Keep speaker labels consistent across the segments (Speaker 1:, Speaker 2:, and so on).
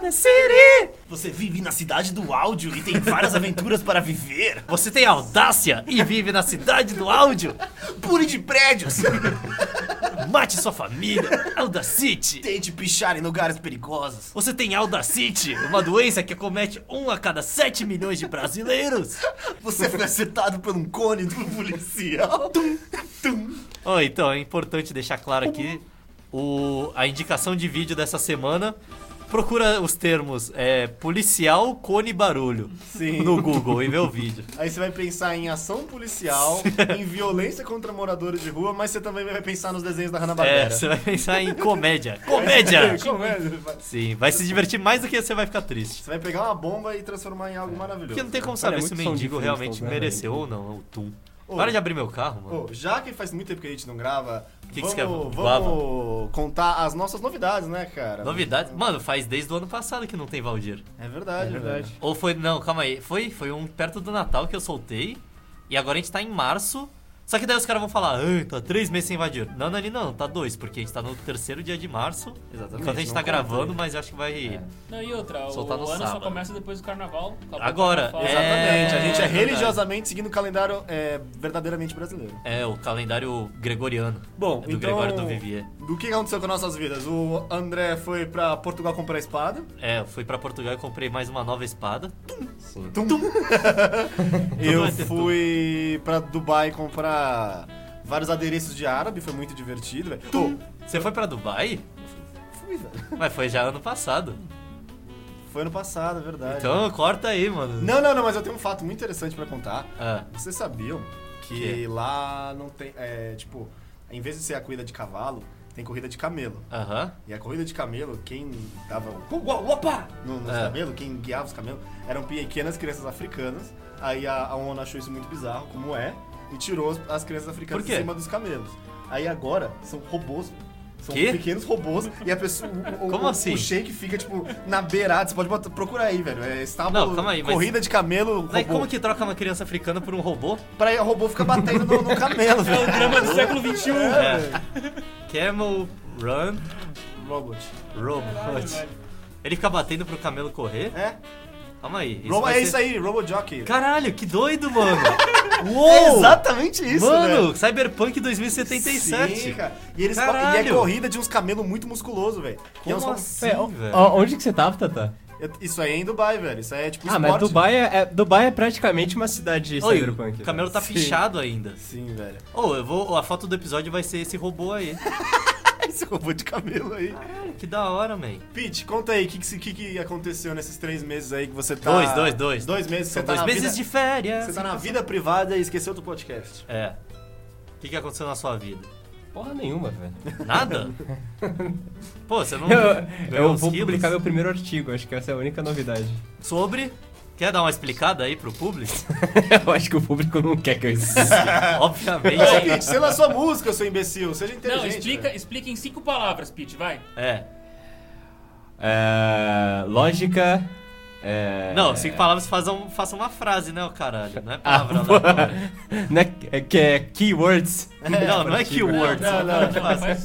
Speaker 1: na Siri!
Speaker 2: Você vive na cidade do áudio e tem várias aventuras para viver.
Speaker 1: Você tem audácia e vive na cidade do áudio?
Speaker 2: Pule de prédios.
Speaker 1: Mate sua família, Audacity!
Speaker 2: Tente pichar em lugares perigosos.
Speaker 1: Você tem Audacity, uma doença que acomete um a cada 7 milhões de brasileiros.
Speaker 2: Você foi acertado por um cone do policial. Tum, tum.
Speaker 1: Oh, então, é importante deixar claro aqui o, a indicação de vídeo dessa semana. Procura os termos é, policial, cone e barulho
Speaker 3: Sim.
Speaker 1: no Google e vê o vídeo.
Speaker 3: Aí você vai pensar em ação policial, em violência contra moradores de rua, mas você também vai pensar nos desenhos da
Speaker 1: É,
Speaker 3: Hanna-Barbera.
Speaker 1: você vai pensar em comédia. É, Comédia!
Speaker 3: Comédia. Você
Speaker 1: Sim, vai se divertir mais do que você vai ficar triste.
Speaker 3: vai pegar uma bomba e transformar em algo maravilhoso.
Speaker 1: É. Porque não tem como saber
Speaker 4: muito
Speaker 1: se o
Speaker 4: som de
Speaker 1: mendigo
Speaker 4: fundo,
Speaker 1: realmente
Speaker 4: né,
Speaker 1: mereceu ou não o Tum. Para de abrir meu carro, mano.
Speaker 3: Pô, já que faz muito tempo que a gente não grava,
Speaker 1: que
Speaker 3: vamos,
Speaker 1: você quer?
Speaker 3: vamos contar as nossas novidades, né, cara?
Speaker 1: Novidade? Mano, faz desde o ano passado que não tem Valdir.
Speaker 3: É verdade,
Speaker 4: É verdade.
Speaker 3: velho.
Speaker 1: Ou foi. Não, calma aí. Foi, foi um perto do Natal que eu soltei. E agora a gente tá em março. Só que daí os caras vão falar, ah, tá três meses sem invadir. Não, não, não, tá dois, porque a gente tá no terceiro dia de março.
Speaker 3: Exatamente,
Speaker 1: Enquanto a gente
Speaker 3: não
Speaker 1: tá
Speaker 3: conta né? É.
Speaker 1: gravando, mas eu acho que vai.
Speaker 5: Não, e outra,
Speaker 1: Soltar
Speaker 5: o
Speaker 1: no
Speaker 5: ano só
Speaker 1: sábado.
Speaker 5: começa depois do carnaval. acabou o
Speaker 1: Agora,
Speaker 5: carnaval.
Speaker 3: Exatamente, a gente é,
Speaker 1: É verdade.
Speaker 3: religiosamente seguindo o calendário é, verdadeiramente brasileiro.
Speaker 1: É, o calendário gregoriano.
Speaker 3: Bom,
Speaker 1: É do
Speaker 3: então,
Speaker 1: Gregório do Vivier.
Speaker 3: Do que aconteceu com nossas vidas? O André foi pra Portugal comprar espada.
Speaker 1: É, eu fui pra Portugal e comprei mais uma nova espada.
Speaker 3: Tum. Eu
Speaker 1: vai ter
Speaker 3: fui pra Dubai comprar vários adereços de árabe, foi muito divertido, velho. Ô,
Speaker 1: Você foi pra Dubai?
Speaker 3: fui, velho.
Speaker 1: Mas foi já ano passado.
Speaker 3: Foi ano passado, é verdade.
Speaker 1: Então corta aí, mano.
Speaker 3: Não, não, não, mas eu tenho um fato muito interessante pra contar.
Speaker 1: Ah,
Speaker 3: Vocês sabiam que
Speaker 1: Que? é?
Speaker 3: lá não tem. É, tipo, em vez de ser a corrida de cavalo, tem corrida de camelo.
Speaker 1: aham.
Speaker 3: E a corrida de camelo, quem dava o
Speaker 1: Opa!
Speaker 3: no, nos
Speaker 1: É.
Speaker 3: camelos, quem guiava os camelos, eram pequenas crianças africanas. Aí a, a ONU achou isso muito bizarro, como é, e tirou as, as crianças africanas
Speaker 1: Por quê?
Speaker 3: de cima dos camelos. Aí agora são robôs. São
Speaker 1: Quê?
Speaker 3: pequenos robôs e a pessoa. O, o-
Speaker 1: Como
Speaker 3: o-
Speaker 1: assim?
Speaker 3: O shake fica, tipo, na beirada. Você pode botar, procura aí, velho. É estábulo,
Speaker 1: Não, calma aí, mas-
Speaker 3: corrida de camelo, robô.
Speaker 1: Mas como que troca uma criança africana por um robô?
Speaker 3: Pra o robô fica batendo no, no camelo,
Speaker 5: É
Speaker 3: velho.
Speaker 5: o drama do século XXI.
Speaker 1: É. Camel Run
Speaker 3: Robot.
Speaker 1: Robot. Ele fica batendo pro camelo correr?
Speaker 3: É?
Speaker 1: Calma aí.
Speaker 3: Robo,
Speaker 1: vai
Speaker 3: é
Speaker 1: ser-
Speaker 3: isso aí, Robo Jockey.
Speaker 1: Caralho, que doido, mano.
Speaker 3: É exatamente isso, velho.
Speaker 1: mano, Cyberpunk 2077.
Speaker 3: Sim, cara. E, eles
Speaker 1: Caralho.
Speaker 3: e é corrida de uns camelos muito musculoso, velho. E é uns-
Speaker 1: Como assim,
Speaker 4: É, o-
Speaker 1: velho?
Speaker 4: ó, onde que você tava, Tata?
Speaker 3: Eu- Isso aí é em Dubai, velho. Isso aí é tipo
Speaker 4: Ah,
Speaker 3: esporte.
Speaker 4: mas Dubai é, é- Dubai é praticamente uma cidade
Speaker 1: Oi,
Speaker 4: cyberpunk.
Speaker 1: o camelo tá
Speaker 4: né?
Speaker 1: pichado ainda.
Speaker 3: Sim, velho.
Speaker 1: Ô, eu vou. A foto do episódio vai ser esse robô aí.
Speaker 3: Esse é um robô de cabelo aí.
Speaker 1: que da hora, man.
Speaker 3: Pete, conta aí, o que, que se- que, que aconteceu nesses três meses aí que você tá...
Speaker 1: Dois, dois, dois.
Speaker 3: Dois meses. que Você
Speaker 1: São
Speaker 3: tá
Speaker 1: dois
Speaker 3: na
Speaker 1: meses
Speaker 3: vida...
Speaker 1: de férias.
Speaker 3: Você tá na vida privada e esqueceu do podcast.
Speaker 1: É. O que, que aconteceu na sua vida?
Speaker 4: Porra nenhuma, velho.
Speaker 1: Nada? Pô, você não.
Speaker 4: Eu,
Speaker 1: ganhou
Speaker 4: eu
Speaker 1: uns
Speaker 4: vou
Speaker 1: quilos?
Speaker 4: publicar meu primeiro artigo, acho que essa é a única novidade.
Speaker 1: Sobre. Quer dar uma explicada aí pro público?
Speaker 4: eu acho que o público não quer que eu exista.
Speaker 3: Ô,
Speaker 1: Obviamente.
Speaker 3: Pete, você lançou música, seu imbecil. Seja inteligente. né?
Speaker 5: Não, explica,
Speaker 3: velho.
Speaker 5: explica em cinco palavras, Pete, vai.
Speaker 1: É.
Speaker 4: É, lógica. É,
Speaker 1: Não, cinco palavras façam, façam um, uma frase, né, ô caralho? Não é
Speaker 4: Ah,
Speaker 1: palavra
Speaker 4: pô,
Speaker 1: aleatória.
Speaker 4: não é, é que é keywords.
Speaker 1: Não, não é keyword.
Speaker 5: Não,
Speaker 1: só
Speaker 5: não,
Speaker 1: cara que
Speaker 5: não,
Speaker 1: faz.
Speaker 5: faz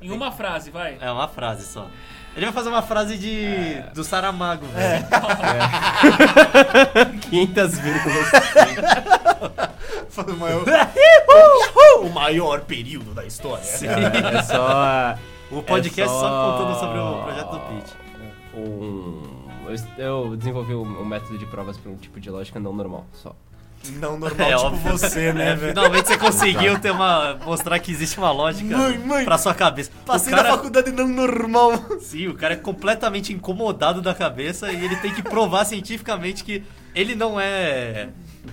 Speaker 5: em uma frase, vai.
Speaker 1: É uma frase só. Ele vai fazer uma frase de.
Speaker 4: É.
Speaker 1: do Saramago, velho.
Speaker 4: 500 vírgulas.
Speaker 3: Fala o maior-
Speaker 2: O maior período da história.
Speaker 4: É só
Speaker 1: O podcast
Speaker 4: É só- É,
Speaker 1: só contando sobre o projeto do Pete.
Speaker 4: um. eu- Eu desenvolvi um um método de provas para um tipo de lógica não normal, só.
Speaker 3: Não normal,
Speaker 1: É
Speaker 3: tipo
Speaker 1: óbvio.
Speaker 3: você, né,
Speaker 1: É,
Speaker 3: velho?
Speaker 1: finalmente você conseguiu ter uma. mostrar que existe uma lógica
Speaker 3: Mãe, mãe.
Speaker 1: pra sua cabeça.
Speaker 3: Passei
Speaker 1: o cara,
Speaker 3: na faculdade não normal.
Speaker 1: Sim, o cara é completamente incomodado da cabeça e ele tem que provar cientificamente que ele não é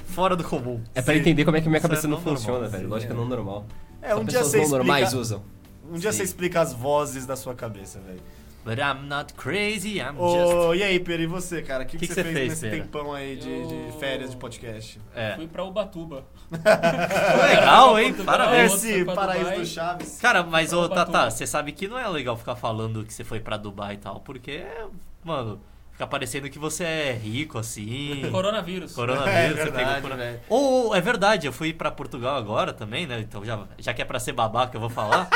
Speaker 1: fora do comum.
Speaker 4: É pra entender como é que minha
Speaker 1: Isso é
Speaker 4: cabeça não
Speaker 1: não normal,
Speaker 4: funciona, velho.
Speaker 1: sim,
Speaker 4: Lógica não normal.
Speaker 3: É,
Speaker 4: Só
Speaker 3: um dia
Speaker 4: pessoas
Speaker 3: você
Speaker 4: não normais
Speaker 3: explica...
Speaker 4: usam.
Speaker 3: Um dia
Speaker 1: Sim.
Speaker 3: você explica as vozes da sua cabeça, velho.
Speaker 1: But I'm not crazy, I'm just.
Speaker 3: Ô, e aí, Pera, e você, cara? O que, que, você fez, nesse
Speaker 1: Pera?
Speaker 3: tempão aí de, de
Speaker 5: Eu-
Speaker 3: férias de podcast?
Speaker 1: É.
Speaker 5: Fui pra Ubatuba.
Speaker 1: Legal, hein?
Speaker 5: Portugal.
Speaker 1: Parabéns.
Speaker 3: Esse
Speaker 5: pra
Speaker 3: paraíso
Speaker 5: Dubai.
Speaker 3: do Chaves.
Speaker 1: Cara, mas ô
Speaker 5: Ubatuba.
Speaker 1: Tata, você sabe que não é legal ficar falando que você foi pra Dubai e tal, porque, mano, fica parecendo que você é rico assim.
Speaker 5: Coronavírus.
Speaker 3: É
Speaker 1: Coronavírus, você pegou
Speaker 3: verdade,
Speaker 1: corona.
Speaker 3: velho.
Speaker 1: Ou, é verdade, eu fui pra Portugal agora também, né? Então já, já que é pra ser babaca, eu vou falar.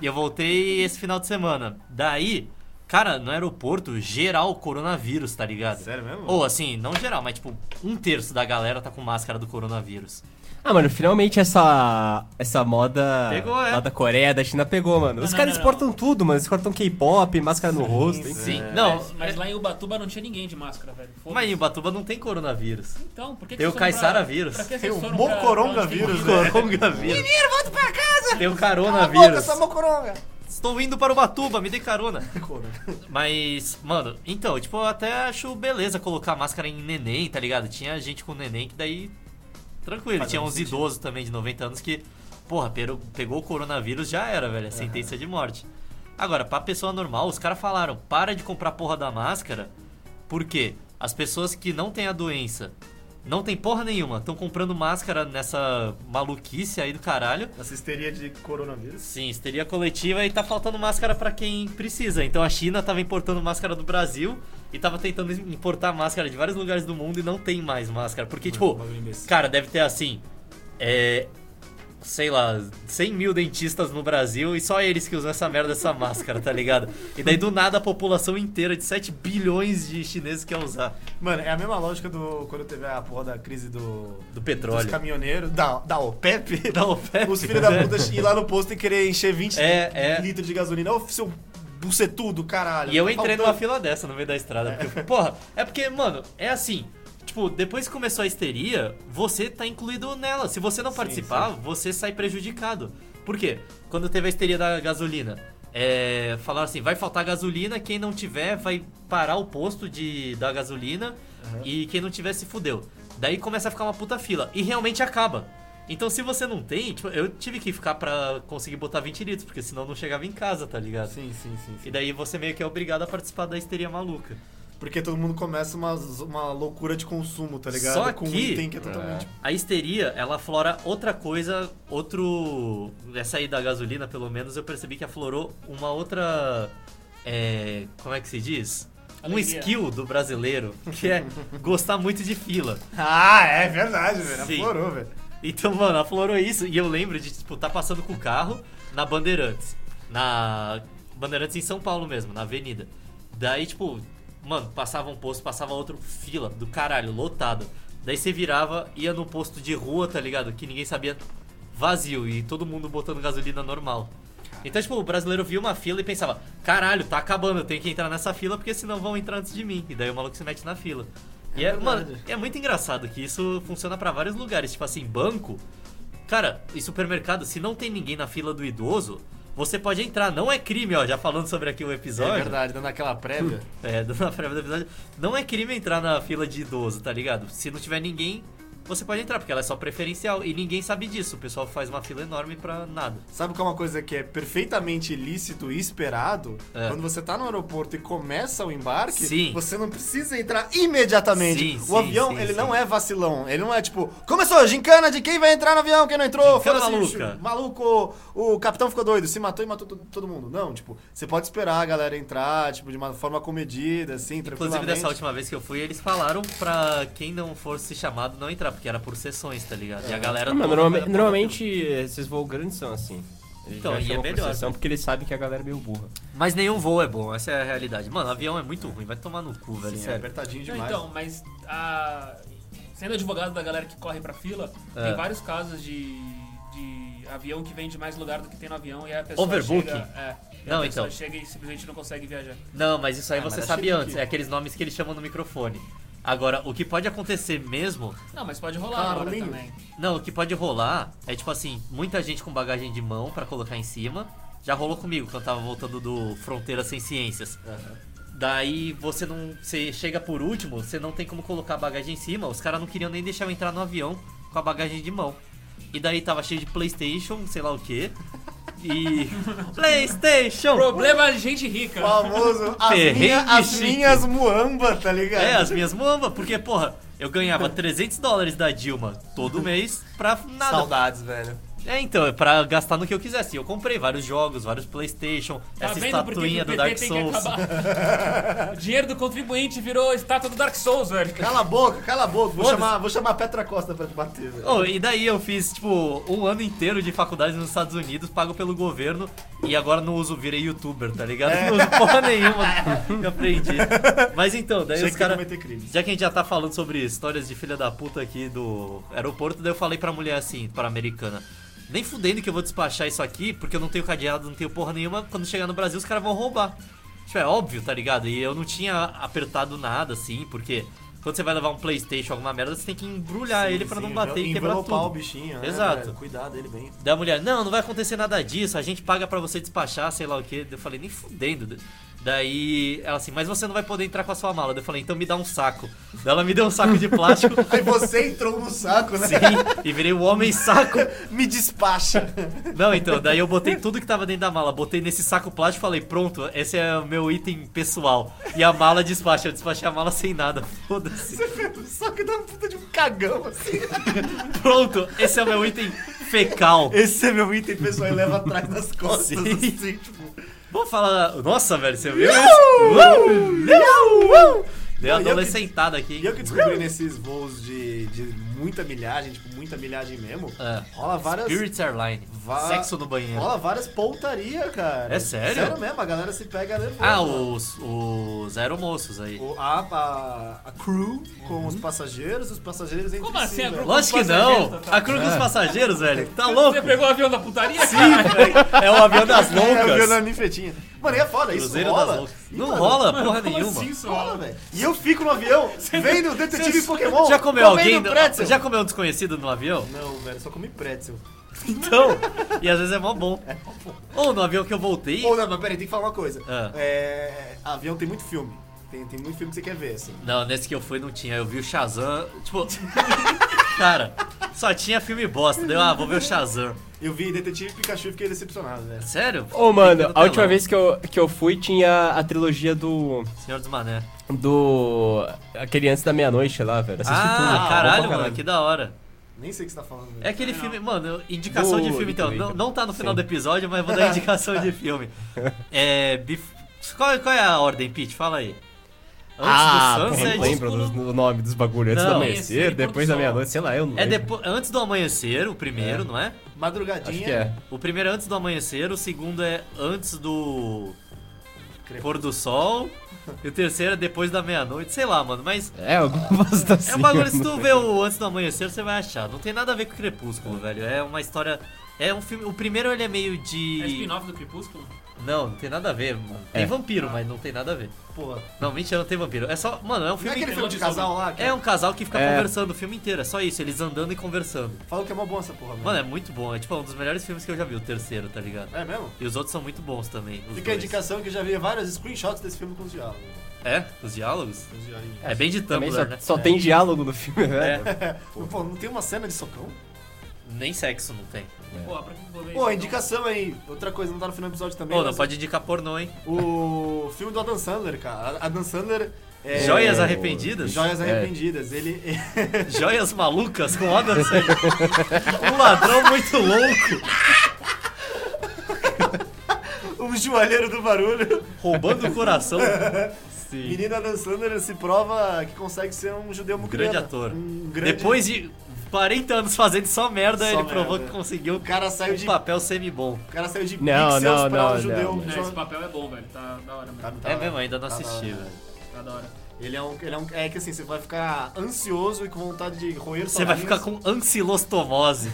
Speaker 1: e eu voltei esse final de semana. Daí, Cara, no aeroporto, geral coronavírus, tá ligado?
Speaker 3: Sério mesmo?
Speaker 1: Ou assim, não geral, mas tipo, um terço da galera tá com máscara do coronavírus.
Speaker 4: Ah, mano, finalmente essa, essa moda
Speaker 1: Pegou, é.
Speaker 4: lá da Coreia, da China pegou, mano. Os
Speaker 5: não,
Speaker 4: caras
Speaker 5: não, não.
Speaker 4: exportam tudo, mano. Exportam K-pop, máscara no rosto. enfim.
Speaker 1: Sim, não.
Speaker 3: É.
Speaker 1: é-
Speaker 5: Mas, mas lá em Ubatuba não tinha ninguém de máscara, velho. Foda-se.
Speaker 1: Mas em Ubatuba não tem coronavírus.
Speaker 5: Então, por que que
Speaker 1: Tem o
Speaker 5: vocês foram pra-
Speaker 1: caiçaravírus.
Speaker 5: pra que
Speaker 3: Tem
Speaker 5: vocês
Speaker 3: o
Speaker 5: foram pra- pra onde
Speaker 3: mocorongavírus,
Speaker 5: tem-
Speaker 3: né?
Speaker 1: Coronavírus. Menino, volta pra casa! Tem o coronavírus.
Speaker 2: mocoronga.
Speaker 1: Estou indo para Ubatuba, me dê carona.
Speaker 3: Corona.
Speaker 1: Mas, mano, então, tipo, eu até acho beleza colocar máscara em neném, tá ligado? Tinha gente com neném que daí. Tranquilo,
Speaker 3: Fazendo
Speaker 1: tinha uns
Speaker 3: sentido.
Speaker 1: idosos também de 90 anos que, porra, pero- pegou o coronavírus, já era, velho. É sentença de morte. Agora, pra pessoa normal, os caras falaram: para de comprar porra da máscara, porque as pessoas que não têm a doença, não tem porra nenhuma, estão comprando máscara nessa maluquice aí do caralho.
Speaker 3: Essa histeria de coronavírus.
Speaker 1: Sim, histeria coletiva e tá faltando máscara pra quem precisa. Então a China tava importando máscara do Brasil e tava tentando importar máscara de vários lugares do mundo e não tem mais máscara. Porque, tipo,
Speaker 3: bagulho imbecil.
Speaker 1: cara, deve ter assim. É. Sei lá, 100 mil dentistas no Brasil e só eles que usam essa merda, essa máscara, tá ligado? E daí do nada a população inteira de 7 bilhões de chineses quer usar
Speaker 3: Mano, é a mesma lógica do quando teve a porra da crise do.
Speaker 1: do
Speaker 3: Dos
Speaker 1: petróleo.
Speaker 3: caminhoneiros, da, da OPEP,
Speaker 1: Da OPEP.
Speaker 3: os filhos da puta ir lá no posto e querer encher 20
Speaker 1: É, é.
Speaker 3: litros de gasolina. Ô, seu bucetudo, caralho.
Speaker 1: E eu
Speaker 3: tá
Speaker 1: entrei
Speaker 3: faltando.
Speaker 1: numa fila dessa no meio da estrada. Porque, porra, é porque, mano, é assim. Tipo, depois que começou a histeria, você tá incluído nela. Se você não participar, você sai prejudicado. Por quê? Quando teve a histeria da gasolina, é, falaram assim: vai faltar gasolina, quem não tiver vai parar o posto de, da gasolina e quem não tiver se fudeu. Daí começa a ficar uma puta fila. E realmente acaba. Então, se você não tem, tipo, eu tive que ficar pra conseguir botar 20 litros, porque senão eu não chegava em casa, tá ligado?
Speaker 3: Sim, sim, sim.
Speaker 1: E
Speaker 3: sim.
Speaker 1: daí você meio que é obrigado a participar da histeria maluca.
Speaker 3: Porque todo mundo começa uma, uma loucura de consumo, tá ligado?
Speaker 1: Só
Speaker 3: Com um
Speaker 1: que-
Speaker 3: item que é totalmente.
Speaker 1: A histeria, ela aflora outra coisa, outro. Essa aí da gasolina, pelo menos, eu percebi que aflorou uma outra. É, como é que se diz? Um
Speaker 5: Alegria.
Speaker 1: skill do brasileiro, que é gostar muito de fila.
Speaker 3: Ah, é verdade, velho.
Speaker 1: Sim.
Speaker 3: Aflorou, velho.
Speaker 1: Então, mano, aflorou isso. E eu lembro de, tipo, tá passando com o carro na Bandeirantes. Na Bandeirantes em São Paulo mesmo, na avenida. Daí, tipo, mano, passava um posto, passava outro, fila do caralho, lotado. Daí você virava, ia no posto de rua, tá ligado? Que ninguém sabia, vazio. E todo mundo botando gasolina normal. Então, tipo, o brasileiro viu uma fila e pensava: caralho, tá acabando, eu tenho que entrar nessa fila porque senão vão entrar antes de mim. E daí o maluco se mete na fila. E é, mano, é muito engraçado que isso funciona pra vários lugares. Tipo assim, banco. Cara, e supermercado, se não tem ninguém na fila do idoso, você pode entrar. Não é crime, ó. Já falando sobre aqui o episódio.
Speaker 3: É verdade, dando aquela prévia.
Speaker 1: É, do- na prévia do episódio. Não é crime entrar na fila de idoso, tá ligado? Se não tiver ninguém, você pode entrar, porque ela é só preferencial. E ninguém sabe disso. O pessoal faz uma fila enorme pra nada.
Speaker 3: Sabe qual é uma coisa que é perfeitamente ilícito e esperado?
Speaker 1: É.
Speaker 3: Quando você tá no aeroporto e começa o embarque,
Speaker 1: Sim.
Speaker 3: você não precisa entrar imediatamente.
Speaker 1: Sim,
Speaker 3: o
Speaker 1: sim,
Speaker 3: avião,
Speaker 1: sim,
Speaker 3: ele
Speaker 1: sim.
Speaker 3: não é vacilão. Ele não é tipo, começou, gincana de quem vai entrar no avião, quem não entrou,
Speaker 1: Gincana
Speaker 3: foda-se,
Speaker 1: maluca.
Speaker 3: chu- Maluco, o capitão ficou doido, se matou e matou to- todo mundo. Não, tipo, você pode esperar a galera entrar, tipo, de uma forma comedida, assim,
Speaker 1: Inclusive,
Speaker 3: tranquilamente.
Speaker 1: dessa última vez que eu fui, eles falaram pra quem não fosse chamado não entrar, porque era por sessões, tá ligado?
Speaker 3: É.
Speaker 1: E a galera.
Speaker 4: Ah, mas
Speaker 1: toda
Speaker 4: normalme-
Speaker 1: era por-
Speaker 4: normalmente esses voos grandes são assim. Eles
Speaker 1: Então,
Speaker 4: já
Speaker 1: e é
Speaker 4: chamam por
Speaker 1: melhor.
Speaker 4: sessão porque eles sabem que a galera é meio burra.
Speaker 1: Mas nenhum voo é bom, essa é a realidade. Mano, avião é muito ruim, vai tomar no cu, velho,
Speaker 3: Sim, é
Speaker 1: sério.
Speaker 3: apertadinho
Speaker 5: Não,
Speaker 3: demais.
Speaker 5: então, mas a- sendo advogado da galera que corre pra fila,
Speaker 1: É.
Speaker 5: tem vários casos de, de avião que vem de mais lugar do que tem no avião e aí a pessoa
Speaker 1: Overbooking?
Speaker 5: chega... É, e
Speaker 1: Não,
Speaker 5: a pessoa
Speaker 1: então.
Speaker 5: chega e simplesmente não consegue viajar.
Speaker 1: Não, mas isso aí
Speaker 3: Ah,
Speaker 1: você
Speaker 3: mas
Speaker 1: sabe
Speaker 3: achei
Speaker 1: antes,
Speaker 3: que-
Speaker 1: é aqueles nomes que eles chamam no microfone. Agora, o que pode acontecer mesmo
Speaker 5: Não, mas pode rolar agora
Speaker 3: Carlinhos.
Speaker 5: também.
Speaker 1: Não, o que pode rolar é tipo assim, muita gente com bagagem de mão pra colocar em cima. Já rolou comigo quando eu tava voltando do Fronteiras Sem Ciências. Daí você não. Você chega por último, você não tem como colocar a bagagem em cima. Os caras não queriam nem deixar eu entrar no avião com a bagagem de mão. E daí tava cheio de Playstation, sei lá o quê. E. Playstation!
Speaker 5: Problema de gente rica.
Speaker 3: O famoso, as,
Speaker 1: Perrengue
Speaker 3: minha, as
Speaker 1: chique.
Speaker 3: minhas muamba, tá ligado?
Speaker 1: É, as minhas mambas, porque, porra, eu ganhava 300 dólares da Dilma todo mês pra nada.
Speaker 3: Saudades, velho.
Speaker 1: É, então, é pra gastar no que eu quisesse. E Eu comprei vários jogos, vários Playstation,
Speaker 5: Tá
Speaker 1: essa
Speaker 5: vendo por que que
Speaker 1: estatuinha
Speaker 5: o
Speaker 1: do
Speaker 5: PT
Speaker 1: Dark
Speaker 5: tem
Speaker 1: Souls.
Speaker 5: que acabar? o dinheiro do contribuinte virou estátua do Dark Souls, velho.
Speaker 2: Cala a boca, cala a boca.
Speaker 3: Vou chamar, vou chamar a Petra Costa pra te bater, velho.
Speaker 1: Oh, e daí eu fiz, tipo, um ano inteiro de faculdade nos Estados Unidos, pago pelo governo, e agora não uso, virei youtuber, tá ligado? Não uso porra nenhuma que eu aprendi. Mas então, daí
Speaker 3: Tinha
Speaker 1: os
Speaker 3: que
Speaker 1: caras.
Speaker 3: cometer crimes.
Speaker 1: Já que a gente já tá falando sobre histórias de filha da puta aqui do aeroporto, daí eu falei pra mulher assim, pra americana. Nem fudendo que eu vou despachar isso aqui, porque eu não tenho cadeado, não tenho porra nenhuma. Quando chegar no Brasil, os caras vão roubar. Tipo, é óbvio, tá ligado? E eu não tinha apertado nada, assim, porque quando você vai levar um Playstation, alguma merda, você tem que embrulhar Ah, ele pra não bater e quebrar tudo.
Speaker 2: o bichinho, né,
Speaker 1: Exato.
Speaker 2: velho? Cuidado dele bem.
Speaker 1: Da mulher, não, não vai acontecer nada disso, a gente paga pra você despachar, sei lá o que. Eu falei, nem fudendo. Daí ela assim, mas você não vai poder entrar com a sua mala. Daí Eu falei, então me dá um saco. Daí ela me deu um saco de plástico,
Speaker 3: Aí você entrou no saco, né?
Speaker 1: sim, e virei o homem saco.
Speaker 3: Me despacha.
Speaker 1: Não, então, daí eu botei tudo que tava dentro da mala, botei nesse saco plástico e falei, pronto, esse é o meu item pessoal. E a mala despacha, eu despachei a mala sem nada, foda-se.
Speaker 3: Só que dá uma puta de um cagão, assim.
Speaker 1: Pronto, esse é o meu item fecal.
Speaker 3: Esse é meu item, pessoal, e leva atrás das costas,
Speaker 1: Sim.
Speaker 3: assim, tipo...
Speaker 1: Vou falar. Nossa, velho, você viu isso? Deu
Speaker 3: Não, e eu
Speaker 1: adolescentada aqui. hein?
Speaker 3: E eu que descobri nesses voos de, de muita milhagem, tipo, muita milhagem mesmo,
Speaker 1: É.
Speaker 3: rola várias...
Speaker 1: Spirit Airline.
Speaker 3: Va-
Speaker 1: Sexo no banheiro.
Speaker 3: Rola várias pontaria, cara.
Speaker 1: É sério?
Speaker 3: Sério mesmo, a galera se pega nervosa.
Speaker 1: Ah, os, os aeromoços aí.
Speaker 3: O- a, a, a crew com
Speaker 1: Uhum.
Speaker 3: os passageiros, os passageiros entre
Speaker 5: Como
Speaker 3: si,
Speaker 5: assim a
Speaker 3: velho.
Speaker 5: crew?
Speaker 1: Lógico que
Speaker 5: Passageiros,
Speaker 1: não.
Speaker 5: tá-
Speaker 1: A crew dos passageiros, velho. Tá
Speaker 5: Você
Speaker 1: louco?
Speaker 5: pegou o avião da putaria? Sim.
Speaker 1: É o avião das
Speaker 3: É, eu vi na
Speaker 1: loucas.
Speaker 3: ninfetinha. Mano, e é foda, isso
Speaker 1: Cruzeiro
Speaker 3: rola.
Speaker 1: das loucas.
Speaker 3: E,
Speaker 1: Não
Speaker 3: mano,
Speaker 1: rola
Speaker 5: mano,
Speaker 1: porra
Speaker 5: como
Speaker 1: nenhuma.
Speaker 5: assim, isso?
Speaker 3: rola, velho. E eu fico no avião, vendo detetive Pokémon.
Speaker 1: Já comeu
Speaker 3: comendo
Speaker 1: alguém? do-
Speaker 3: Pretzel.
Speaker 1: Já comeu um desconhecido no avião?
Speaker 3: Não, velho, só comi pretzel.
Speaker 1: Então. E às vezes é mó bom. Ou no avião que eu voltei.
Speaker 3: Ou não, mas peraí, tem que falar uma coisa.
Speaker 1: Ah.
Speaker 3: É, avião tem muito filme. Tem, tem muito filme que você quer ver, assim.
Speaker 1: Não, nesse que eu fui não tinha. Eu vi o Shazam. Tipo. cara, só tinha filme bosta. Deu, ah, vou ver o Shazam.
Speaker 3: Eu vi Detetive Pikachu e fiquei decepcionado, velho.
Speaker 1: Sério?
Speaker 4: Ô, mano,
Speaker 1: Fica no
Speaker 4: a última
Speaker 1: telão.
Speaker 4: vez que eu, que eu fui tinha a trilogia do.
Speaker 1: Senhor dos Mané.
Speaker 4: Do. Aquele antes da meia-noite lá, velho. Assisti tudo.
Speaker 1: Ah,
Speaker 4: bom pra
Speaker 1: caralho, mano, que da hora.
Speaker 3: Nem sei o que você tá falando, velho.
Speaker 1: É aquele filme, mano, indicação
Speaker 4: Do
Speaker 1: de filme, então.
Speaker 4: Rico
Speaker 1: Não,
Speaker 4: Rico.
Speaker 1: não tá no final
Speaker 4: Sim.
Speaker 1: do episódio, mas vou dar indicação de filme. É. Bef- Qual, qual é a ordem, Pete? Fala aí. Antes
Speaker 4: Ah,
Speaker 1: do
Speaker 4: porra, eu
Speaker 1: Sunset.
Speaker 4: não lembro do, do nome dos bagulhos. Antes
Speaker 1: Não.
Speaker 4: do
Speaker 5: Esse, ele
Speaker 4: amanhecer,
Speaker 5: pôr do
Speaker 4: depois da
Speaker 5: sol.
Speaker 4: meia-noite, sei lá, eu não
Speaker 1: É
Speaker 4: lembro.
Speaker 1: depois, antes do amanhecer, o primeiro,
Speaker 4: É.
Speaker 1: não é?
Speaker 3: Madrugadinha.
Speaker 4: Acho que é.
Speaker 1: O primeiro é antes do amanhecer, o segundo é antes do pôr do sol, e o terceiro é depois da meia-noite, sei lá, mano, mas
Speaker 4: É, alguma coisa assim.
Speaker 1: é um bagulho,
Speaker 4: eu
Speaker 1: se
Speaker 4: não
Speaker 1: tu vê o antes do amanhecer, você vai achar. Não tem nada a ver com Crepúsculo, velho. É uma história. É um filme. O primeiro ele é meio
Speaker 5: É
Speaker 1: de.
Speaker 5: spin-off do Crepúsculo?
Speaker 1: Não, não tem nada a ver, mano. Tem
Speaker 4: É.
Speaker 1: vampiro, mas não tem nada a ver.
Speaker 3: Porra.
Speaker 1: Não, mentira, não tem vampiro. É só. Mano, é um
Speaker 3: Não é
Speaker 1: filme.
Speaker 3: aquele
Speaker 5: que
Speaker 3: filme de
Speaker 5: tem lobisomem.
Speaker 3: casal lá? Que
Speaker 1: É um casal que fica
Speaker 4: É.
Speaker 1: conversando o filme inteiro, é só isso, eles andando e conversando.
Speaker 3: Falam que é mó bom essa porra,
Speaker 1: Mano, é muito bom, é tipo um dos melhores filmes que eu já vi, o terceiro, tá ligado?
Speaker 3: É mesmo?
Speaker 1: E os outros são muito bons também. os
Speaker 3: Fica a
Speaker 1: dois.
Speaker 3: indicação que eu já vi vários screenshots desse filme com os diálogos.
Speaker 1: É? Os diálogos?
Speaker 3: Com os diálogos.
Speaker 1: É bem de
Speaker 4: Também só,
Speaker 1: Tumblr, né?
Speaker 4: só tem diálogo no filme, né? velho.
Speaker 1: É.
Speaker 3: Pô, não tem uma cena de socão?
Speaker 1: Nem sexo não tem.
Speaker 5: Pô, pra que eu vou ver
Speaker 3: Pô,
Speaker 5: isso,
Speaker 3: indicação aí. Outra coisa, não tá no final do episódio também.
Speaker 1: Pô, não
Speaker 3: mas
Speaker 1: pode indicar pornô, hein?
Speaker 3: O filme do Adam Sandler, cara. A- Adam Sandler... É...
Speaker 1: Joias
Speaker 4: o-
Speaker 1: arrependidas?
Speaker 3: Joias
Speaker 4: É.
Speaker 3: Arrependidas. Ele...
Speaker 1: Joias malucas com Adam Sandler. um ladrão muito louco,
Speaker 3: o joalheiro do barulho.
Speaker 1: roubando o coração. Sim.
Speaker 3: Menino Adam Sandler se prova que consegue ser um judeu muquirana.
Speaker 1: grande ator.
Speaker 3: Um grande...
Speaker 1: Depois de 40 anos fazendo só merda,
Speaker 3: Só
Speaker 1: ele provou
Speaker 3: merda.
Speaker 1: que conseguiu
Speaker 3: O cara saiu
Speaker 1: um
Speaker 3: de...
Speaker 1: papel semi-bom.
Speaker 3: O cara saiu de
Speaker 4: Não,
Speaker 3: pixels
Speaker 4: não,
Speaker 3: pra um
Speaker 4: não,
Speaker 3: judeu.
Speaker 4: não.
Speaker 5: Não,
Speaker 3: jo-
Speaker 5: esse papel é bom, velho. Tá da hora,
Speaker 3: Tá-
Speaker 5: mano.
Speaker 3: tá-
Speaker 1: É mesmo, ainda não
Speaker 3: tá da
Speaker 1: assisti,
Speaker 3: hora.
Speaker 1: velho.
Speaker 5: Tá da hora.
Speaker 3: Ele é um, ele é um, é que assim, você vai ficar ansioso e com vontade de roer
Speaker 1: Você vai
Speaker 3: sozinhos.
Speaker 1: ficar com ancilostomose.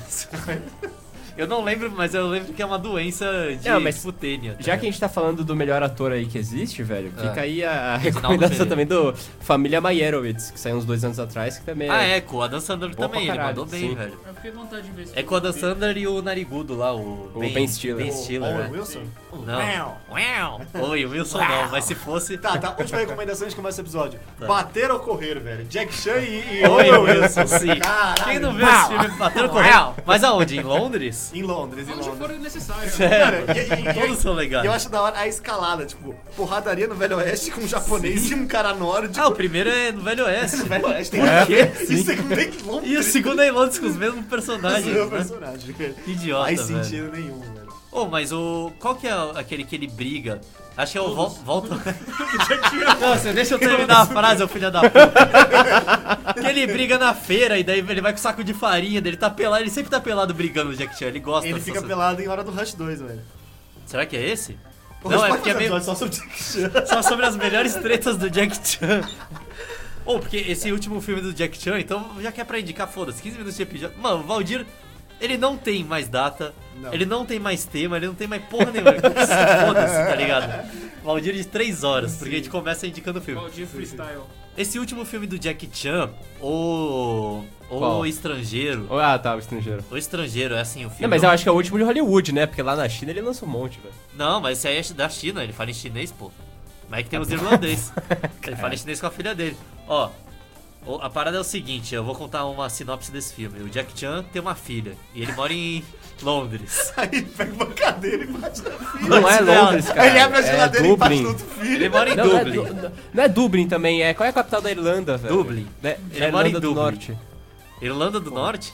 Speaker 1: Eu não lembro, mas eu lembro que é uma doença de
Speaker 4: Não, mas-
Speaker 1: tipo tênia. tá
Speaker 4: Já que a
Speaker 1: ligado?
Speaker 4: gente tá falando do melhor ator aí que existe, velho,
Speaker 1: É.
Speaker 4: fica aí a
Speaker 1: Reginaldo
Speaker 4: recomendação
Speaker 1: Pereira.
Speaker 4: também do Família Meyerowitz, que saiu uns dois anos atrás, que também
Speaker 1: Ah, é, com o Adam Sandler
Speaker 4: Bom pra
Speaker 1: também, ele
Speaker 4: caralho,
Speaker 1: mandou bem,
Speaker 4: sim.
Speaker 1: velho.
Speaker 5: Eu fiquei com vontade de ver esse
Speaker 1: É com o
Speaker 5: filme.
Speaker 1: Adam Sandler e o narigudo lá, o...
Speaker 4: O Ben Stiller.
Speaker 1: Ben
Speaker 3: O
Speaker 1: Stiller,
Speaker 3: Owen
Speaker 1: né?
Speaker 3: Wilson?
Speaker 1: Não. Uau! Oi, o Wilson não, mas se fosse...
Speaker 3: Tá, tá. Última recomendação, a gente começa o episódio.
Speaker 1: Tá.
Speaker 3: Bater ou correr, velho. Jack Chan e, e
Speaker 1: Oi,
Speaker 3: Owen
Speaker 1: Wilson, sim.
Speaker 3: Caralho.
Speaker 1: Quem não viu esse filme batendo correndo? Mas aonde? Em Londres? Londres.
Speaker 3: Em Londres, em
Speaker 6: Onde
Speaker 3: Londres.
Speaker 6: for necessário.
Speaker 5: né?
Speaker 3: Cara, e- e- e-
Speaker 1: Todos são legais.
Speaker 3: E eu acho da hora a escalada, tipo, porradaria no Velho Oeste com um japonês e um cara nórdico.
Speaker 1: Ah, o primeiro é no Velho Oeste.
Speaker 3: No Velho Oeste tem
Speaker 4: É,
Speaker 3: quê? Isso é que tem longo.
Speaker 1: E o segundo é em Londres com os mesmos personagens. Né?
Speaker 3: meu é personagem, velho.
Speaker 1: Que Idiota,
Speaker 3: Faz
Speaker 1: velho.
Speaker 3: sentido nenhum, velho.
Speaker 1: Oh, mas o. Qual que é aquele que ele briga? Acho que é o Vol- Volta. Não, você deixa eu terminar a frase, ô filho da puta. que ele briga na feira e daí ele vai com saco de farinha, daí ele tá pelado, ele sempre tá pelado brigando o Jack Chan, ele gosta
Speaker 3: Ele
Speaker 1: dessa-
Speaker 3: fica pelado em hora do Rush 2, velho.
Speaker 1: Será que é esse?
Speaker 3: Pô,
Speaker 1: Não, é
Speaker 3: a gente pode
Speaker 1: porque é
Speaker 3: fazer
Speaker 1: meio-
Speaker 3: episódio só sobre Jack Chan.
Speaker 1: Só sobre as melhores tretas do Jack Chan. Ou, porque esse último filme do Jack Chan, então já que é pra indicar, foda-se, 15 minutos de episódio. Mano, o Valdir, ele não tem mais data,
Speaker 3: Não.
Speaker 1: ele não tem mais tema, ele não tem mais porra nenhuma. foda-se, tá ligado? Valdir de 3 horas, porque a gente começa indicando o filme.
Speaker 6: Valdir Freestyle.
Speaker 1: Esse último filme do Jack Chan, o. O
Speaker 4: Qual?
Speaker 1: Estrangeiro.
Speaker 4: Ah, tá, o estrangeiro.
Speaker 1: O Estrangeiro, é assim o filme.
Speaker 4: Não, mas eu acho que é o último de Hollywood, né? Porque lá na China ele lança um monte, velho.
Speaker 1: Não, mas esse aí é da China, ele fala em chinês, pô. Mas é que tem os irlandês. ele fala em chinês com a filha dele. Ó, o- a parada é o seguinte, eu vou contar uma sinopse desse filme. O Jack Chan tem uma filha e ele mora em Londres.
Speaker 3: Aí pega uma cadeira e bate na filha.
Speaker 4: Não é
Speaker 1: Antes dela.
Speaker 4: Londres, cara.
Speaker 3: Aí ele abre a geladeira e bate
Speaker 4: É Dublin.
Speaker 3: no outro filho.
Speaker 1: Ele mora em
Speaker 4: Não, não é,
Speaker 1: Dublin.
Speaker 4: Du- não é Dublin também, é. Qual é a capital da Irlanda, velho?
Speaker 1: Dublin.
Speaker 4: Da,
Speaker 1: Ele
Speaker 4: da
Speaker 1: mora em
Speaker 4: Irlanda do
Speaker 1: Dublin.
Speaker 4: Norte.
Speaker 1: Irlanda do Norte?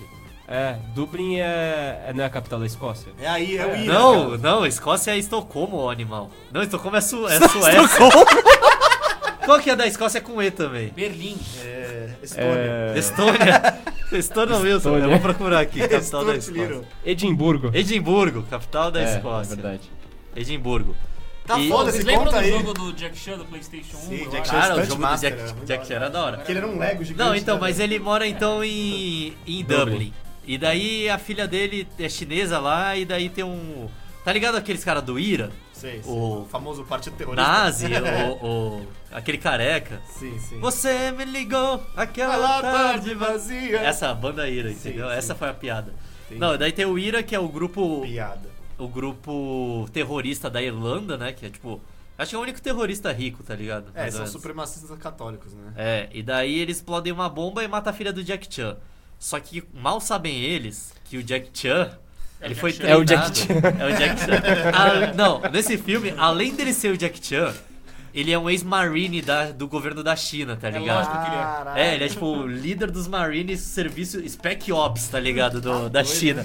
Speaker 4: É, Dublin é, é- não é a capital da Escócia.
Speaker 3: É aí, é o Ira.
Speaker 1: Não, não, Escócia é Estocolmo, ô animal. Não, Estocolmo é, Su é Suécia. Qual que é da Escócia é com E também?
Speaker 5: Berlim.
Speaker 3: É. Estônia.
Speaker 4: É,
Speaker 1: Estônia. Estônia mesmo,
Speaker 4: Estônia.
Speaker 1: eu vou procurar aqui, capital da
Speaker 3: Stuart
Speaker 1: Escócia.
Speaker 3: Little.
Speaker 4: Edimburgo.
Speaker 1: Edimburgo, capital da
Speaker 4: é,
Speaker 1: Escócia.
Speaker 4: É verdade.
Speaker 1: Edimburgo.
Speaker 3: Tá
Speaker 1: E-
Speaker 3: foda,
Speaker 5: Vocês
Speaker 3: se
Speaker 5: lembram
Speaker 3: conta
Speaker 5: do
Speaker 3: aí.
Speaker 5: jogo do Jack Chan do Playstation 1?
Speaker 3: Sim,
Speaker 5: eu
Speaker 3: Jack
Speaker 5: acho?
Speaker 3: Chan.
Speaker 1: Cara, o
Speaker 3: Stunt
Speaker 1: jogo
Speaker 3: Master, né?
Speaker 1: do
Speaker 3: era
Speaker 1: Jack,
Speaker 3: muito
Speaker 1: Jack Chan era da hora.
Speaker 3: Que ele era um Lego gigante.
Speaker 1: Não, então,
Speaker 3: né,
Speaker 1: mas
Speaker 3: velho?
Speaker 1: ele mora então em, em Dublin. E daí a filha dele é chinesa lá, e daí tem um. Tá ligado aqueles caras do Ira?
Speaker 3: Sei, sei.
Speaker 1: o-
Speaker 3: O famoso partido terrorista.
Speaker 1: Nazi, o, o- aquele careca.
Speaker 3: É. Sim, sim.
Speaker 1: Você me ligou aquela
Speaker 3: Aquela
Speaker 1: tarde
Speaker 3: tarde
Speaker 1: vazia.
Speaker 3: vazia.
Speaker 1: Essa banda Ira,
Speaker 3: Sim,
Speaker 1: entendeu?
Speaker 3: sim.
Speaker 1: Essa foi a piada.
Speaker 3: Entendi.
Speaker 1: Não, daí tem o Ira, que é o grupo.
Speaker 3: piada.
Speaker 1: o grupo terrorista da Irlanda, né? Que é tipo. Acho que é o único terrorista rico, tá ligado?
Speaker 3: É,
Speaker 1: Mais ou
Speaker 3: são
Speaker 1: menos.
Speaker 3: supremacistas católicos, né?
Speaker 1: É, e daí eles explodem uma bomba e matam a filha do Jack Chan. Só que mal sabem eles que o Jack Chan.
Speaker 5: É o
Speaker 1: ele
Speaker 5: Jack
Speaker 1: foi
Speaker 5: Chan.
Speaker 1: treinado.
Speaker 4: É o Jack
Speaker 1: É o Jack Chan. Ah, não, nesse filme, além dele ser o Jack Chan, ele é um ex-marine da- do governo da China, tá
Speaker 5: É
Speaker 1: ligado?
Speaker 5: lógico. que ele é.
Speaker 3: Caralho.
Speaker 1: É, ele é tipo o líder dos Marines Serviço Spec Ops, tá ligado? Do- da China.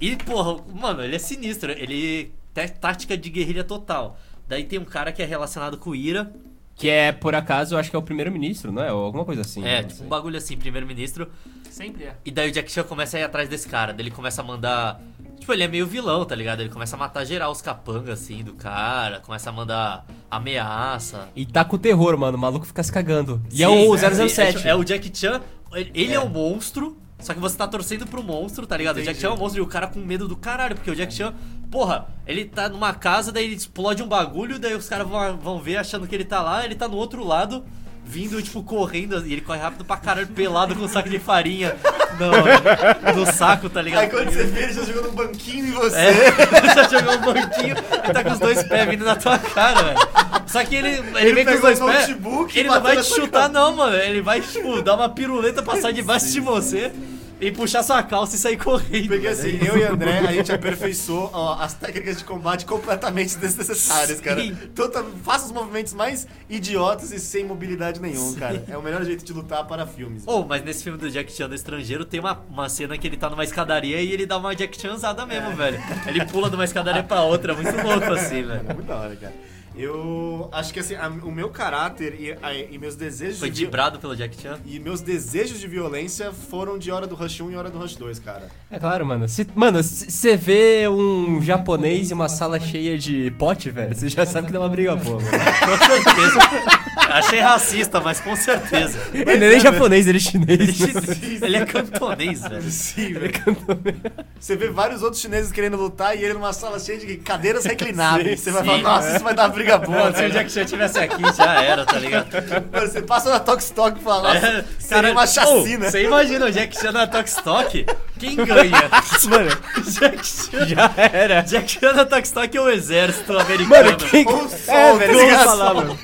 Speaker 1: E, porra, mano, ele é sinistro. Ele tem tática de guerrilha total. Daí tem um cara que é relacionado com o Ira.
Speaker 4: Que é, por acaso, eu acho que é o primeiro-ministro, não é? Ou alguma coisa assim.
Speaker 1: É,
Speaker 4: não
Speaker 1: tipo
Speaker 4: sei.
Speaker 1: um bagulho assim, primeiro-ministro.
Speaker 5: Sempre é.
Speaker 1: E daí o Jack Chan começa a ir atrás desse cara. Daí ele começa a mandar. Tipo, ele é meio vilão, tá ligado? Ele começa a matar geral os capangas, assim, do cara. Começa a mandar ameaça.
Speaker 4: E tá com terror, mano. O maluco fica se cagando. E é
Speaker 1: Sim,
Speaker 4: o
Speaker 1: sim,
Speaker 4: 007.
Speaker 1: É, o Jack Chan. Ele ele é. o monstro. Só que você tá torcendo pro monstro, tá ligado? O Jack
Speaker 3: Entendi.
Speaker 1: Chan é o monstro e o cara com medo do caralho. Porque o Jack Chan, porra, ele tá numa casa, daí ele explode um bagulho. Daí os caras vão, vão ver achando que ele tá lá. Ele tá no outro lado. Vindo, tipo, correndo, e ele corre rápido pra caralho, pelado com um saco de farinha no, no saco, tá ligado?
Speaker 3: Aí quando você vê, ele já jogou num banquinho em você.
Speaker 1: É, já jogou um banquinho e tá com os dois pés vindo na tua cara, velho. Só que ele, ele, vem com os
Speaker 3: pegou
Speaker 1: dois
Speaker 3: o
Speaker 1: pés.
Speaker 3: notebook e
Speaker 1: Ele não
Speaker 3: bateu
Speaker 1: vai
Speaker 3: na
Speaker 1: te
Speaker 3: tua
Speaker 1: chutar,
Speaker 3: cara.
Speaker 1: não, mano. Ele vai, tipo, dar uma piruleta, passar debaixo de você e puxar sua calça e sair correndo.
Speaker 3: Porque
Speaker 1: velho.
Speaker 3: assim, eu e André, a gente aperfeiçoou ó, as técnicas de combate completamente desnecessárias, cara.
Speaker 1: Sim.
Speaker 3: Tota- faça os movimentos mais idiotas e sem mobilidade nenhum, cara. É o melhor jeito de lutar para filmes.
Speaker 1: Oh, mas nesse filme do Jack Chan do Estrangeiro tem uma, uma cena que ele tá numa escadaria e ele dá uma Jack Chanzada mesmo,
Speaker 3: É.
Speaker 1: velho. Ele pula de uma escadaria pra outra, muito louco assim,
Speaker 3: Mano, é
Speaker 1: velho.
Speaker 3: muito da hora, cara. Eu acho que assim, a- o meu caráter e, a- e meus desejos
Speaker 1: Foi
Speaker 3: de vi-
Speaker 1: vibrado pelo Jack Chan.
Speaker 3: e meus desejos de violência foram de Hora do Rush 1 e Hora do Rush 2, cara.
Speaker 4: É claro, mano. Se, mano, se você vê um japonês e uma sala cheia de pote, velho, você já sabe que dá uma briga boa, mano.
Speaker 1: Com certeza. Achei racista, mas com certeza.
Speaker 4: Ele não é nem japonês, ele é chinês.
Speaker 1: Ele, ele é cantonês, velho.
Speaker 3: Sim, velho. Você vê vários outros chineses querendo lutar e ele numa sala cheia de cadeiras reclináveis.
Speaker 1: Sim,
Speaker 3: você vai
Speaker 1: sim.
Speaker 3: falar, nossa, isso vai dar briga boa.
Speaker 1: Mano, se o
Speaker 3: velho."
Speaker 1: Jack Chan tivesse aqui, já era, tá ligado?
Speaker 3: Mano, você passa na Tox Talk e fala, nossa,
Speaker 1: É,
Speaker 3: seria
Speaker 1: cara,
Speaker 3: uma chacina.
Speaker 1: Ô, Você imagina o Jack Chan na Tokstok? Quem ganha?
Speaker 4: Mano,
Speaker 1: Jack Chan.
Speaker 4: já era.
Speaker 1: Jack Chan na Tokstok é o exército americano.
Speaker 4: Mano, quem...
Speaker 3: Ou sol,
Speaker 4: É,
Speaker 1: um
Speaker 4: velho, isso que eu ia
Speaker 3: desgraçado.
Speaker 4: falar, mano.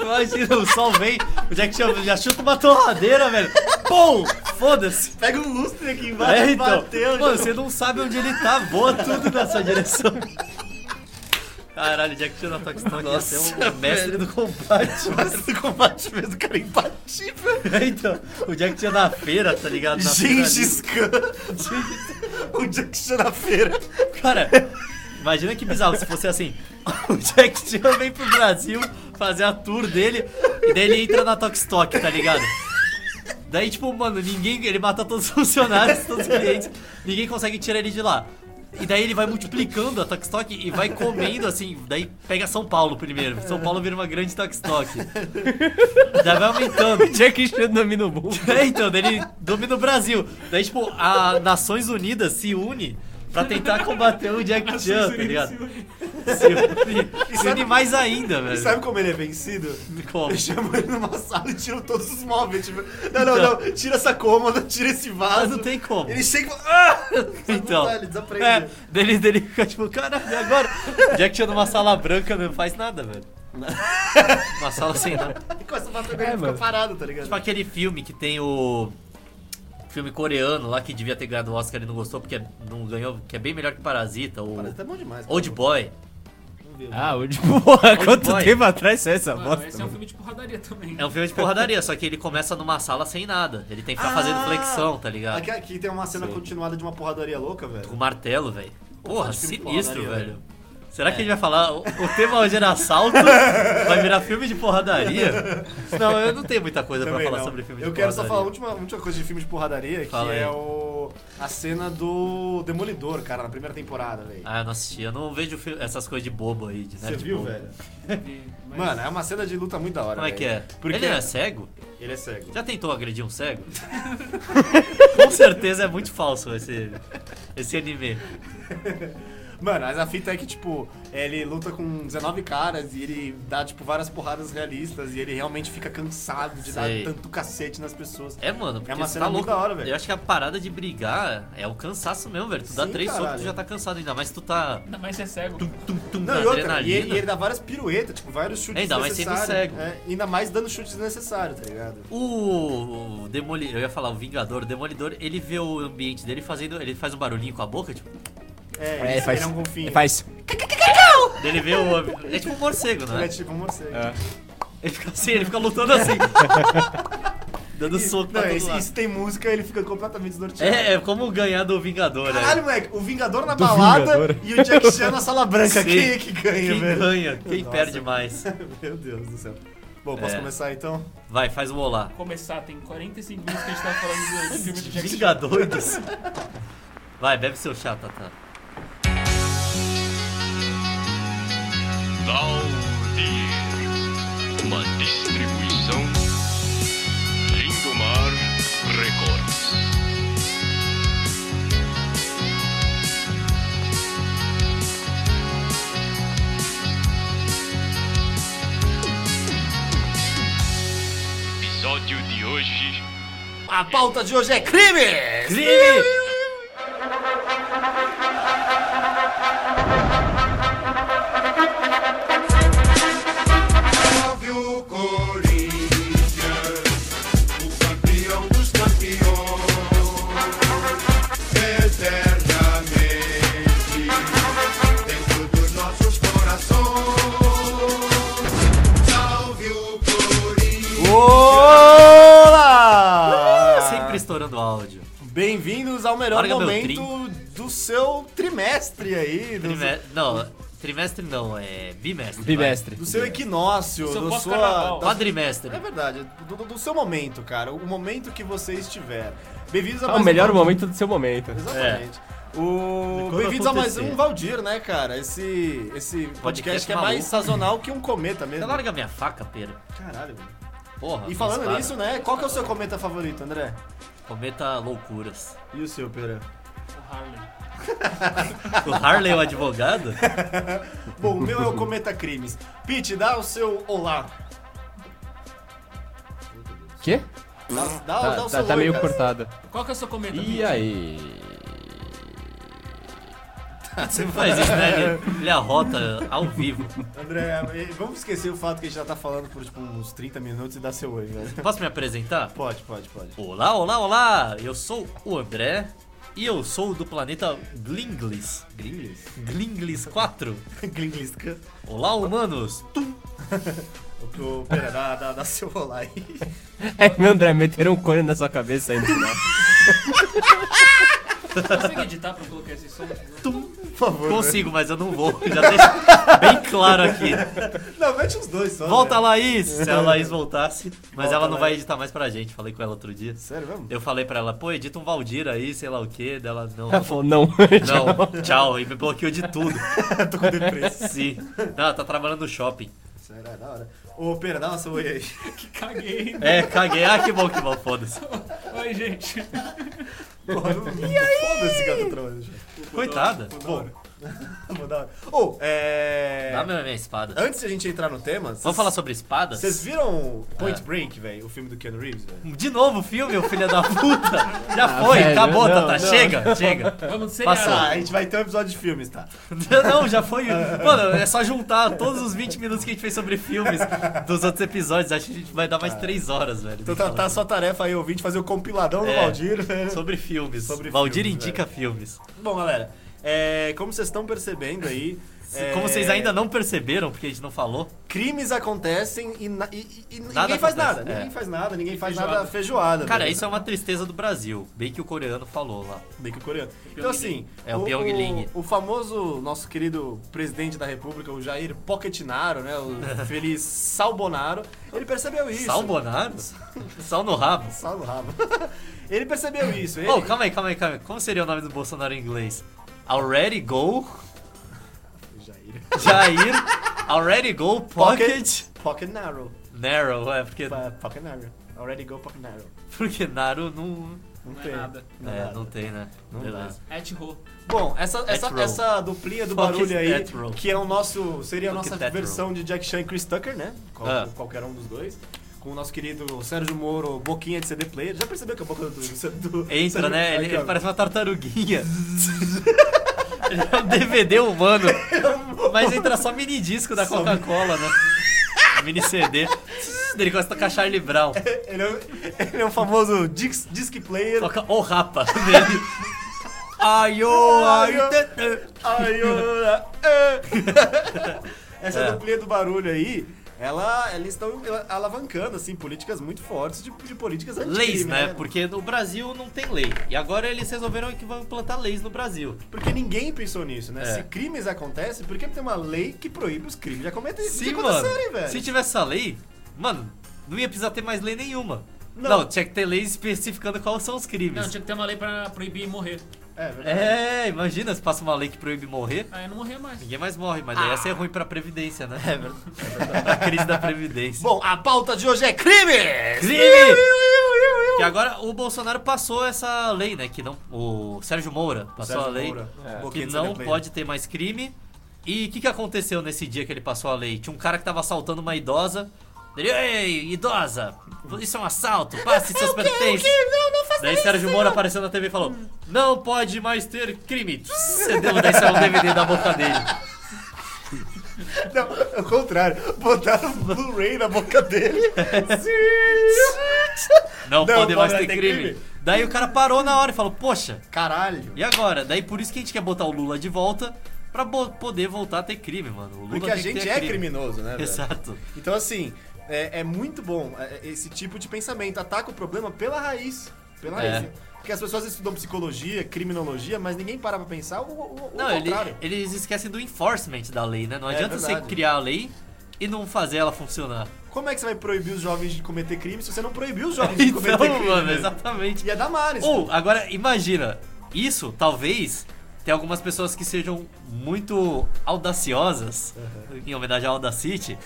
Speaker 1: Imagina, o sol vem, o Jack Chan já chuta uma torradeira, velho. Pum! Foda-se.
Speaker 2: Pega um lustre aqui embaixo,
Speaker 1: É, então.
Speaker 2: bateu.
Speaker 1: Mano,
Speaker 2: já-
Speaker 1: você não sabe onde ele tá, voa tudo na sua direção. Caralho, Jack Chan na Toxton ia ser um mestre do combate.
Speaker 2: Esse combate mesmo, cara, é imbatível.
Speaker 1: É, então, o Jack Chan na feira, tá ligado? Na feira ali.
Speaker 2: Gengis Khan. O Jack Chan na feira.
Speaker 1: Cara, imagina que bizarro se fosse assim. O Jack Chan vem pro Brasil fazer a tour dele e daí ele entra na Tokstok, tá ligado? Daí, tipo, mano, ninguém. Ele mata todos os funcionários, todos os clientes, ninguém consegue tirar ele de lá. E daí ele vai multiplicando a Tokstok e vai comendo assim. Daí pega São Paulo primeiro. São Paulo vira uma grande Tokstok. Daí vai aumentando.
Speaker 4: Jack Chan domina o mundo.
Speaker 1: É, então, daí ele domina o Brasil. Daí, tipo, a Nações Unidas se une pra tentar combater o Jack Chan, tá ligado? Se une, se une mais ainda,
Speaker 3: E
Speaker 1: velho.
Speaker 3: sabe como ele é vencido?
Speaker 1: Como?
Speaker 3: Eu chamo ele numa sala e tiro todos os móveis. Tipo, não, não,
Speaker 1: Então.
Speaker 3: não. Tira essa cômoda, tira esse
Speaker 2: é
Speaker 1: Mas
Speaker 3: vaso.
Speaker 1: não tem como.
Speaker 3: Ele chega e fala. Ah!
Speaker 1: Então,
Speaker 3: Ele desaprende.
Speaker 1: é, dele, dele fica tipo, caralho, e agora? Jack Chan numa sala branca não faz nada, velho. Uma sala sem nada.
Speaker 3: E com essa
Speaker 1: É,
Speaker 3: bateria ele fica
Speaker 4: mano.
Speaker 3: parado, tá ligado?
Speaker 1: Tipo aquele filme que tem o. Filme coreano lá que devia ter ganhado o Oscar e não gostou porque não ganhou, que é bem melhor que Parasita, ou
Speaker 3: Parece até tá bom demais. cara.
Speaker 1: Old Boy.
Speaker 4: Ah, o de porra, quanto
Speaker 1: boy.
Speaker 4: tempo atrás saiu essa
Speaker 5: Mano,
Speaker 4: bosta?
Speaker 5: esse é um filme de porradaria também.
Speaker 1: É um filme de porradaria, só que ele começa numa sala sem nada. Ele tem que ficar
Speaker 3: Ah!
Speaker 1: fazendo flexão, tá ligado?
Speaker 3: Aqui, aqui tem uma cena
Speaker 1: Sim.
Speaker 3: continuada de uma porradaria louca, velho.
Speaker 1: Com martelo, velho. Porra,
Speaker 3: de filme de
Speaker 1: sinistro,
Speaker 3: porradaria, É.
Speaker 1: velho. Será que ele vai falar o, o tema hoje era assalto? vai virar filme de porradaria? Não, eu não tenho muita coisa pra
Speaker 3: Também
Speaker 1: falar
Speaker 3: não.
Speaker 1: sobre filme de
Speaker 3: Eu
Speaker 1: porradaria.
Speaker 3: quero só falar um a última, a última coisa de filme de porradaria, que
Speaker 1: Fala aí.
Speaker 3: é o. A cena do Demolidor, cara, na primeira temporada, velho.
Speaker 1: Ah, eu não assisti. Eu não vejo fi- essas coisas de bobo aí, de
Speaker 3: Você
Speaker 1: nerd
Speaker 3: viu,
Speaker 1: bobo.
Speaker 3: velho?
Speaker 5: né? Mas-
Speaker 3: Mano, é uma cena de luta muito da hora.
Speaker 1: Como é
Speaker 3: velho.
Speaker 1: que é?
Speaker 3: Porque
Speaker 1: Ele não é cego?
Speaker 3: Ele é cego.
Speaker 1: Já tentou agredir um cego? Com certeza é muito falso esse, esse anime.
Speaker 3: Mano, mas a fita é que, tipo, ele luta com 19 caras e ele dá, tipo, várias porradas realistas e ele realmente fica cansado de
Speaker 1: Sei.
Speaker 3: dar tanto cacete nas pessoas.
Speaker 1: É, mano, porque
Speaker 3: É uma
Speaker 1: você
Speaker 3: cena
Speaker 1: tá
Speaker 3: muito
Speaker 1: louco.
Speaker 3: da hora, velho.
Speaker 1: Eu acho que a parada de brigar é o cansaço mesmo, velho. Tu dá
Speaker 3: Sim,
Speaker 1: três socos, tu
Speaker 3: caralho.
Speaker 1: já tá cansado ainda, mas tu tá.
Speaker 5: Ainda mais se é cego.
Speaker 1: Tum, tum, tum,
Speaker 3: Não,
Speaker 1: na
Speaker 3: e outra, e
Speaker 1: adrenalina.
Speaker 3: ele, e ele dá várias piruetas, tipo, vários chutes
Speaker 1: Ainda mais sendo
Speaker 3: desnecessários.
Speaker 1: cego.
Speaker 3: É, ainda mais dando chutes desnecessários, tá ligado?
Speaker 1: O, o Demolidor, eu ia falar, o Vingador, o Demolidor, ele vê o ambiente dele fazendo. Ele faz um barulhinho com a boca, tipo.
Speaker 3: É,
Speaker 4: É,
Speaker 3: ele
Speaker 4: faz-
Speaker 3: é um golfinho.
Speaker 4: Faz.
Speaker 1: Ele vê o. ambi- É tipo um morcego,
Speaker 3: Ele é
Speaker 1: né?
Speaker 3: tipo um morcego.
Speaker 1: Ele fica assim, ele fica lutando assim. Dando soco
Speaker 3: Não,
Speaker 1: pra todo
Speaker 3: esse,
Speaker 1: lado.
Speaker 3: esse tem música, ele fica completamente desnorteado.
Speaker 1: É, é como ganhar do Vingador, né?
Speaker 3: Caralho, moleque, o Vingador na
Speaker 4: Do
Speaker 3: balada
Speaker 4: Vingador.
Speaker 3: e o Jack Chan na sala branca.
Speaker 1: Sim.
Speaker 3: Quem é que ganha,
Speaker 1: Quem
Speaker 3: velho?
Speaker 1: ganha? Quem
Speaker 3: Nossa.
Speaker 1: perde mais?
Speaker 3: Meu Deus do céu. Bom, posso
Speaker 1: É.
Speaker 3: começar então?
Speaker 1: Vai, faz o olá.
Speaker 5: Começar, tem 45 minutos que a gente tava falando do, do filme de Jack Chan.
Speaker 1: Vingadores. Vai, bebe seu chá, Tata.
Speaker 6: Valdir. Uma distribuição Lindomar Records. Episódio de hoje.
Speaker 2: A pauta de hoje é crime!
Speaker 1: Crime!
Speaker 3: Olá!
Speaker 1: Tá Sempre estourando áudio.
Speaker 3: Bem-vindos ao melhor
Speaker 1: Larga meu
Speaker 3: momento do seu trimestre aí. Do,
Speaker 1: Trime- Não, trimestre não, é bimestre.
Speaker 4: Bimestre.
Speaker 3: do seu equinócio,
Speaker 5: Do seu
Speaker 3: do sua,
Speaker 5: pós-carnaval.
Speaker 1: vai. Quadrimestre.
Speaker 3: É verdade, do, do- do seu momento, cara. O momento que você estiver. Bem-vindos a
Speaker 4: É
Speaker 3: mais
Speaker 4: o
Speaker 3: um-
Speaker 4: melhor momento do seu momento.
Speaker 3: Exatamente.
Speaker 1: De
Speaker 3: O...
Speaker 1: quando
Speaker 3: Bem-vindos a mais
Speaker 1: acontecer.
Speaker 3: um Valdir, né, cara? Esse, esse podcast,
Speaker 1: Podcast
Speaker 3: que é mais
Speaker 1: maluco.
Speaker 3: sazonal que um cometa mesmo.
Speaker 1: Você larga minha faca, Pedro.
Speaker 3: Caralho, mano.
Speaker 1: Porra.
Speaker 3: E falando
Speaker 1: espada.
Speaker 3: nisso, né? Qual que é o seu cometa favorito, André?
Speaker 1: Cometa loucuras.
Speaker 3: E o seu, Pera?
Speaker 5: O Harley.
Speaker 1: O Harley é o advogado?
Speaker 3: Bom, o meu é o Cometa Crimes. Pete, dá o seu olá.
Speaker 4: Quê?
Speaker 3: Dá, dá,
Speaker 4: Tá,
Speaker 3: Ah, dá o
Speaker 4: tá-
Speaker 3: seu
Speaker 4: tá
Speaker 3: oi,
Speaker 4: meio
Speaker 5: é
Speaker 3: cara.
Speaker 4: cortada.
Speaker 5: Qual que é o seu cometa?
Speaker 4: E aí?
Speaker 1: Você faz isso, né? Ele, ele arrota ao vivo.
Speaker 3: André, vamos esquecer o fato que a gente já tá falando por tipo uns 30 minutos e dá seu oi, né?
Speaker 1: Posso me apresentar?
Speaker 3: Pode, pode, pode.
Speaker 1: Olá, olá, olá! Eu sou o André e eu sou do planeta Glinglis.
Speaker 3: Gringlis?
Speaker 1: Glinglis 4.
Speaker 3: Gringlis.
Speaker 1: Olá, humanos!
Speaker 3: O que o. Pera, dá, dá, dá seu olá aí.
Speaker 4: É, meu André, meteram um cone na sua cabeça ainda.
Speaker 5: Consegue editar pra eu colocar esse som?
Speaker 3: Por favor.
Speaker 1: Consigo, mas eu não vou. Já deixo bem claro aqui.
Speaker 3: né? Não, mete os dois só.
Speaker 1: Volta,
Speaker 3: né?
Speaker 1: Laís! Se a Laís voltasse. Mas
Speaker 3: Volta,
Speaker 1: ela não vai
Speaker 3: Laís.
Speaker 1: editar mais pra gente. Falei com ela outro dia.
Speaker 3: Sério mesmo?
Speaker 1: Eu falei pra ela, pô, edita um Valdir aí, sei lá o que. Dela, não.
Speaker 4: Ela falou, não.
Speaker 1: Não, tchau. E me bloqueou de tudo.
Speaker 3: tô com depressa.
Speaker 1: Sim. Não, ela tá trabalhando no shopping.
Speaker 3: Sério, é da hora. Ô, pera, dá uma seu oi aí.
Speaker 5: Caguei.
Speaker 1: É, caguei. Ah, que bom, que bom, foda-se.
Speaker 5: Oi, gente.
Speaker 3: Porra, não... Foda-se que eu tô trabalhando já.
Speaker 1: Coitada.
Speaker 3: Bom, vou dar. Ô, é.
Speaker 1: Dá minha, minha espada.
Speaker 3: Antes de a gente entrar no tema.
Speaker 1: Vamos falar sobre espadas?
Speaker 3: Vocês viram Point
Speaker 1: É.
Speaker 3: Break, velho? O filme do Keanu Reeves, velho?
Speaker 1: De novo o filme, ô filha da puta. Já
Speaker 3: Ah,
Speaker 1: foi,
Speaker 4: velho,
Speaker 1: acabou,
Speaker 4: não,
Speaker 1: Tata.
Speaker 4: não.
Speaker 1: Chega, chega.
Speaker 5: Vamos ser
Speaker 1: Passa.
Speaker 3: Tá, a gente vai ter um episódio de filmes, tá?
Speaker 1: Não, já foi. Mano, é só juntar todos os 20 minutos que a gente fez sobre filmes dos outros episódios. Acho que a gente vai dar mais 3 horas, velho.
Speaker 3: Então tá, tá a sua tarefa aí, ouvinte, fazer o compiladão do
Speaker 1: É.
Speaker 3: Valdir, né? velho.
Speaker 1: Sobre filmes.
Speaker 3: Sobre
Speaker 1: Valdir
Speaker 3: filmes,
Speaker 1: indica filmes.
Speaker 3: Bom, galera, é, como vocês estão percebendo aí. é,
Speaker 1: Como vocês ainda não perceberam, porque a gente não falou.
Speaker 3: Crimes acontecem e, na- e- e- e ninguém
Speaker 1: Nada
Speaker 3: faz
Speaker 1: acontece,
Speaker 3: nada.
Speaker 1: é.
Speaker 3: Ninguém faz nada, ninguém faz
Speaker 5: Feijoada.
Speaker 3: nada feijoada.
Speaker 1: Cara,
Speaker 3: velho.
Speaker 1: isso é uma tristeza do Brasil. Bem que o coreano falou lá.
Speaker 3: Bem que o coreano. Então, assim.
Speaker 1: É, o Pyong Ling.
Speaker 3: O, o famoso nosso querido presidente da República, o Jair Pochetinaro, né? O feliz Salbonaro. Ele percebeu isso.
Speaker 1: Sal Bonaro? Sal no rabo.
Speaker 3: Sal no rabo. ele percebeu isso. Ele,
Speaker 1: Ô, calma aí, calma aí, calma aí. Como seria o nome do Bolsonaro em inglês? Already go,
Speaker 3: Jair.
Speaker 1: Jair, already go, pocket,
Speaker 3: Pochetinaro.
Speaker 1: narrow. É, porque,
Speaker 3: Pa- Pochetinaro. Already go Pochetinaro.
Speaker 1: porque narrow não...
Speaker 3: Não,
Speaker 5: Não é
Speaker 3: tem.
Speaker 5: nada.
Speaker 1: É, não tem, né?
Speaker 3: Não
Speaker 1: Beleza.
Speaker 5: At ho.
Speaker 3: Bom, essa, essa,
Speaker 1: roll.
Speaker 3: essa duplinha do
Speaker 1: Fuck
Speaker 3: barulho
Speaker 1: is
Speaker 3: aí,
Speaker 1: that roll?
Speaker 3: que é o nosso. Seria a
Speaker 1: Fuck is
Speaker 3: nossa
Speaker 1: that
Speaker 3: versão de Jack Chan e Chris Tucker, né? Qual-
Speaker 1: Ah.
Speaker 3: Qualquer um dos dois. Com o nosso querido Sérgio Moro, boquinha de CD player. Já percebeu que a boca do. do, do
Speaker 1: Entra,
Speaker 3: Sérgio-
Speaker 1: né? Ele,
Speaker 3: Aqui,
Speaker 1: ele
Speaker 3: ó.
Speaker 1: parece uma tartaruguinha. Ele é um DVD humano. Mas entra só mini disco da Coca-Cola, né? Mini CD. Ele gosta de tocar Charlie Brown.
Speaker 3: Ele é, o- ele é o famoso disc, disc player.
Speaker 1: Toca O Rapa dele. Ai, ô, ai, tê, tê.
Speaker 3: Ai, ora, é. Essa
Speaker 1: É.
Speaker 3: duplinha do barulho aí, ela, eles estão alavancando, assim, políticas muito fortes de, de políticas antigas.
Speaker 1: Leis, né? Porque no Brasil não tem lei. E agora eles resolveram que vão implantar leis no Brasil.
Speaker 3: Porque ninguém pensou nisso, né?
Speaker 1: É.
Speaker 3: Se crimes acontecem, por que tem uma lei que proíbe os crimes de acontecerem,
Speaker 1: Sim,
Speaker 3: de
Speaker 1: mano.
Speaker 3: acontecerem é velho?
Speaker 1: Se tivesse essa lei, mano, não ia precisar ter mais lei nenhuma. Não,
Speaker 3: Não.
Speaker 1: tinha que ter lei especificando quais são os crimes.
Speaker 5: Não, tinha que ter uma lei pra proibir morrer.
Speaker 3: É, verdade.
Speaker 1: É, imagina se passa uma lei que proíbe morrer,
Speaker 5: Aí Ah, eu não morria mais.
Speaker 1: ninguém mais morre, mas daí
Speaker 5: Ah.
Speaker 1: ia ser ruim pra Previdência, né? É verdade. a crise da Previdência.
Speaker 3: Bom, a pauta de hoje é crimes!
Speaker 1: crime! Que agora o Bolsonaro passou essa lei, né? Que não. O Sérgio Moura passou
Speaker 3: Sérgio
Speaker 1: a lei
Speaker 3: Moura, um
Speaker 1: que
Speaker 3: pouquinho de
Speaker 1: não
Speaker 3: CDPI.
Speaker 1: pode ter mais crime. E o que, que aconteceu nesse dia que ele passou a lei? Tinha um cara que tava assaltando uma idosa. Ele, Ei, idosa! Isso é um assalto! Passe seus pertences! Daí Sérgio Moro apareceu na TV e falou: Não pode mais ter crime! Cedeu, daí saiu um DVD da boca dele.
Speaker 3: Não, é o contrário. Botaram um Blu-ray na boca dele. Sim.
Speaker 1: Não,
Speaker 3: Não
Speaker 1: pode
Speaker 3: pode
Speaker 1: mais ter
Speaker 3: mais ter
Speaker 1: crime.
Speaker 3: crime.
Speaker 1: Daí o cara parou na hora e falou: Poxa,
Speaker 3: Caralho.
Speaker 1: e agora? Daí por isso que a gente quer botar o Lula de volta pra bo- poder voltar a ter crime, mano. O Lula
Speaker 3: Porque a
Speaker 1: tem que
Speaker 3: gente
Speaker 1: ter
Speaker 3: é
Speaker 1: crime.
Speaker 3: criminoso, né? velho?
Speaker 1: Exato.
Speaker 3: Então, assim, é, é muito bom é, é, esse tipo de pensamento. Ataca o problema pela raiz. Pela
Speaker 1: É.
Speaker 3: raiz. Porque as pessoas estudam psicologia, criminologia, mas ninguém para pra pensar o, o- o
Speaker 1: Não, ele-
Speaker 3: contrário.
Speaker 1: eles esquecem do enforcement da lei, né? Não
Speaker 3: É
Speaker 1: adianta você
Speaker 3: verdade.
Speaker 1: criar a lei e não fazer ela funcionar.
Speaker 3: Como é que você vai proibir os jovens de cometer crime se você não proibiu os jovens de cometer
Speaker 1: Então,
Speaker 3: crime? né? é
Speaker 1: mano,
Speaker 3: velho?
Speaker 1: exatamente.
Speaker 3: Ia dar mares.
Speaker 1: Ou, agora, imagina, isso talvez tem algumas pessoas que sejam muito audaciosas, em homenagem ao Audacity,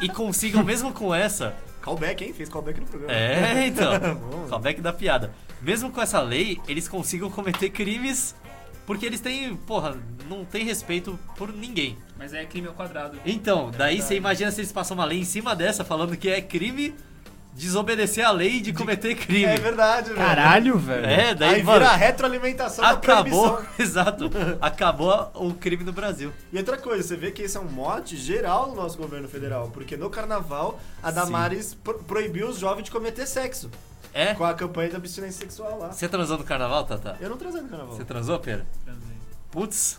Speaker 1: e consigam, mesmo com essa,
Speaker 3: Callback, hein? Fez callback no programa.
Speaker 1: É, então.
Speaker 3: Bom.
Speaker 1: Callback da piada. Mesmo com essa lei, eles consigam cometer crimes porque eles têm, porra, não tem respeito por ninguém.
Speaker 5: Mas aí é crime ao quadrado.
Speaker 1: Então, daí você imagina se eles passam uma lei em cima dessa falando que é crime desobedecer a lei de cometer crime.
Speaker 3: É verdade, velho.
Speaker 4: Caralho, velho.
Speaker 1: É, daí,
Speaker 3: Aí
Speaker 1: mano,
Speaker 3: vira a retroalimentação da
Speaker 1: acabou,
Speaker 3: proibição.
Speaker 1: exato, acabou o crime no Brasil.
Speaker 3: E outra coisa, você vê que esse é um mote geral no nosso governo federal, porque no carnaval a Damares pro- proibiu os jovens de cometer sexo,
Speaker 1: É?
Speaker 3: com a campanha da abstinência sexual lá.
Speaker 1: Você transou no carnaval, Tata?
Speaker 3: Eu não transei no carnaval.
Speaker 1: Você transou, Pedro?
Speaker 5: Transei.
Speaker 1: Putz.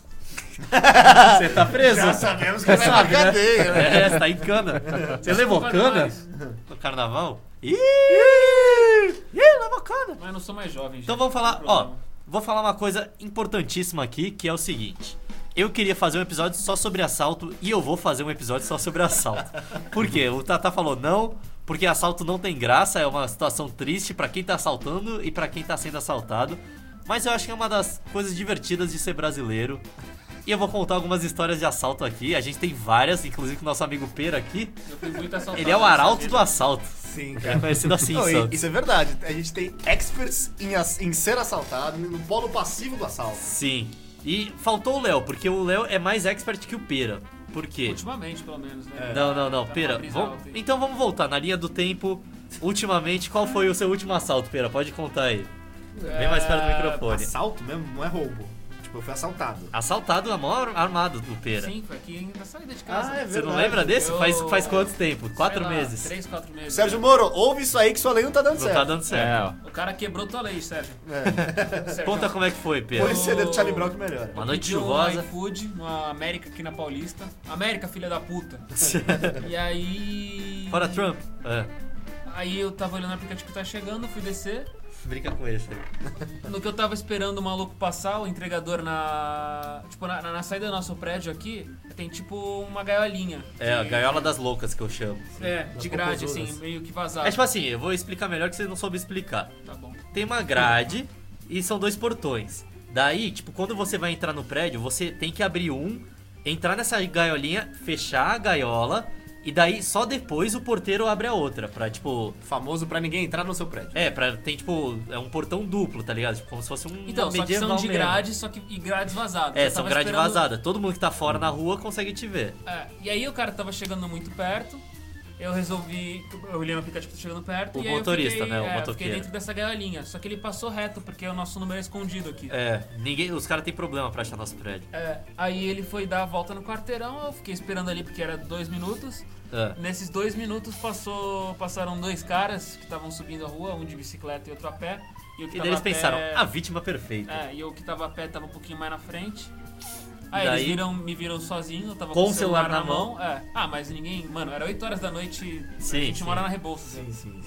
Speaker 1: Você tá preso.
Speaker 3: sabemos que é uma cadeia, né?
Speaker 1: É, você tá em cana. Você levou
Speaker 5: Desculpa,
Speaker 1: cana
Speaker 5: nós.
Speaker 1: no carnaval? Ih! Ih, levou cana.
Speaker 5: Mas eu não sou mais jovem,
Speaker 1: Então
Speaker 5: gente,
Speaker 1: vamos
Speaker 5: não
Speaker 1: falar,
Speaker 5: tem
Speaker 1: ó,
Speaker 5: problema.
Speaker 1: vou falar uma coisa importantíssima aqui, que é o seguinte. Eu queria fazer um episódio só sobre assalto e eu vou fazer um episódio só sobre assalto. Por quê? O Tata falou não, porque assalto não tem graça, é uma situação triste pra quem tá assaltando e pra quem tá sendo assaltado. Mas eu acho que é uma das coisas divertidas de ser brasileiro. E eu vou contar algumas histórias de assalto aqui. A gente tem várias, inclusive com o nosso amigo Pera aqui.
Speaker 5: Eu fui muito assaltado.
Speaker 1: Ele é o
Speaker 5: nessa
Speaker 1: arauto
Speaker 5: vida.
Speaker 1: do assalto.
Speaker 3: Sim,
Speaker 1: É
Speaker 3: cara.
Speaker 1: conhecido assim,
Speaker 3: Não, e-
Speaker 1: Santos.
Speaker 3: isso é verdade. A gente tem experts em, ass- em ser assaltado, no polo passivo do assalto.
Speaker 1: Sim. E faltou o Léo, porque o Léo é mais expert que o Pera. Por quê?
Speaker 5: Ultimamente, pelo menos, né?
Speaker 1: Não, não, não.
Speaker 5: Tá
Speaker 1: Pera,
Speaker 5: uma brisa
Speaker 1: vamos...
Speaker 5: alta aí.
Speaker 1: então vamos voltar na linha do tempo. Ultimamente, qual foi o seu último assalto, Pera? Pode contar aí. Vem mais
Speaker 5: É,
Speaker 1: perto do microfone.
Speaker 3: Assalto mesmo? Não é roubo. Tipo, eu fui assaltado.
Speaker 1: Assaltado na mão ar- armado do Pera.
Speaker 5: Sim, foi aqui na saída de casa.
Speaker 3: Ah, é
Speaker 1: Você não
Speaker 3: verdade.
Speaker 1: lembra desse?
Speaker 5: Eu-
Speaker 1: Faz, faz quanto tempo? Quatro
Speaker 5: Sei lá,
Speaker 1: meses.
Speaker 5: Três, quatro meses.
Speaker 3: Sérgio Moro, ouve isso aí que sua lei não tá dando
Speaker 1: Não tá
Speaker 3: certo.
Speaker 1: dando certo.
Speaker 4: É, ó.
Speaker 5: O cara quebrou tua lei, Sérgio. Sérgio.
Speaker 1: Conta como é que foi, Pera.
Speaker 3: Põe o CD do Charlie Brown que melhora.
Speaker 1: Uma noite
Speaker 5: Pediu um
Speaker 1: chuvosa.
Speaker 5: iFood, uma América aqui na Paulista. América, filha da puta. e aí.
Speaker 1: Fora Trump. É.
Speaker 5: Aí eu tava olhando o aplicativo que tá chegando, fui descer.
Speaker 1: Brinca com esse aí.
Speaker 5: No que eu tava esperando o maluco passar, o entregador na. Tipo, na, na- na saída do nosso prédio aqui, tem tipo uma gaiolinha.
Speaker 1: É, a
Speaker 5: Que-
Speaker 1: gaiola das loucas que eu chamo.
Speaker 5: É, de grade,
Speaker 3: popozudas.
Speaker 5: assim, meio que vazada.
Speaker 1: É tipo assim, eu vou explicar melhor que vocês não soube explicar.
Speaker 5: Tá bom.
Speaker 1: tem uma grade e são dois portões. Daí, tipo, quando você vai entrar no prédio, você tem que abrir um, entrar nessa gaiolinha, fechar a gaiola e daí só depois o porteiro abre a outra, pra tipo,
Speaker 3: Famoso pra ninguém entrar no seu prédio.
Speaker 1: é, pra tem tipo, é um portão duplo, tá ligado? Tipo, como se fosse um
Speaker 5: Então,
Speaker 1: uma
Speaker 5: só que são
Speaker 1: medieval
Speaker 5: de
Speaker 1: mesmo.
Speaker 5: grade, só que e grades vazadas.
Speaker 1: É,
Speaker 5: Eu
Speaker 1: são
Speaker 5: tava
Speaker 1: grade
Speaker 5: esperando-
Speaker 1: vazada. Todo mundo que tá fora na rua consegue te ver.
Speaker 5: É, e aí o cara tava chegando muito perto. Eu resolvi. Eu olhei no aplicativo tava chegando
Speaker 1: O
Speaker 5: perto. e aí eu
Speaker 1: motorista,
Speaker 5: fiquei,
Speaker 1: né, o
Speaker 5: é, eu
Speaker 1: motoqueiro.
Speaker 5: Fiquei dentro dessa gaiolinha. Só que ele passou reto, porque o nosso número é escondido aqui.
Speaker 1: É, ninguém, os caras têm problema pra achar nosso prédio.
Speaker 5: É, aí ele foi dar a volta no quarteirão, eu fiquei esperando ali porque era dois minutos.
Speaker 1: É.
Speaker 5: Nesses dois minutos passou, passaram dois caras que estavam subindo a rua, um de bicicleta e outro a pé. E, o que
Speaker 1: E
Speaker 5: tava
Speaker 1: daí eles
Speaker 5: a pé-
Speaker 1: pensaram, "Ah, a vítima perfeita.
Speaker 5: É, e eu que tava a pé tava um pouquinho mais na frente. Aí
Speaker 1: Daí?
Speaker 5: eles viram, me viram sozinho, eu tava
Speaker 1: Com
Speaker 5: com,
Speaker 1: o celular na mão.
Speaker 5: É. Ah, mas ninguém. Mano, era 8 horas da noite,
Speaker 1: Sim,
Speaker 5: a gente
Speaker 1: sim.
Speaker 5: mora na Rebouças.
Speaker 3: sim, sim.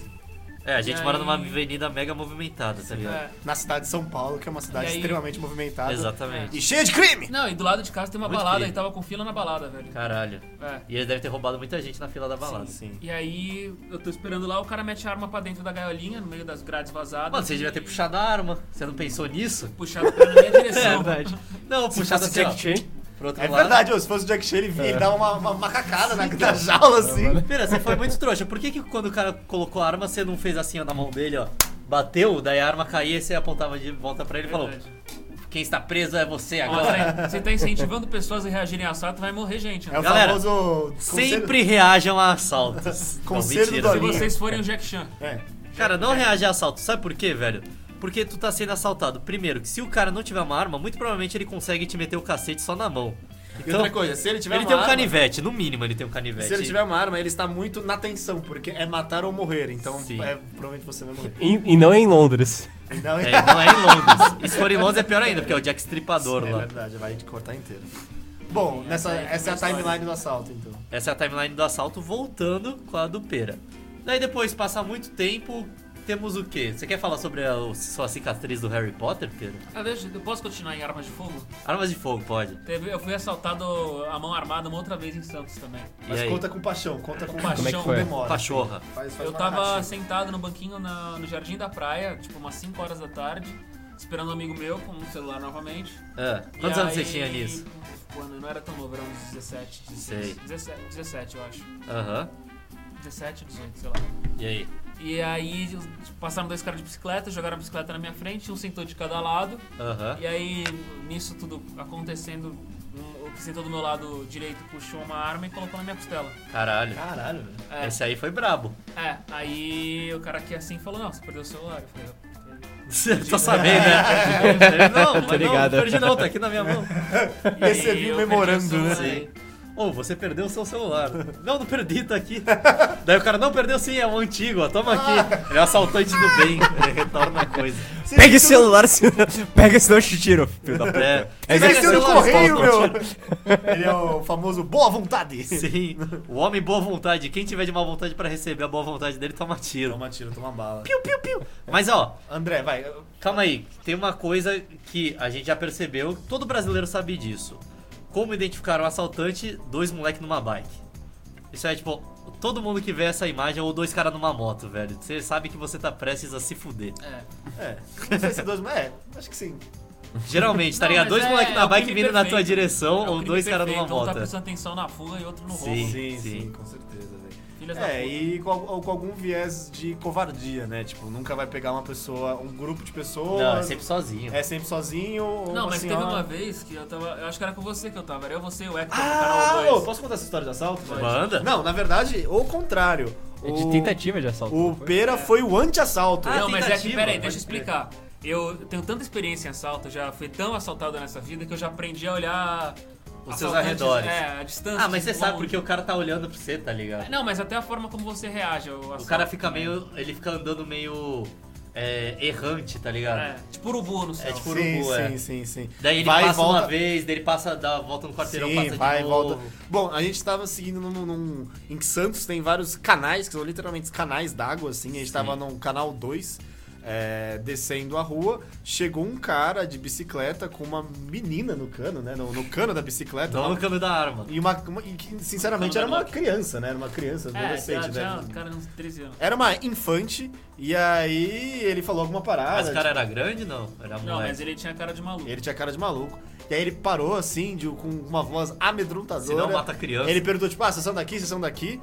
Speaker 1: É, a gente
Speaker 5: E
Speaker 1: mora
Speaker 5: aí-
Speaker 1: numa avenida mega movimentada, tá ligado?
Speaker 5: É.
Speaker 3: Na cidade de São Paulo, que é uma cidade
Speaker 5: E aí-
Speaker 3: extremamente movimentada.
Speaker 1: Exatamente.
Speaker 3: E cheia de crime!
Speaker 5: Não, e do lado de casa tem uma
Speaker 1: Muito
Speaker 5: balada
Speaker 1: perigo.
Speaker 5: e tava com fila na balada, velho.
Speaker 1: Caralho.
Speaker 5: É.
Speaker 1: E eles devem ter roubado muita gente na fila da balada.
Speaker 3: Sim, sim.
Speaker 5: E aí, eu tô esperando lá, o cara mete a arma pra dentro da gaiolinha, no meio das grades vazadas.
Speaker 1: Mano, você devia ter puxado É a arma. Você não pensou nisso?
Speaker 5: Puxado pra minha direção.
Speaker 1: Não, puxado assim, ó, pro outro
Speaker 3: É
Speaker 1: lado.
Speaker 3: verdade, ó, se fosse o Jack Chan, ele,
Speaker 1: É.
Speaker 3: vinha e dava uma, uma macacada na, na
Speaker 1: então.
Speaker 3: jaula, assim.
Speaker 1: Pera, você foi muito trouxa. Por que, que quando o cara colocou a arma, você não fez assim ó, na mão dele, ó? Bateu, daí a arma caía e você apontava de volta pra ele
Speaker 5: É
Speaker 1: e falou: Quem está preso é você agora.
Speaker 5: Olha, você tá incentivando pessoas a reagirem a assalto, vai morrer gente. né?
Speaker 3: é o
Speaker 1: Galera,
Speaker 3: famoso... conselho-
Speaker 1: Sempre reajam a assaltos. não,
Speaker 3: Conselho do
Speaker 1: mentira.
Speaker 5: Se
Speaker 3: Dolinho.
Speaker 5: vocês forem o Jack Chan.
Speaker 3: É.
Speaker 1: Cara, não reage a assalto. Sabe por quê, velho? Porque tu tá sendo assaltado. Primeiro, que se o cara não tiver uma arma, muito provavelmente ele consegue te meter o cacete só na mão.
Speaker 3: E
Speaker 1: Então,
Speaker 3: outra coisa, se ele tiver
Speaker 1: ele
Speaker 3: uma
Speaker 1: tem um
Speaker 3: arma,
Speaker 1: canivete, no mínimo ele tem um canivete.
Speaker 3: Se ele tiver uma arma, ele está muito na tensão, porque é matar ou morrer. Então,
Speaker 1: Sim.
Speaker 3: é, provavelmente você vai morrer.
Speaker 4: E, e não em Londres.
Speaker 3: Não,
Speaker 1: É, não é em Londres. E se for em Londres é pior ainda, porque é o Jack Stripador
Speaker 3: É
Speaker 1: lá.
Speaker 3: verdade, vai te cortar inteiro. Bom, nessa, essa é a timeline do assalto, então.
Speaker 1: Essa é a timeline do assalto, voltando com a do Pera. Daí depois, passa muito tempo, temos o quê? Você quer falar sobre a o- sua cicatriz do Harry Potter, Pera?
Speaker 5: Ah, deixa, eu posso continuar em armas de fogo?
Speaker 1: Armas de fogo, pode.
Speaker 5: Teve- eu fui assaltado a mão armada uma outra vez em Santos também.
Speaker 1: E
Speaker 3: Mas
Speaker 1: aí?
Speaker 3: conta com paixão, conta com
Speaker 5: Como é que
Speaker 3: com
Speaker 4: foi?
Speaker 3: demora.
Speaker 1: Pachorra.
Speaker 3: Faz- faz
Speaker 5: Eu
Speaker 3: uma
Speaker 5: tava
Speaker 3: narrativa.
Speaker 5: sentado no banquinho na- no jardim da praia, tipo umas 5 horas da tarde, esperando um amigo meu com um celular novamente.
Speaker 1: É.
Speaker 5: E
Speaker 1: Quantos anos
Speaker 5: aí-
Speaker 1: você tinha nisso?
Speaker 5: Quando eu não era tão novo, era uns 17, 16.
Speaker 1: Sei.
Speaker 5: 17, 17, eu acho.
Speaker 1: Aham.
Speaker 5: 17, 18, sei lá.
Speaker 1: E aí?
Speaker 5: E aí tipo, passaram dois caras de bicicleta, jogaram a bicicleta na minha frente, um sentou de cada lado.
Speaker 1: Aham.
Speaker 5: E aí, nisso tudo acontecendo, um- que sentou do meu lado direito puxou uma arma e colocou na minha costela.
Speaker 1: Caralho.
Speaker 2: Caralho, velho.
Speaker 5: É,
Speaker 1: Esse aí foi brabo.
Speaker 5: é, aí o cara aqui assim falou, não, você perdeu o celular. Eu falei, "Eu perdi."
Speaker 1: Tô sabendo, né? Não, mas não,
Speaker 4: ligado.
Speaker 1: não perdi não, tá aqui na minha mão.
Speaker 5: E aí
Speaker 3: Recebi
Speaker 5: eu perdi o
Speaker 3: memorando,
Speaker 5: celular,
Speaker 3: é né?
Speaker 5: aí-
Speaker 1: Ô, você perdeu o seu celular. Não, não perdi, tá aqui. Daí o cara, não, perdeu sim, é um antigo, ó, toma aqui. Ele é um assaltante do bem, ele retorna a coisa.
Speaker 4: Pega esse celular, senão... Pega, senão eu te tiro, filho da puta.
Speaker 1: É,
Speaker 4: É,
Speaker 1: Você venceu
Speaker 4: venceu no
Speaker 1: o
Speaker 4: correio,
Speaker 3: Ele é o famoso boa vontade.
Speaker 1: Sim, o homem boa vontade. Quem tiver de má vontade pra receber a boa vontade dele, toma tiro.
Speaker 3: Toma tiro, toma bala.
Speaker 1: Piu, piu, piu. Mas ó,
Speaker 3: André, vai.
Speaker 1: calma aí. Tem uma coisa que a gente já percebeu, todo brasileiro sabe disso. Como identificar um assaltante, dois moleques numa bike. Isso é tipo, todo mundo que vê essa imagem ou dois caras numa moto, velho. Você sabe que você tá prestes a se fuder.
Speaker 5: É.
Speaker 3: É, não sei se dois, mas é, acho que sim.
Speaker 1: Geralmente, tá
Speaker 5: Não,
Speaker 1: ligado?
Speaker 5: mas
Speaker 1: Dois
Speaker 5: é-
Speaker 1: moleques
Speaker 5: é
Speaker 1: na
Speaker 5: o
Speaker 1: bike
Speaker 5: crime
Speaker 1: vindo na tua
Speaker 5: perfeito.
Speaker 1: direção
Speaker 5: É o
Speaker 1: ou
Speaker 5: crime
Speaker 1: dois caras numa
Speaker 5: perfeito, Um tá
Speaker 1: moto.
Speaker 5: prestando atenção na fuga e outro no roubo.
Speaker 1: Sim,
Speaker 3: sim,
Speaker 1: sim.
Speaker 3: com certeza, velho.
Speaker 5: Filhas da
Speaker 3: É,
Speaker 5: puta.
Speaker 3: e com, al- com algum viés de covardia, né? Tipo, nunca vai pegar uma pessoa, um grupo de pessoas.
Speaker 1: Não, é sempre sozinho.
Speaker 3: é sempre sozinho. Ou assim,
Speaker 5: Não,
Speaker 3: uma
Speaker 5: mas
Speaker 3: senhora...
Speaker 5: teve uma vez que eu tava. Eu acho que era com você que eu tava. Era eu, você e o Hector do
Speaker 3: Ah,
Speaker 5: canal 2.
Speaker 3: ô, posso contar essa história de assalto?
Speaker 1: Manda.
Speaker 3: Não, na verdade, o contrário.
Speaker 4: É
Speaker 3: o,
Speaker 4: de tentativa de assalto.
Speaker 3: O Pera foi o anti-assalto.
Speaker 1: Ah,
Speaker 5: não, mas é que,
Speaker 1: tentativa,
Speaker 5: peraí,
Speaker 1: pode
Speaker 5: deixa eu
Speaker 1: crer.
Speaker 5: explicar. Eu tenho tanta experiência em assalto, já fui tão assaltado nessa vida que eu já aprendi a olhar
Speaker 1: Os
Speaker 5: assaltantes,
Speaker 1: seus arredores.
Speaker 5: É, a distância.
Speaker 1: Ah, mas você
Speaker 5: de
Speaker 1: sabe
Speaker 5: longe.
Speaker 1: porque o cara tá olhando pra você, tá ligado?
Speaker 5: Não, mas até a forma como você reage ao assalto.
Speaker 1: O cara fica meio. Ele fica andando meio. é, errante, tá ligado?
Speaker 5: É, tipo urubu no céu.
Speaker 1: É tipo urubu,
Speaker 3: sim,
Speaker 1: é.
Speaker 3: sim, sim, sim.
Speaker 1: Daí ele
Speaker 3: vai,
Speaker 1: passa
Speaker 3: volta...
Speaker 1: uma vez, daí ele passa, dá a volta no quarteirão,
Speaker 3: Sim,
Speaker 1: passa um
Speaker 3: vai,
Speaker 1: de novo.
Speaker 3: volta. Bom, a gente tava seguindo num, num- Em Santos tem vários canais, que são literalmente canais d'água, assim. A gente tava no canal 2, é, descendo a rua. Chegou um cara de bicicleta com uma menina no cano, né? No, no cano da bicicleta.
Speaker 1: Não
Speaker 3: Uma-
Speaker 1: no cano da arma.
Speaker 3: E uma, uma- e que, sinceramente, era uma criança, né? Era uma criança,
Speaker 5: é,
Speaker 3: adolescente,
Speaker 5: já, já,
Speaker 3: né?
Speaker 5: o cara uns 13 anos.
Speaker 3: Era uma infante, e aí ele falou alguma parada.
Speaker 1: Mas o cara era grande, não? é. Era
Speaker 5: Não,
Speaker 1: moleque.
Speaker 5: mas ele tinha cara de maluco.
Speaker 3: Ele tinha cara de maluco. E aí ele parou assim, de- com uma voz
Speaker 1: Se
Speaker 3: amedrontadora.
Speaker 1: não, mata a criança.
Speaker 3: Ele perguntou, tipo, ah, vocês são daqui, vocês são daqui.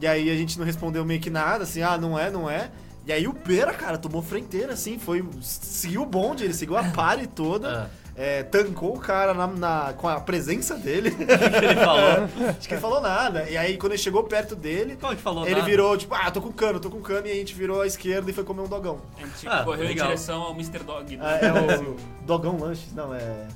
Speaker 3: E aí a gente não respondeu meio que nada, assim, ah, não é, não é. E aí o Pera, cara, tomou fronteira, assim, foi. Seguiu o bonde, ele seguiu a pare
Speaker 1: Ah.
Speaker 3: toda. é, tancou o cara na, na- com a presença dele.
Speaker 1: Ele falou.
Speaker 3: Acho que ele falou nada. E aí, quando ele chegou perto dele,
Speaker 1: Como é que falou
Speaker 3: ele
Speaker 1: nada?
Speaker 3: virou, tipo, ah, tô com cano, tô com cano, e a gente virou à esquerda e foi comer um dogão.
Speaker 5: A gente
Speaker 1: Ah,
Speaker 5: correu
Speaker 1: legal.
Speaker 5: em direção ao Mr. Dog. né?
Speaker 3: Ah, é o Dogão Lanches, não, é.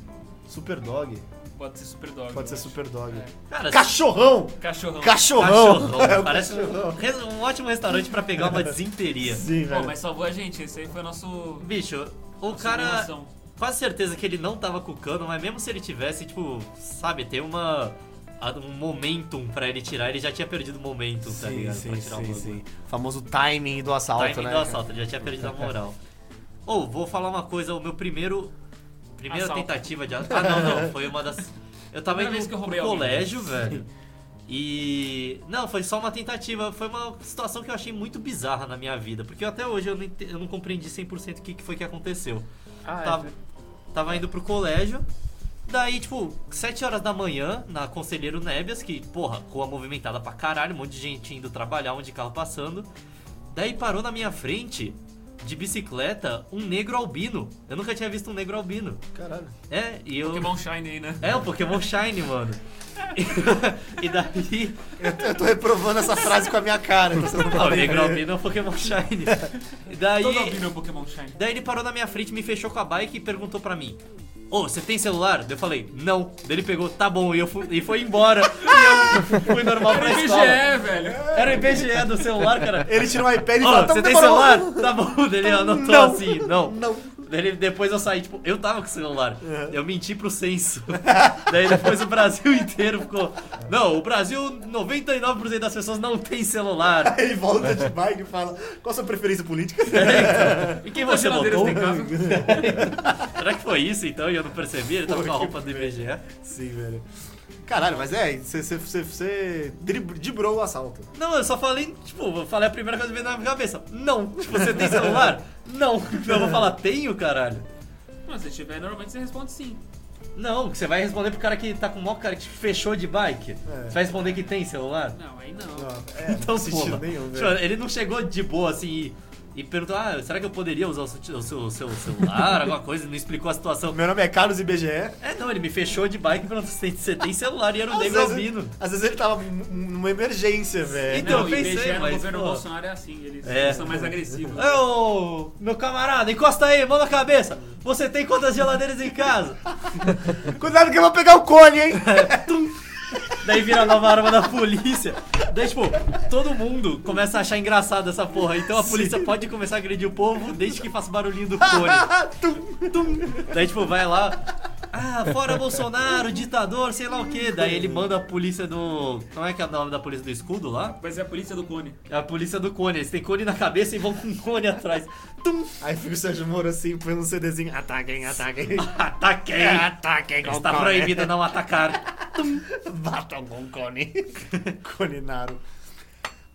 Speaker 3: Super Dog.
Speaker 1: é.
Speaker 5: Pode ser Super Dog.
Speaker 3: Pode
Speaker 5: eu
Speaker 3: ser
Speaker 5: acho.
Speaker 3: Super Dog.
Speaker 1: Cara,
Speaker 3: Cachorrão!
Speaker 5: Cachorrão.
Speaker 3: Cachorrão!
Speaker 1: cachorrão. Parece um, res- um ótimo restaurante pra pegar uma desinteria.
Speaker 3: Sim,
Speaker 5: Pô,
Speaker 3: velho.
Speaker 5: mas salvou a gente. Esse aí foi o nosso.
Speaker 1: Bicho, o
Speaker 5: nossa
Speaker 1: cara.
Speaker 5: eliminação.
Speaker 1: Quase certeza que ele não tava com o cano, mas mesmo se ele tivesse, tipo, sabe, tem uma. a- Um momentum pra ele tirar, ele já tinha perdido o momentum, tá ligado? pra tirar o bagulho.
Speaker 3: Famoso timing do assalto,
Speaker 2: né,
Speaker 3: né?
Speaker 1: Timing do assalto, ele já tinha perdido a moral. Ou, vou falar uma coisa, o meu primeiro. Primeira
Speaker 5: Assalto.
Speaker 1: tentativa de assalto. Ah, não, não, foi uma das. Eu tava
Speaker 5: Primeira
Speaker 1: indo
Speaker 5: vez que eu roubei
Speaker 1: pro
Speaker 5: alguém.
Speaker 1: colégio, velho. E. Não, foi só uma tentativa. Foi uma situação que eu achei muito bizarra na minha vida. Porque até hoje eu não, ente- eu não compreendi 100% o que, que foi que aconteceu.
Speaker 5: Ah, é, né?
Speaker 1: tava, tava indo pro colégio. Daí, tipo, 7 horas da manhã, na Conselheiro Nébias, que, porra, rua movimentada pra caralho, um monte de gente indo trabalhar, um monte de carro passando. Daí parou na minha frente, de bicicleta, um negro albino. Eu nunca tinha visto um negro albino.
Speaker 3: Caralho.
Speaker 1: É, e eu.
Speaker 5: Pokémon Shine aí, né?
Speaker 1: É, o Pokémon Shine, mano. e daí.
Speaker 3: Eu tô, eu tô reprovando essa frase com a minha cara. então você não
Speaker 1: Ah, o
Speaker 3: pode
Speaker 1: negro
Speaker 3: ver.
Speaker 1: albino é o Pokémon Shine. E daí.
Speaker 5: Todo albino é o Pokémon Shine.
Speaker 1: Daí ele parou na minha frente, me fechou com a bike e perguntou pra mim: Ô, você tem celular? Daí eu falei: Não. Daí ele pegou: Tá bom. E, eu fui, e foi embora. E eu fui normal pra
Speaker 5: Era
Speaker 1: escola.
Speaker 5: IBGE, velho.
Speaker 1: Era o IBGE do celular, cara.
Speaker 3: Ele tirou o iPad
Speaker 1: Ó,
Speaker 3: e falou: "Então
Speaker 1: você tem
Speaker 3: demorou."
Speaker 1: celular? Tá bom. Daí ele anotou
Speaker 3: Não.
Speaker 1: assim: Não.
Speaker 3: Não. É.
Speaker 1: Daí ele- depois eu saí, tipo, eu tava com o celular. Eu menti pro censo. Daí depois o Brasil inteiro ficou. Não, o Brasil, 99% das pessoas não tem celular.
Speaker 3: Aí ele volta de bike e fala: Qual a sua preferência política?
Speaker 1: E quem você
Speaker 5: geladeiras
Speaker 1: botou?
Speaker 5: tem casa?
Speaker 1: Será que foi isso então? E eu não percebi? Ele tava com a roupa do IBGE.
Speaker 3: Sim, velho. Caralho, mas é, você- você- você você drib- dibrou o assalto.
Speaker 1: Não, eu só falei, tipo, eu falei a primeira coisa que veio na minha cabeça. Não. Tipo, você tem celular? Não. Então Eu vou falar, tenho, caralho.
Speaker 5: Mas se tiver, normalmente você responde sim.
Speaker 1: Não, você vai responder pro cara que tá com o maior cara que te fechou de bike. Você vai responder que tem celular?
Speaker 5: Não, aí não.
Speaker 3: É. Não, é,
Speaker 1: Então,
Speaker 3: não faz sentido
Speaker 1: porra.
Speaker 3: nenhum,
Speaker 1: Tipo,
Speaker 3: velho.
Speaker 1: ele não chegou de boa assim e. e perguntou: Ah, será que eu poderia usar o seu, o seu- o seu celular? Alguma coisa, não explicou a situação.
Speaker 3: Meu nome é Carlos IBGE.
Speaker 1: É, não, ele me fechou de bike e perguntou: Você tem- você tem celular? E era o
Speaker 3: Às
Speaker 1: David
Speaker 3: vezes-
Speaker 1: Albino.
Speaker 3: Às vezes ele tava num- numa emergência, velho.
Speaker 1: Então,
Speaker 5: não,
Speaker 1: eu pensei,
Speaker 5: IBGE
Speaker 1: mas,
Speaker 5: no governo
Speaker 1: pô.
Speaker 5: Bolsonaro é assim, eles
Speaker 1: É.
Speaker 5: são mais agressivos.
Speaker 1: Ô, meu camarada, encosta aí, mão na cabeça. Você tem quantas geladeiras em casa?
Speaker 3: Cuidado que eu vou pegar o cone, hein?
Speaker 1: Daí vira a nova arma da polícia. Daí, tipo, todo mundo começa a achar engraçado essa porra. Então a polícia pode começar a agredir o povo desde que faça o barulhinho do cone. Daí, tipo, vai lá. Ah, fora Bolsonaro, ditador, sei lá o que. Daí ele manda a polícia do. Como é que é o nome da polícia do escudo lá?
Speaker 5: Mas é a polícia do Cone.
Speaker 1: É a polícia do cone. Eles têm cone na cabeça e vão com um cone atrás. Tum!
Speaker 3: Aí fica o Sérgio Moro assim, põe um CDzinho. Ataquem, ataquem.
Speaker 1: Ataquei!
Speaker 2: É,
Speaker 3: Ataquem com
Speaker 1: Está
Speaker 3: cone.
Speaker 1: proibido não atacar.
Speaker 3: Batam com cone. Coninaro.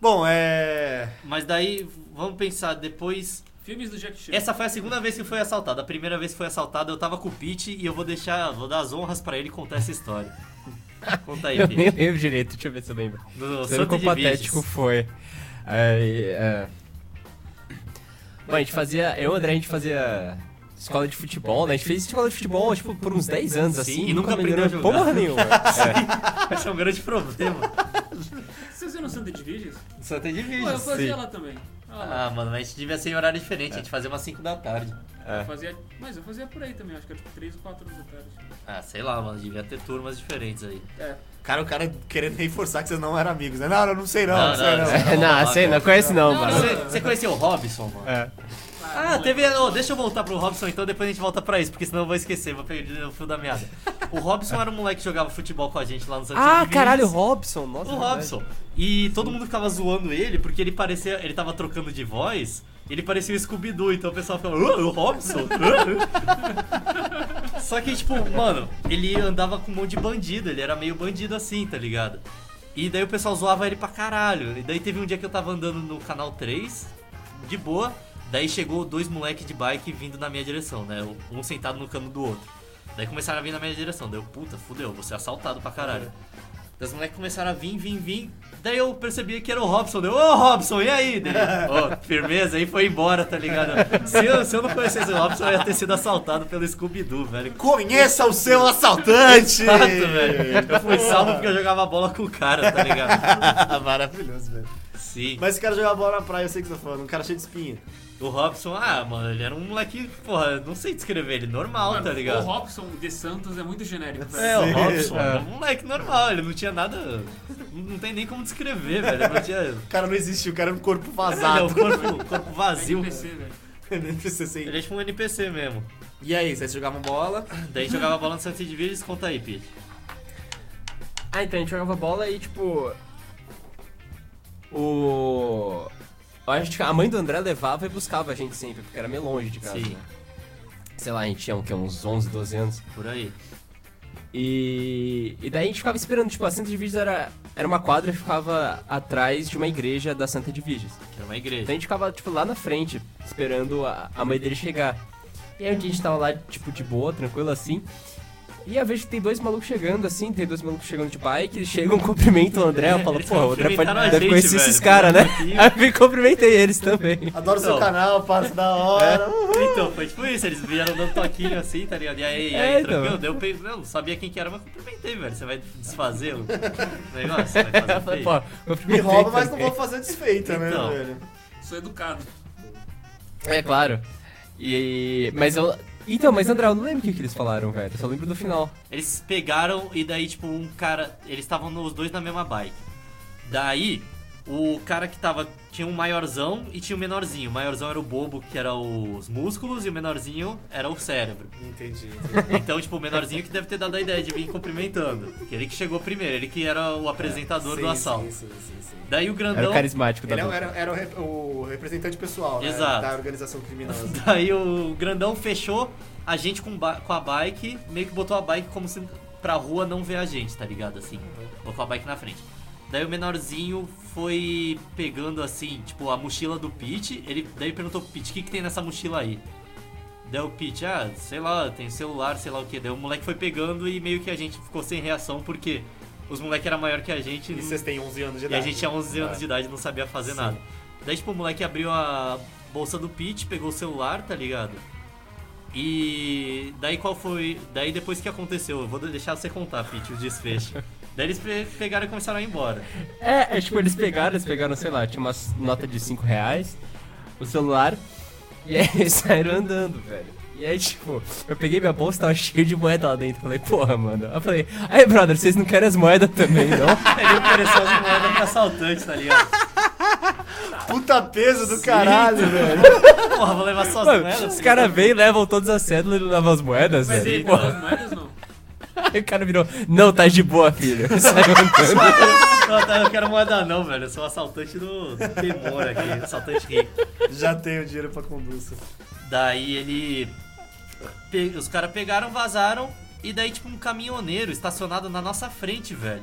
Speaker 3: Bom, é...
Speaker 1: Mas daí, vamos pensar, depois
Speaker 5: Filmes do Jack Chan.
Speaker 1: Essa foi a segunda vez que foi assaltado. A primeira vez que foi assaltado, eu tava com o Pete e eu vou deixar, vou dar as honras pra ele contar essa história. Conta aí,
Speaker 4: Eu nem
Speaker 1: Pete.
Speaker 4: lembro direito, deixa eu ver se eu lembro.
Speaker 1: No
Speaker 4: Você viu
Speaker 1: Santo
Speaker 4: quão
Speaker 1: de
Speaker 4: patético
Speaker 1: Virgens.
Speaker 4: foi. Aí, é. Bom, a gente fazia. Eu e o André, a gente fazia escola de futebol, né? A gente fez escola de futebol, tipo, por uns 10 anos,
Speaker 1: Sim,
Speaker 4: assim.
Speaker 1: e nunca aprendeu
Speaker 4: melhorou
Speaker 1: a jogar.
Speaker 4: Porra nenhuma. É.
Speaker 1: Esse é um grande problema.
Speaker 5: Vocês viram Santa de Virgens?
Speaker 1: No Santo de
Speaker 5: Pô, eu
Speaker 1: Virgens.
Speaker 5: fazia lá também. Olha lá.
Speaker 1: Ah, mano, mas a gente devia ser em horário diferente, a
Speaker 4: É.
Speaker 1: gente fazia umas 5 da tarde.
Speaker 5: Eu fazia, mas eu fazia por aí também, acho que era tipo 3 ou 4 da tarde.
Speaker 1: Ah, sei lá, mano, devia ter turmas diferentes aí.
Speaker 5: É,
Speaker 3: Cara, o cara querendo reforçar que vocês não eram amigos, né? Não, eu não sei não,
Speaker 1: Não,
Speaker 3: não, sei
Speaker 1: não,
Speaker 3: não.
Speaker 1: é.
Speaker 4: É, não, sei, não conhece não,
Speaker 5: Não,
Speaker 4: mano.
Speaker 1: Você, você conheceu o Robson, mano?
Speaker 4: É.
Speaker 1: Ah, teve. ô, deixa eu voltar pro Robson então, depois a gente volta pra isso, porque senão eu vou esquecer, vou perder o fio da meada. O Robson era um moleque que jogava futebol com a gente lá no Santo de
Speaker 4: Ah,
Speaker 1: Virgens.
Speaker 4: caralho, o Robson, nossa.
Speaker 1: O
Speaker 4: é verdade.
Speaker 1: Robson. E todo mundo ficava zoando ele porque ele parecia. Ele tava trocando de voz. Ele parecia o Scooby-Doo, então o pessoal ficava, "Ah, o Robson? Ah?" Só que, tipo, mano, ele andava com um monte de bandido, ele era meio bandido assim, tá ligado? E daí o pessoal zoava ele pra caralho. E daí teve um dia que eu tava andando no canal 3, de boa, daí chegou dois moleques de bike vindo na minha direção, né? Um sentado no cano do outro. Daí começaram a vir na minha direção, daí eu, puta, fudeu, vou ser assaltado pra caralho. Daí os moleques começaram a vir, vir, vir. Daí eu percebi que era o Robson. Deu, ô Robson, e aí? Daí, Ó, firmeza, aí foi embora, tá ligado? Se eu, se eu não conhecesse o Robson, eu ia ter sido assaltado pelo Scooby-Doo, velho.
Speaker 3: Conheça o seu assaltante!
Speaker 1: Fato, velho. Eu fui salvo porque eu jogava bola com o cara, tá ligado?
Speaker 3: Maravilhoso, velho.
Speaker 1: Sim.
Speaker 3: Mas esse cara jogava bola na praia, eu sei o que você tá falando. Um cara cheio de espinha.
Speaker 1: O Robson, ah, mano, ele era um moleque, porra, eu não sei descrever ele, normal, tá
Speaker 5: O
Speaker 1: ligado?
Speaker 5: Robson de Santos é muito genérico, velho.
Speaker 1: É, o
Speaker 3: Sim.
Speaker 1: Robson,
Speaker 4: É.
Speaker 1: era um moleque normal, ele não tinha nada. Não tem nem como descrever, velho. Não tinha.
Speaker 3: O cara não existe, o cara é um corpo
Speaker 1: Ele é
Speaker 3: vazado.
Speaker 1: um corpo, corpo vazio.
Speaker 5: NPC, velho.
Speaker 3: Nem precisa ser-
Speaker 1: Ele é tipo um NPC mesmo.
Speaker 3: E aí, vocês jogavam bola?
Speaker 1: Daí jogava bola no Santos de Virgens, conta aí, Pete.
Speaker 4: Ah, então a gente jogava bola e tipo. O. eu acho que a mãe do André levava e buscava a gente sempre, porque era meio longe de casa,
Speaker 1: Sim.
Speaker 4: né? Sei lá, a gente tinha o quê? uns 11, 12 anos.
Speaker 1: Por aí.
Speaker 4: E, e daí a gente ficava esperando, tipo, a Santa de Virgens era, era uma quadra que ficava atrás de uma igreja da Santa de Virgens.
Speaker 1: Que era uma
Speaker 4: Então a
Speaker 1: igreja.
Speaker 4: gente ficava, tipo, lá na frente, esperando a, a mãe dele chegar. E aí um dia a gente tava lá, tipo, de boa, tranquilo assim. E eu vejo que tem dois malucos chegando, assim, tem dois malucos chegando de bike, eles chegam, cumprimentam o André, eu falo,
Speaker 1: Eles
Speaker 4: pô, o André pode,
Speaker 1: cumprimentaram a
Speaker 4: deve
Speaker 1: gente,
Speaker 4: conhecer
Speaker 1: velho,
Speaker 4: esses caras, né?
Speaker 1: pouquinho.
Speaker 4: Aí eu cumprimentei eles também.
Speaker 3: Adoro o seu
Speaker 1: Então.
Speaker 3: canal, passa da hora.
Speaker 1: Então, foi tipo isso, eles vieram dando toquinho assim, tá ligado? E aí, e aí,
Speaker 4: É, então.
Speaker 1: tranquilo, deu pe... Eu não sabia quem que era, mas cumprimentei, velho. Você vai desfazer o negócio? Vai
Speaker 4: Eu
Speaker 1: fazer
Speaker 4: falei,
Speaker 1: feio.
Speaker 4: pô,
Speaker 3: Me
Speaker 4: cumprimentei
Speaker 3: rouba, mas não
Speaker 4: também.
Speaker 3: vou fazer desfeita, né,
Speaker 1: É, Então.
Speaker 3: velho?
Speaker 5: Sou educado.
Speaker 4: É, claro. E... mas eu... Então, mas André, eu não lembro o que, que eles falaram, velho, eu só lembro do final.
Speaker 1: Eles pegaram e daí, tipo, um cara. Eles estavam no- os dois na mesma bike. Daí, o cara que tava. Tinha um maiorzão e tinha um menorzinho. O maiorzão era o bobo, que era os músculos, e o menorzinho era o cérebro.
Speaker 3: Entendi.
Speaker 1: Então, tipo, o menorzinho que deve ter dado a ideia de vir cumprimentando. Que ele que chegou primeiro, ele que era o apresentador do assalto.
Speaker 3: Sim, sim, sim, sim.
Speaker 1: Daí o grandão.
Speaker 4: Era o carismático
Speaker 1: é
Speaker 4: da
Speaker 1: um
Speaker 3: Ele
Speaker 4: dupla.
Speaker 3: era, era o, rep- o representante pessoal né,
Speaker 1: Exato.
Speaker 3: da organização criminosa.
Speaker 1: Daí o grandão fechou a gente com, ba- com a bike, meio que botou a bike como se pra rua não ver a gente, tá ligado? Assim, botou a bike na frente. Daí o menorzinho foi pegando assim, tipo, a mochila do Pete. Ele daí perguntou pro Pete, o que, que tem nessa mochila aí? Daí o Pete, ah, sei lá, tem celular, sei lá o que. Daí o moleque foi pegando e meio que a gente ficou sem reação porque os moleques eram maior que a gente.
Speaker 3: E
Speaker 1: não-
Speaker 3: vocês têm 11 anos de
Speaker 1: e a
Speaker 3: idade.
Speaker 1: gente tinha 11 anos de idade e não sabia fazer nada. Daí, tipo, o moleque abriu a bolsa do Pete, pegou o celular, tá ligado? E daí qual foi. Daí depois que aconteceu, eu vou deixar você contar, Pete, o desfecho. daí eles pe- pegaram e começaram a ir embora.
Speaker 4: É, é, tipo, eles pegaram, eles pegaram, sei lá, tinha uma nota de 5 reais, o celular, e aí eles saíram andando, velho. E aí, tipo, eu peguei minha bolsa, tava cheio de moeda lá dentro. Falei, porra, mano. Aí eu falei, aí, brother, vocês não querem as moedas também, não?
Speaker 1: Ele ofereceu as moedas pra assaltante, tá ligado?
Speaker 2: Puta peso do caralho, velho.
Speaker 1: Porra, vou levar suas
Speaker 4: Mano,
Speaker 1: moedas.
Speaker 4: os caras vêm e levam todas as cédulas e não levam as moedas,
Speaker 5: Mas
Speaker 4: velho.
Speaker 5: ele
Speaker 4: Pô,
Speaker 5: deu as moedas, não?
Speaker 4: aí o cara virou, não, tá de boa, filho. Saiu andando.
Speaker 1: Não, tá, eu quero moeda não, velho. Eu sou assaltante do temor aqui, assaltante rico.
Speaker 2: Já tenho dinheiro pra conduzir.
Speaker 1: Daí ele. pe- Os caras pegaram, vazaram, e daí, tipo, um caminhoneiro estacionado na nossa frente, velho.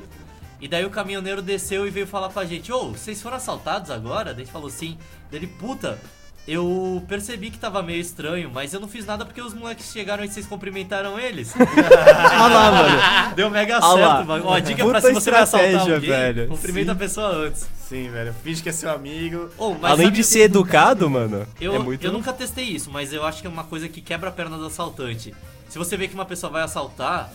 Speaker 1: E daí o caminhoneiro desceu e veio falar pra gente: Ô, vocês foram assaltados agora? Daí a gente falou sim. Daí ele, puta, eu percebi que tava meio estranho, mas eu não fiz nada porque os moleques chegaram e vocês cumprimentaram eles.
Speaker 4: Ah lá, mano.
Speaker 1: Deu mega
Speaker 4: Ah lá.
Speaker 1: certo, mano. Ó, dica pra
Speaker 4: Puta
Speaker 1: se você vai assaltar
Speaker 4: estratégia,
Speaker 1: alguém,
Speaker 4: velho.
Speaker 1: cumprimenta a pessoa antes.
Speaker 2: Sim, velho. Finge que é seu amigo.
Speaker 1: Ô, mas
Speaker 4: Além
Speaker 1: sabe-
Speaker 4: de ser educado, mano,
Speaker 1: Eu,
Speaker 4: é muito...
Speaker 1: eu nunca testei isso, mas eu acho que é uma coisa que quebra a perna do assaltante. Se você vê que uma pessoa vai assaltar,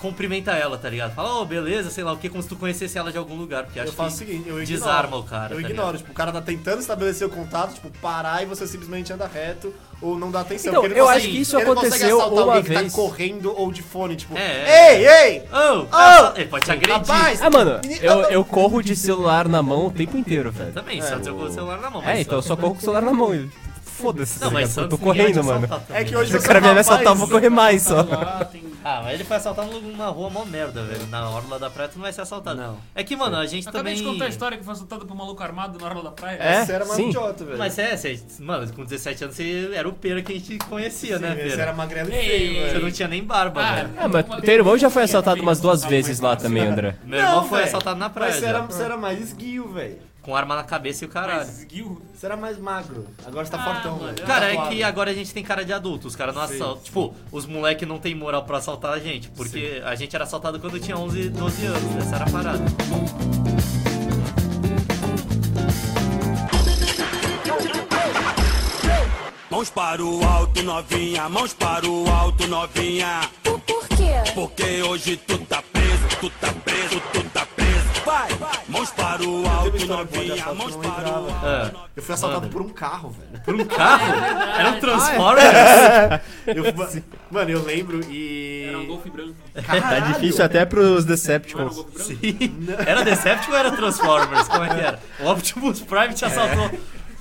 Speaker 1: cumprimenta ela, tá ligado? Fala, ô, beleza, sei lá o que, como se tu conhecesse ela de algum lugar. Porque
Speaker 2: Eu
Speaker 1: acho
Speaker 2: faço o
Speaker 1: que
Speaker 2: seguinte, eu ignoro.
Speaker 1: desarma o cara.
Speaker 2: Eu
Speaker 1: tá
Speaker 2: ignoro, tipo, o cara tá tentando estabelecer o contato, tipo, parar e você simplesmente anda reto ou não dá atenção.
Speaker 4: Então,
Speaker 2: porque ele
Speaker 4: eu
Speaker 2: consegue-
Speaker 4: acho que isso
Speaker 2: ele não consegue
Speaker 4: aconteceu
Speaker 2: assaltar
Speaker 4: uma
Speaker 2: alguém que
Speaker 4: vez.
Speaker 2: tá correndo ou de fone, tipo,
Speaker 1: É,
Speaker 2: ei, ei!
Speaker 1: ligado? Ô,
Speaker 2: Ô,
Speaker 1: assa- ele pode te agredir.
Speaker 2: Rapaz!
Speaker 4: Ah, mano,
Speaker 2: Meni-
Speaker 4: eu, eu corro de celular na mão o tempo inteiro, velho.
Speaker 1: Também, só se eu com o celular na mão.
Speaker 4: É,
Speaker 1: mas
Speaker 4: então eu
Speaker 1: só-
Speaker 4: só corro com o celular na mão. e Foda-se, tá
Speaker 1: Não, mas assim,
Speaker 4: ligado? eu
Speaker 1: Santos
Speaker 4: tô
Speaker 1: ninguém vai te
Speaker 4: correndo, mano.
Speaker 1: assaltar
Speaker 2: É que
Speaker 1: também,
Speaker 2: hoje
Speaker 1: né?
Speaker 4: Se o cara vier me
Speaker 2: Rapaz,
Speaker 4: assaltar, eu vou correr mais só.
Speaker 5: Lá tem...
Speaker 1: Ah, mas ele foi assaltar numa rua mó merda, velho. Na Orla da Praia tu não vai ser assaltado.
Speaker 2: Não.
Speaker 1: É que, mano, a gente
Speaker 5: Eu
Speaker 1: também...
Speaker 5: Acabei de contar a história que foi assaltado por um maluco armado na hora da praia.
Speaker 4: É?
Speaker 2: Você era mais
Speaker 4: Sim.
Speaker 2: idiota, velho.
Speaker 1: Mas
Speaker 5: né?
Speaker 1: é, você, mano, com 17 anos você era o pera que a gente conhecia, né,
Speaker 2: Você
Speaker 1: pera?
Speaker 2: era magrelo e
Speaker 5: Ei,
Speaker 2: feio,
Speaker 5: ei,
Speaker 1: Você
Speaker 2: velho.
Speaker 1: não tinha né? nem barba,
Speaker 5: Ah,
Speaker 1: velho.
Speaker 4: É, mas teu irmão já foi assaltado umas duas
Speaker 5: Tá
Speaker 4: vezes
Speaker 5: mais
Speaker 4: lá também, André.
Speaker 1: Meu irmão
Speaker 2: Não,
Speaker 1: foi
Speaker 2: velho.
Speaker 1: assaltado na praia.
Speaker 2: Mas você era,
Speaker 1: já.
Speaker 2: você era mais esguio, velho.
Speaker 1: Com arma na cabeça e o caralho.
Speaker 5: Mas Gil,
Speaker 2: Você era mais magro. Agora você tá
Speaker 5: Ah,
Speaker 2: fortão,
Speaker 5: mano.
Speaker 2: velho.
Speaker 1: Cara, é
Speaker 2: Tatuado.
Speaker 1: que agora a gente tem cara de adulto, os caras não
Speaker 2: Sim.
Speaker 1: assaltam. Tipo, os moleque não tem moral pra assaltar a gente, porque a gente era assaltado quando tinha 11, 12 anos, essa era a parada.
Speaker 7: Mãos para o alto, novinha, mãos para o alto, novinha.
Speaker 8: Por, por quê?
Speaker 7: Porque hoje tu tá preso, tu tá preso, tu tá preso. Vai, mãos para o
Speaker 2: Teve uma história
Speaker 7: alto,
Speaker 2: boa de
Speaker 7: novinha,
Speaker 2: assalto que
Speaker 7: mãos
Speaker 2: eu não
Speaker 7: para o
Speaker 2: lembrava.
Speaker 1: Ah,
Speaker 2: Eu fui assaltado
Speaker 1: Manda.
Speaker 2: por um carro, velho.
Speaker 1: por um carro? Era
Speaker 2: Ah, é
Speaker 1: um Transformers?
Speaker 2: Eu fui- mano, eu lembro e.
Speaker 5: era um golfe branco.
Speaker 4: Tá difícil até pros
Speaker 5: Não era um
Speaker 4: Decepticons.
Speaker 5: golfe branco?
Speaker 1: Era Decepticon ou era Transformers? Como é que era? O Optimus Prime te assaltou.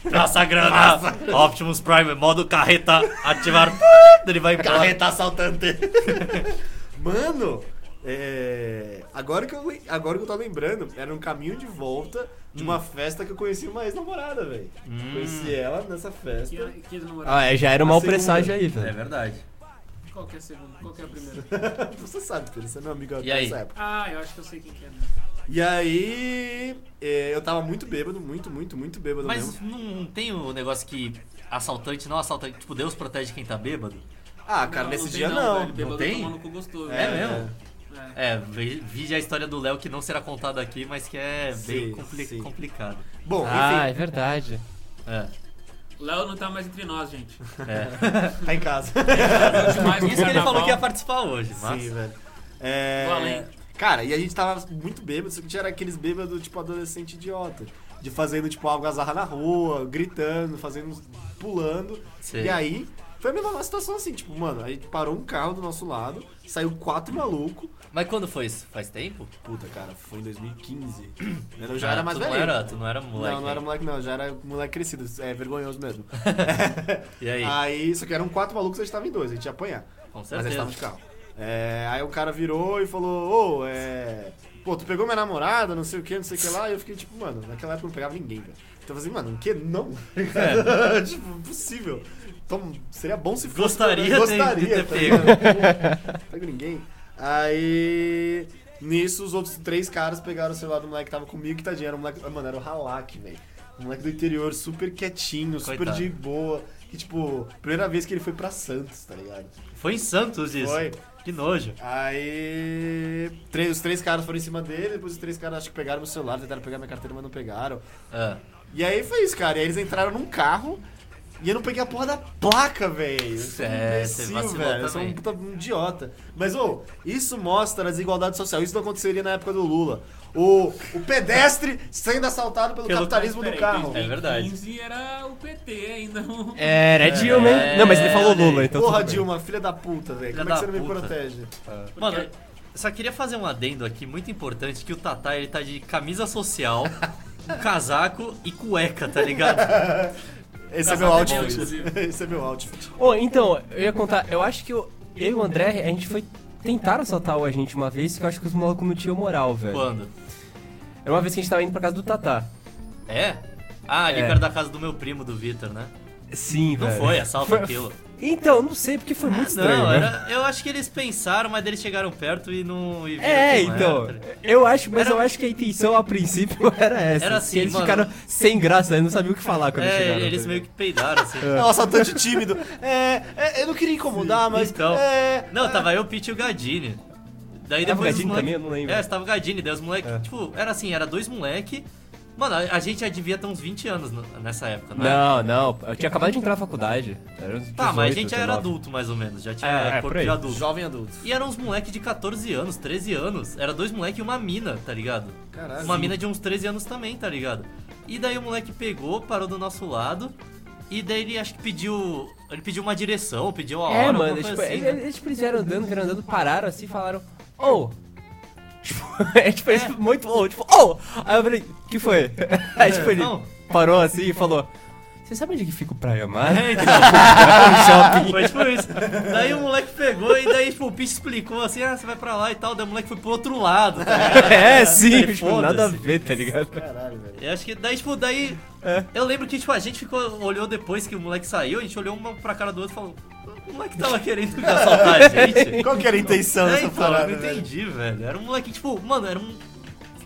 Speaker 2: É.
Speaker 1: Traça a grana! Optimus Prime, modo carreta, ativar. Ele vai embora.
Speaker 2: Carreta assaltante. Mano, é, agora, que eu, agora que eu tô lembrando, era um caminho de volta de
Speaker 4: Hum.
Speaker 2: uma festa que eu conheci uma ex-namorada, velho. Conheci ela nessa festa.
Speaker 5: Que, que namorado?
Speaker 4: Ah, é, já era um
Speaker 2: A
Speaker 4: mau
Speaker 2: segunda.
Speaker 4: presságio aí,
Speaker 1: É
Speaker 4: velho.
Speaker 1: verdade.
Speaker 5: Qual que é a segunda? Qual que é a primeira?
Speaker 2: Você sabe, Pedro, você é meu amigo
Speaker 1: E aí?
Speaker 2: nessa época.
Speaker 5: Ah, eu acho que eu sei quem que é. né?
Speaker 2: E aí, é, eu tava muito bêbado, muito, muito, muito bêbado mesmo.
Speaker 1: Mas não tem o negócio que assaltante não assaltante, tipo, Deus protege quem tá bêbado?
Speaker 2: Ah, cara,
Speaker 5: Não,
Speaker 2: nesse
Speaker 5: não
Speaker 2: dia
Speaker 5: tem,
Speaker 2: não.
Speaker 5: velho. Bêbado
Speaker 1: tem?
Speaker 5: tomando cu gostoso.
Speaker 1: É mesmo?
Speaker 5: É.
Speaker 1: É, vi vi a história do Léo que não será contada aqui, mas que é bem
Speaker 2: Sim,
Speaker 1: compli-
Speaker 2: sim.
Speaker 1: complicado.
Speaker 2: Bom,
Speaker 4: Ah, é
Speaker 2: enfim,
Speaker 4: verdade.
Speaker 1: É,
Speaker 5: Léo não tá mais entre nós, gente.
Speaker 1: é.
Speaker 2: tá em casa.
Speaker 5: Demais,
Speaker 1: Por isso que ele falou que ia
Speaker 5: partir.
Speaker 1: participar hoje, mas.
Speaker 2: Sim, velho. É,
Speaker 5: Tô além.
Speaker 2: Cara, e a gente tava muito bêbado, só que a gente era aqueles bêbados, tipo, adolescente idiota. De fazendo, tipo, algazarra na rua, gritando, fazendo, uns- pulando.
Speaker 1: Sei.
Speaker 2: E aí, foi a mesma situação assim, tipo, mano, a gente parou um carro do nosso lado, saiu quatro malucos.
Speaker 1: Mas quando foi isso? Faz tempo?
Speaker 2: Puta, cara, foi em 2015. Eu já
Speaker 1: Ah,
Speaker 2: era mais
Speaker 1: tu não
Speaker 2: velho.
Speaker 1: era, tu não era moleque.
Speaker 2: Não, não era
Speaker 1: hein?
Speaker 2: moleque, não, já era moleque crescido, é vergonhoso mesmo.
Speaker 1: E aí?
Speaker 2: Aí, só que eram quatro malucos, a gente tava em dois, a gente ia apanhar.
Speaker 1: Com
Speaker 2: Ah, Mas eles
Speaker 1: certeza.
Speaker 2: estavam de carro. É, aí o cara virou e falou, ô, é. Pô, tu pegou minha namorada, não sei o que, não sei o que lá, e eu fiquei tipo, mano, naquela época eu não pegava ninguém, velho. Então eu falei assim, mano, o que não?
Speaker 1: É.
Speaker 2: tipo, impossível. Então, seria bom se fosse.
Speaker 1: Gostaria de-
Speaker 2: eu gostaria
Speaker 1: de ter
Speaker 2: tá ligado? Pô, Pego ninguém. Aí. Nisso, os outros três caras pegaram o celular do moleque que tava comigo, que tadinho, era um moleque. Mano, era o Halak, velho. Um moleque do interior, super quietinho, super
Speaker 1: Coitado.
Speaker 2: de boa. Que, tipo, primeira vez que ele foi pra Santos, tá ligado?
Speaker 1: Foi em Santos isso.
Speaker 2: Foi.
Speaker 1: Que nojo.
Speaker 2: Aí. Três, os três caras foram em cima dele, depois os três caras acho que pegaram meu celular, tentaram pegar minha carteira, mas não pegaram.
Speaker 1: Ah,
Speaker 2: E aí foi isso, cara. E aí eles entraram num carro.
Speaker 3: E eu não peguei a porra da placa, velho. Eu sou um
Speaker 1: É, você
Speaker 3: imbecil,
Speaker 1: vacilou
Speaker 3: velho. Eu sou um
Speaker 1: também.
Speaker 3: puta um idiota. Mas, ô, isso mostra a desigualdade social. Isso não aconteceria na época do Lula. O, o pedestre sendo assaltado pelo,
Speaker 4: Então,
Speaker 1: Pelo-
Speaker 3: capitalismo do
Speaker 5: Peraí,
Speaker 3: carro.
Speaker 1: É verdade. É,
Speaker 5: 2015 era o PT ainda. um, não-
Speaker 4: Era Dilma, hein? Não, mas ele falou
Speaker 1: olha aí.
Speaker 4: Lula, então.
Speaker 3: Porra,
Speaker 4: tudo bem.
Speaker 3: Dilma, filha da puta, velho.
Speaker 1: Filha
Speaker 3: Como é que você
Speaker 1: da
Speaker 3: não me
Speaker 1: puta.
Speaker 3: protege?
Speaker 1: Mano, eu só queria fazer um adendo aqui muito importante, que o Tatá, ele tá de camisa social, um casaco e cueca, tá ligado?
Speaker 3: Esse é
Speaker 5: Tá
Speaker 3: meu
Speaker 5: sabendo,
Speaker 3: outfit.
Speaker 5: inclusive.
Speaker 3: Esse é meu outfit.
Speaker 4: Ô, então, eu ia contar, eu acho que eu, eu e o André, a gente foi. Tentaram assaltar a gente uma vez, que eu acho que os malucos não tinham moral, velho.
Speaker 1: Quando?
Speaker 4: Era uma vez que a gente tava indo pra casa do Tatá.
Speaker 1: É? Ah, ali
Speaker 4: É.
Speaker 1: perto da casa do meu primo, do Vitor, né?
Speaker 4: Sim,
Speaker 1: Não
Speaker 4: velho.
Speaker 1: foi assalto
Speaker 4: Foi-
Speaker 1: aquilo.
Speaker 4: Então, não sei, porque foi muito estranho.
Speaker 1: Ah, Não,
Speaker 4: né?
Speaker 1: era, eu acho que eles pensaram, mas eles chegaram perto e não. E viram
Speaker 4: É,
Speaker 1: que não
Speaker 4: então.
Speaker 1: era, tá ligado?
Speaker 4: Eu acho, mas
Speaker 1: Era-
Speaker 4: eu acho que a intenção a princípio era essa.
Speaker 1: Era assim,
Speaker 4: que eles
Speaker 1: mano.
Speaker 4: ficaram sem graça, eles não sabiam o que falar quando
Speaker 1: É,
Speaker 4: chegaram. tá
Speaker 1: eles
Speaker 4: ligado?
Speaker 1: meio que peidaram assim.
Speaker 3: É um assaltante tímido. É, é, eu não queria incomodar, mas.
Speaker 1: Então.
Speaker 3: é,
Speaker 1: Não, tava eu, Pete e o Gadini. Daí
Speaker 4: Tava o
Speaker 1: depois. os
Speaker 4: Gadini
Speaker 1: moleque-
Speaker 4: também? Eu não lembro.
Speaker 1: É, tava o Gadini, daí os moleques,
Speaker 4: É.
Speaker 1: tipo, era assim, era dois moleque. Mano, a, a gente já devia ter uns 20 anos n- nessa época, né?
Speaker 4: Não, não, eu tinha acabado de entrar na faculdade. Era uns
Speaker 1: Tá, mas a
Speaker 4: 18,
Speaker 1: gente já era
Speaker 4: 19.
Speaker 1: adulto, mais ou menos. Já tinha
Speaker 4: É, é, por
Speaker 1: corpo
Speaker 4: aí.
Speaker 1: de adulto.
Speaker 3: Jovem adulto.
Speaker 1: E eram uns moleque de 14 anos, 13 anos. Era dois moleque e uma mina, tá ligado?
Speaker 3: Caralho.
Speaker 1: Uma mina de uns 13 anos também, tá ligado? E daí o moleque pegou, parou do nosso lado. E daí ele acho que pediu. Ele pediu uma direção, pediu a hora,
Speaker 4: É,
Speaker 1: alguma
Speaker 4: mano,
Speaker 1: coisa
Speaker 4: tipo,
Speaker 1: assim,
Speaker 4: eles,
Speaker 1: né?
Speaker 4: eles, tipo, eles vieram andando, vieram andando, pararam assim e falaram, oh! Tipo, é tipo, eles muito oh, tipo, oh! Aí eu falei, que foi? Aí tipo, ele
Speaker 1: É, não.
Speaker 4: parou assim e falou, você sabe onde que fica o Praia Mar?
Speaker 1: É, então. Foi tipo isso. Daí o moleque pegou e daí, tipo, o Pete explicou assim, ah, você vai pra lá e tal. Daí o moleque foi pro outro lado, tá ligado?
Speaker 4: é, sim,
Speaker 1: Falei,
Speaker 4: tipo, nada a
Speaker 1: "Foda-se."
Speaker 4: ver, tá ligado?
Speaker 3: Caralho, velho.
Speaker 1: Eu acho que daí, tipo, daí.
Speaker 4: É.
Speaker 1: Eu lembro que, tipo, a gente ficou, olhou depois que o moleque saiu, a gente olhou uma pra cara do outro e falou, o moleque tava querendo assaltar a gente.
Speaker 3: Qual que era a intenção
Speaker 1: É,
Speaker 3: dessa
Speaker 1: então, eu
Speaker 3: parada?
Speaker 1: não
Speaker 3: velho?
Speaker 1: entendi, velho. Era um moleque, tipo, mano, era um.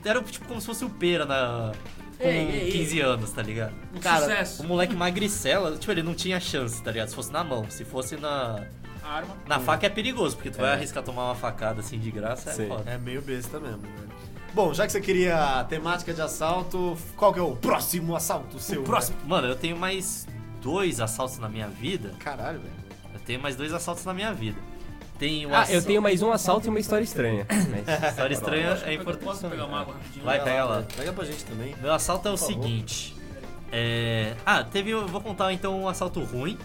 Speaker 1: Era tipo como se fosse o Pera na. Com
Speaker 5: Ei, ei, ei.
Speaker 1: 15 anos, tá ligado?
Speaker 5: Um
Speaker 3: Cara,
Speaker 1: O
Speaker 5: sucesso.
Speaker 1: moleque magricela, tipo, ele não tinha chance, tá ligado? Se fosse na mão, se fosse na.
Speaker 5: Arma.
Speaker 4: Hum.
Speaker 1: Na faca é perigoso, porque tu vai arriscar tomar uma facada assim de graça, é
Speaker 4: Sim.
Speaker 1: foda.
Speaker 3: É meio besta mesmo,
Speaker 1: né?
Speaker 3: velho. Bom, já que você queria a temática de assalto, qual que é o próximo assalto seu?
Speaker 1: Próximo. Mano, eu tenho mais dois assaltos na minha vida.
Speaker 3: velho? né? Caralho, velho.
Speaker 1: Eu tenho mais dois assaltos na minha vida. Tem o
Speaker 4: Ah, eu
Speaker 1: assalto-
Speaker 4: tenho mais um assalto e uma história estranha. Mas-
Speaker 1: História estranha é
Speaker 5: Eu Posso
Speaker 1: importante.
Speaker 5: pegar uma água rapidinho?
Speaker 1: Vai, pega lá.
Speaker 3: Pega pra gente também.
Speaker 1: Meu assalto é o
Speaker 3: Por favor.
Speaker 1: seguinte. É... Ah, teve. Eu vou contar então um assalto ruim.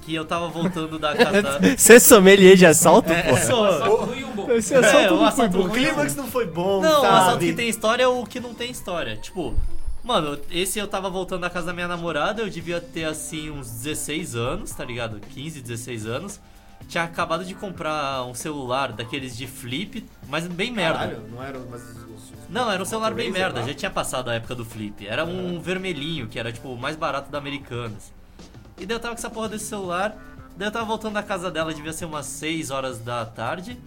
Speaker 1: Que eu tava voltando da casa.
Speaker 4: Você é sommelier de assalto,
Speaker 1: É, só-
Speaker 5: Só ruim um bom.
Speaker 4: Esse assalto
Speaker 1: É, o
Speaker 4: não foi
Speaker 1: assalto
Speaker 4: bom.
Speaker 3: O clímax não foi bom,
Speaker 1: Não,
Speaker 3: sabe?
Speaker 1: o assalto que tem história é o que não tem história. Tipo, mano, esse eu tava voltando da casa da minha namorada, eu devia ter assim uns 16 anos, tá ligado? 15, 16 anos. Tinha acabado de comprar um celular daqueles de flip, mas bem merda.
Speaker 3: Caralho, não era, mas... os- os- os-
Speaker 1: Não, era um celular bem
Speaker 3: Razer,
Speaker 1: merda,
Speaker 3: lá.
Speaker 1: já tinha passado a época do flip. Era um vermelhinho, que era tipo o mais barato da Americanas. E daí eu tava com essa porra desse celular, daí eu tava voltando da casa dela, devia ser umas 6 horas da tarde.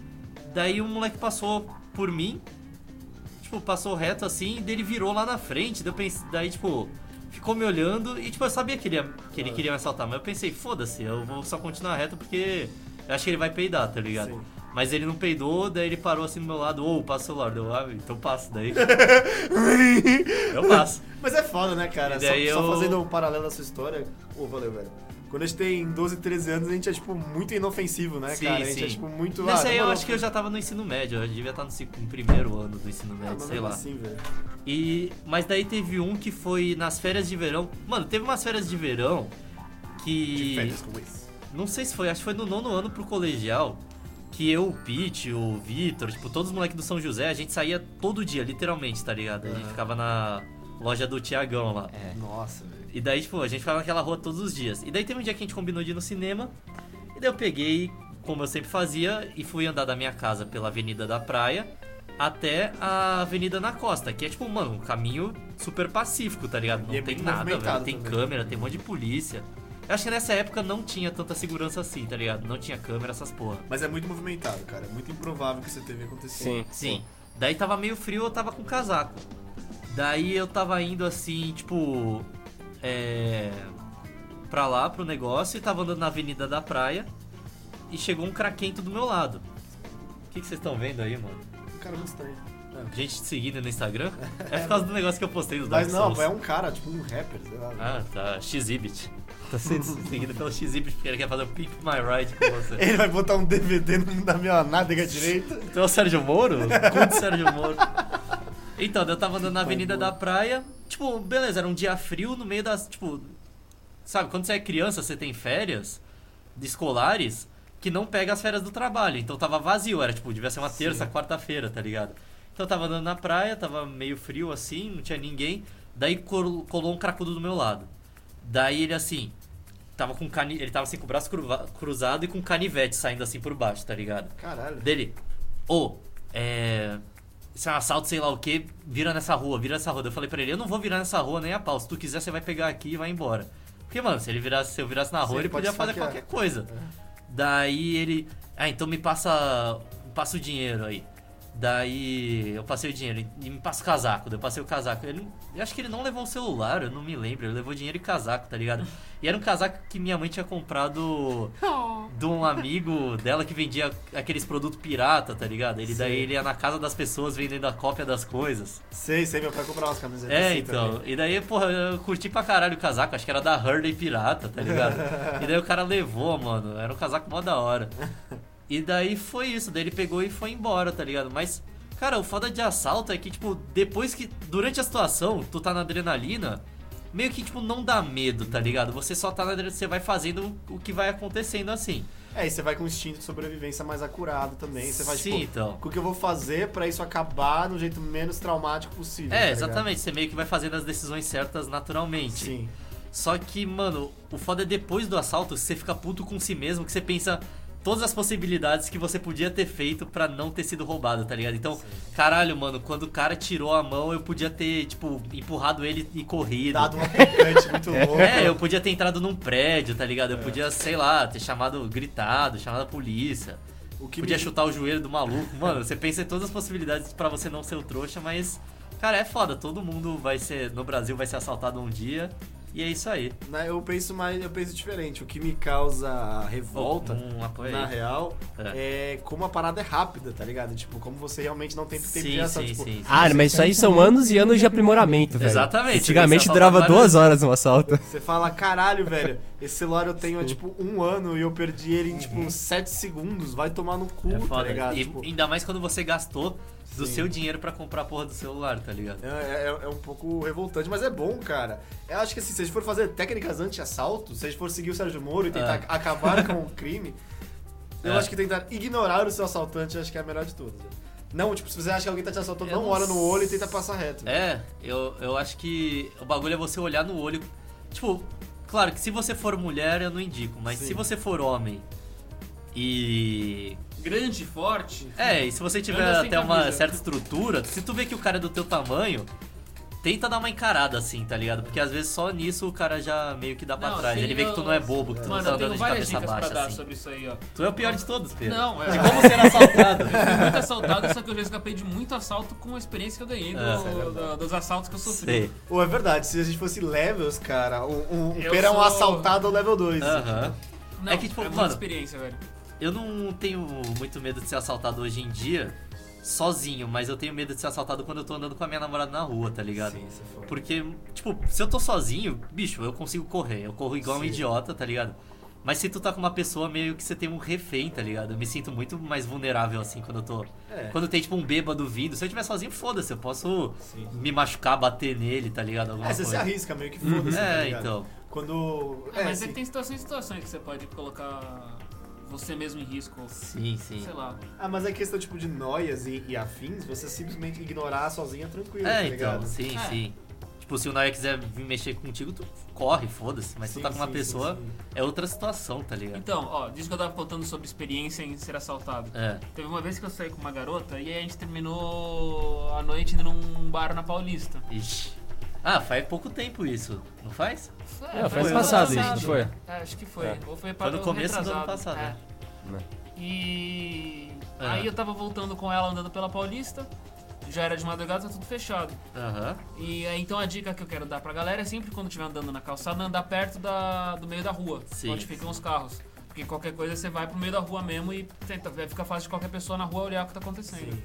Speaker 1: Daí um moleque passou por mim, tipo, passou reto assim, e daí ele virou lá na frente, daí eu pensei, daí tipo, ficou me olhando e tipo, eu sabia que ele, ia- que ele queria me assaltar, mas eu pensei, foda-se, eu vou só continuar reto porque eu acho que ele vai peidar, tá ligado? Mas ele não peidou, daí ele parou assim do meu lado, ou passa o celular, deu, ah, então passa daí. eu passo.
Speaker 3: Mas é foda, né, cara?
Speaker 1: E
Speaker 3: Só,
Speaker 1: daí
Speaker 3: só
Speaker 1: eu-
Speaker 3: fazendo um paralelo à sua história. Ô, valeu, velho. Quando a gente tem 12, 13 anos, a gente é, tipo, muito inofensivo, né,
Speaker 1: Sim,
Speaker 3: cara? A gente
Speaker 1: sim.
Speaker 3: é, tipo, muito...
Speaker 1: Nesse
Speaker 3: ah,
Speaker 1: aí eu
Speaker 3: demorou.
Speaker 1: acho que eu já tava no ensino médio, eu devia estar no seg- no primeiro ano do ensino
Speaker 3: Ah,
Speaker 1: médio,
Speaker 3: mas
Speaker 1: sei
Speaker 3: mesmo
Speaker 1: lá.
Speaker 3: assim, velho.
Speaker 1: E mas daí teve um que foi nas férias de verão. Mano, teve umas férias de verão que
Speaker 3: Férias com isso.
Speaker 1: não sei se foi, acho que foi no nono ano pro colegial que eu, o Pete, o Vitor, tipo, todos os moleques do São José, a gente saía todo dia, literalmente, tá ligado? A gente ficava na loja do Tiagão lá.
Speaker 3: É. Nossa, velho.
Speaker 1: E daí, tipo, a gente ficava naquela rua todos os dias. E daí teve um dia que a gente combinou de ir no cinema. E daí eu peguei, como eu sempre fazia, e fui andar da minha casa pela Avenida da Praia até a Avenida na Costa, que é tipo, mano, um caminho super pacífico, tá ligado? Não
Speaker 3: E é
Speaker 1: tem
Speaker 3: muito
Speaker 1: nada,
Speaker 3: movimentado
Speaker 1: velho. Tem
Speaker 3: também.
Speaker 1: câmera, tem um monte de polícia. Eu acho que nessa época não tinha tanta segurança assim, tá ligado? Não tinha câmera, essas porra.
Speaker 3: Mas é muito movimentado, cara. É muito improvável que isso teve acontecido.
Speaker 4: Sim.
Speaker 1: Sim. Daí tava meio frio, eu tava com casaco. Daí eu tava indo assim, tipo. É. Pra lá, pro negócio, e tava andando na avenida da praia. E chegou um craquento do meu lado. O que que vocês estão vendo aí, mano?
Speaker 3: Cara, é muito estranho.
Speaker 1: Gente te seguindo no Instagram? É por causa do negócio que eu postei do Dark
Speaker 3: Mas não,
Speaker 1: Souls.
Speaker 3: é um cara, tipo um rapper, sei lá.
Speaker 1: Ah, tá. Xibit. tá sendo seguido pelo XY porque ele quer fazer o Pimp My Ride com você.
Speaker 3: Ele vai botar um DVD no- na minha nádega direita.
Speaker 1: Então é o Sérgio Moro? Conta o Sérgio Moro. Então, eu tava andando na Avenida da Praia. Tipo, beleza, era um dia frio no meio das. Tipo. Sabe, quando você é criança, você tem férias de escolares que não pega as férias do trabalho. Então tava vazio, era tipo, devia ser uma terça, quarta-feira, tá ligado? Então eu tava andando na praia, tava meio frio assim, não tinha ninguém. Daí col- colou um cracudo do meu lado. Daí ele assim. Tava com cani... Ele tava assim com o braço cruva- cruzado e com um canivete saindo assim por baixo, tá ligado?
Speaker 3: Caralho.
Speaker 1: dele, ô, é. Isso é um assalto, sei lá o que, vira nessa rua, vira nessa rua. Daí Eu falei pra ele, eu não vou virar nessa rua nem a pau. Se tu quiser, você vai pegar aqui e vai embora. Porque, mano, se ele virasse, se eu virasse na rua,
Speaker 3: ele
Speaker 1: ele
Speaker 3: pode
Speaker 1: podia fazer
Speaker 3: esfaquear. É.
Speaker 1: qualquer coisa. Daí ele. Ah, então me passa. Me passa o dinheiro aí. Daí eu passei o dinheiro e me passa o casaco. Daí eu passei o casaco. Ele, eu acho que ele não levou o celular, eu não me lembro. Ele levou dinheiro e casaco, tá ligado? E era um casaco que minha mãe tinha comprado
Speaker 3: Oh.
Speaker 1: de um amigo dela que vendia aqueles produtos pirata, tá ligado? Ele daí ele ia na casa das pessoas vendendo a cópia das coisas.
Speaker 3: Sei, sei, meu pai comprou umas camisetas.
Speaker 1: É,
Speaker 3: assim
Speaker 1: então.
Speaker 3: também.
Speaker 1: E daí, porra, eu curti pra caralho o casaco. Acho que era da Hurley Pirata, tá ligado? e daí o cara levou, mano. Era um casaco mó da hora. E daí foi isso. Daí ele pegou e foi embora, tá ligado? Mas, cara, o foda de assalto é que, tipo, depois que. Durante a situação, tu tá na adrenalina. Meio que, tipo, não dá medo, tá ligado? Você só tá na adrenalina. Você vai fazendo o que vai acontecendo assim.
Speaker 3: É, e você vai com um instinto de sobrevivência mais acurado também. Você vai,
Speaker 1: Sim,
Speaker 3: tipo,
Speaker 1: então.
Speaker 3: o que eu vou fazer pra isso acabar do jeito menos traumático possível. tá
Speaker 1: É,
Speaker 3: ligado?
Speaker 1: exatamente. Você meio que vai fazendo as decisões certas naturalmente.
Speaker 3: Sim.
Speaker 1: Só que, mano, o foda é depois do assalto você fica puto com si mesmo, que você pensa todas as possibilidades que você podia ter feito pra não ter sido roubado, tá ligado? Então, caralho, mano, quando o cara tirou a mão, eu podia ter, tipo, empurrado ele e corrido.
Speaker 3: Dado um atacante muito louco.
Speaker 1: É, eu podia ter entrado num prédio, tá ligado? Eu
Speaker 3: É.
Speaker 1: podia, sei lá, ter chamado, gritado, chamado a polícia.
Speaker 3: O que
Speaker 1: podia
Speaker 3: me-
Speaker 1: chutar o joelho do maluco. Mano, você pensa em todas as possibilidades pra você não ser o trouxa, mas, cara, é foda. Todo mundo vai ser, no Brasil, vai ser assaltado um dia. E é isso aí.
Speaker 3: né, eu penso mais, eu penso diferente. O que me causa revolta,
Speaker 1: Um apoio
Speaker 3: na
Speaker 1: aí.
Speaker 3: real, é. como a parada é rápida, tá ligado? Tipo, como você realmente não tem tempo de
Speaker 1: Sim,
Speaker 3: reação.
Speaker 1: sim,
Speaker 3: tipo,
Speaker 1: sim.
Speaker 4: Ah, mas isso aí são anos e anos de aprimoramento, velho.
Speaker 1: Exatamente.
Speaker 4: Antigamente
Speaker 1: Você
Speaker 4: durava
Speaker 1: assaltava
Speaker 4: duas horas um assalto.
Speaker 3: Você fala, caralho, velho, esse celular eu tenho há tipo um ano e eu perdi ele em tipo 7 segundos, vai tomar no cu,
Speaker 1: Uhum. É
Speaker 3: tá
Speaker 1: foda.
Speaker 3: ligado?
Speaker 1: E
Speaker 3: Tipo,
Speaker 1: ainda mais quando você gastou do
Speaker 3: Sim.
Speaker 1: seu dinheiro pra comprar a porra do celular, tá ligado?
Speaker 3: é, é- é um pouco revoltante, mas é bom, cara. Eu acho que assim, se a gente for fazer técnicas anti-assalto, se a gente for seguir o Sérgio Moro e tentar
Speaker 1: É.
Speaker 3: acabar com o crime, eu
Speaker 1: É.
Speaker 3: acho que tentar ignorar o seu assaltante eu acho que é a melhor de todas. Não, tipo, se você acha que alguém tá te assaltando,
Speaker 1: Eu
Speaker 3: não
Speaker 1: não
Speaker 3: olha no olho e tenta passar reto.
Speaker 1: É, eu, eu acho que o bagulho é você olhar no olho. Tipo, claro que se você for mulher eu não indico, mas
Speaker 3: Sim.
Speaker 1: se você for homem e.
Speaker 5: Grande, forte.
Speaker 1: É, e se você tiver
Speaker 5: Anda sem
Speaker 1: até uma
Speaker 5: camisa.
Speaker 1: certa estrutura, se tu vê que o cara é do teu tamanho. Tenta dar uma encarada assim, tá ligado? Porque às vezes só nisso o cara já meio que dá pra
Speaker 5: Não,
Speaker 1: trás.
Speaker 5: sim,
Speaker 1: Ele vê que tu
Speaker 5: eu-
Speaker 1: não é bobo, que tu
Speaker 5: Mano,
Speaker 1: não tá
Speaker 5: eu tenho
Speaker 1: andando de
Speaker 5: várias
Speaker 1: cabeça
Speaker 5: dicas pra
Speaker 1: baixa
Speaker 5: dar
Speaker 1: assim.
Speaker 5: sobre isso aí, ó.
Speaker 1: Tu é o pior de todos, Pedro.
Speaker 5: Não, é.
Speaker 1: De como ser assaltado.
Speaker 5: Eu fui muito assaltado, só que eu já escapei de muito assalto com a experiência que eu ganhei do-
Speaker 1: É,
Speaker 3: isso é verdade.
Speaker 5: do- dos assaltos que eu sofri.
Speaker 1: Sei.
Speaker 3: Ou é verdade, se a gente fosse levels, cara, um, um, um
Speaker 5: Eu
Speaker 3: pera é um
Speaker 5: sou-
Speaker 3: assaltado ao level 2.
Speaker 1: Aham.
Speaker 5: Não,
Speaker 1: É que, tipo,
Speaker 5: é muita
Speaker 1: mano-
Speaker 5: experiência, velho.
Speaker 1: Eu não tenho muito medo de ser assaltado hoje em dia sozinho, mas eu tenho medo de ser assaltado quando eu tô andando com a minha namorada na rua, tá ligado?
Speaker 3: Sim, é se for.
Speaker 1: Porque, tipo, se eu tô sozinho, bicho, eu consigo correr. Eu corro igual um idiota, tá ligado? Mas se tu tá com uma pessoa, meio que você tem um refém, tá ligado? Eu me sinto muito mais vulnerável, assim, quando eu tô...
Speaker 3: É.
Speaker 1: Quando tem, tipo, um bêbado vindo. Se eu estiver sozinho, foda-se. Eu posso me machucar, bater nele, tá ligado? Alguma
Speaker 3: É, você se
Speaker 1: coisa.
Speaker 3: arrisca meio que foda-se, tá
Speaker 1: É,
Speaker 3: ligado?
Speaker 1: então.
Speaker 3: Quando. assim,
Speaker 5: Ah, mas
Speaker 3: sim.
Speaker 5: é que tem situações e situações que você pode colocar você mesmo em risco.
Speaker 1: Sim, sim.
Speaker 5: Sei lá.
Speaker 3: Ah, mas é questão tipo de noias e, e afins, você simplesmente ignorar sozinha tranquilo, tá
Speaker 1: É, então,
Speaker 3: ligado?
Speaker 1: sim,
Speaker 5: É.
Speaker 1: sim. Tipo, se o Nair quiser vir mexer contigo, tu corre, foda-se. Mas se
Speaker 3: Sim,
Speaker 1: tu tá com uma
Speaker 3: sim, sim,
Speaker 1: pessoa,
Speaker 3: sim.
Speaker 1: é outra situação, tá ligado?
Speaker 5: Então, ó, disso que eu tava contando sobre experiência em ser assaltado.
Speaker 1: É.
Speaker 5: Teve uma vez que eu saí com uma garota e aí a gente terminou a noite indo num bar na Paulista.
Speaker 1: Ixi. Ah, faz pouco tempo isso, não faz?
Speaker 5: É,
Speaker 4: Não, foi
Speaker 5: ano
Speaker 4: ano passado isso, não foi?
Speaker 5: É, acho que foi.
Speaker 4: É.
Speaker 5: Ou foi
Speaker 1: Foi
Speaker 5: para
Speaker 1: no
Speaker 5: o
Speaker 1: começo do ano
Speaker 5: retrasado.
Speaker 1: passado,
Speaker 5: É.
Speaker 1: né?
Speaker 5: E
Speaker 1: É.
Speaker 5: aí eu tava voltando com ela andando pela Paulista. Já era de madrugada, tá tudo fechado.
Speaker 1: Aham.
Speaker 5: E aí, então a dica que eu quero dar pra galera é sempre quando estiver andando na calçada, andar perto da, do meio da rua,
Speaker 1: Sim.
Speaker 5: onde ficam os carros. Porque qualquer coisa você vai pro meio da rua mesmo e tenta, vai ficar fácil de qualquer pessoa na rua olhar o que tá acontecendo.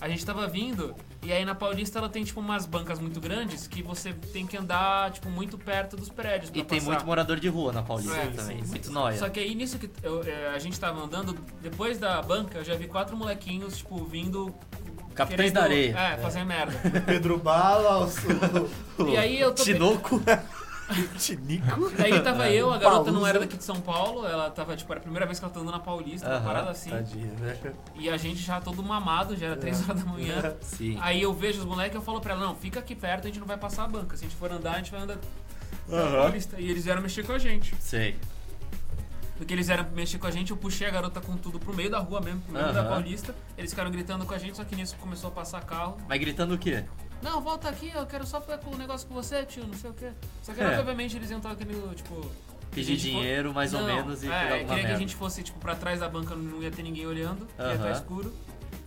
Speaker 5: A gente tava vindo, e aí na Paulista ela tem, tipo, umas bancas muito grandes que você tem que andar, tipo, muito perto dos prédios pra
Speaker 1: E tem
Speaker 5: passar.
Speaker 1: muito né? morador de rua na Paulista
Speaker 5: Sim,
Speaker 1: também.
Speaker 5: sim, sim,
Speaker 1: muito
Speaker 5: sim.
Speaker 1: nóia.
Speaker 5: Só que aí nisso que eu- é, a gente tava andando, depois da banca, eu já vi quatro molequinhos, tipo, vindo.
Speaker 1: Capitães
Speaker 5: querendo-
Speaker 1: da Areia.
Speaker 5: É, fazendo merda.
Speaker 2: Pedro Bala, o
Speaker 5: E aí eu tô.
Speaker 1: Tinoco.
Speaker 2: Tinico.
Speaker 5: Aí tava eu, a garota não
Speaker 2: Palusa.
Speaker 5: era daqui de São Paulo, ela tava, tipo, era a primeira vez que ela tá andando na Paulista, uma
Speaker 1: Aham,
Speaker 5: parada assim.
Speaker 2: Tadinha, né?
Speaker 5: E a gente já todo mamado, já era três horas da manhã.
Speaker 1: Sim.
Speaker 5: Aí eu vejo os moleques e eu falo pra ela, não, fica aqui perto, a gente não vai passar a banca. Se a gente for andar, a gente vai andar na Paulista. E eles vieram mexer com a gente.
Speaker 1: Sei.
Speaker 5: Porque eles vieram mexer com a gente, eu puxei a garota com tudo pro meio da rua mesmo, pro meio
Speaker 1: Aham.
Speaker 5: da Paulista. Eles ficaram gritando com a gente, só que nisso começou a passar carro.
Speaker 1: Mas gritando o quê?
Speaker 5: Não, volta aqui, eu quero só falar com o negócio com você, tio, não sei o quê. Só que
Speaker 1: É.
Speaker 5: era, obviamente eles iam estar querendo, tipo. que a
Speaker 1: Pedir
Speaker 5: gente fo-
Speaker 1: dinheiro, mais ou
Speaker 5: Não,
Speaker 1: menos, e
Speaker 5: é,
Speaker 1: pegar
Speaker 5: queria
Speaker 1: alguma
Speaker 5: que a
Speaker 1: merda.
Speaker 5: gente fosse, tipo, pra trás da banca, não ia ter ninguém olhando, ia
Speaker 1: Aham.
Speaker 5: estar escuro.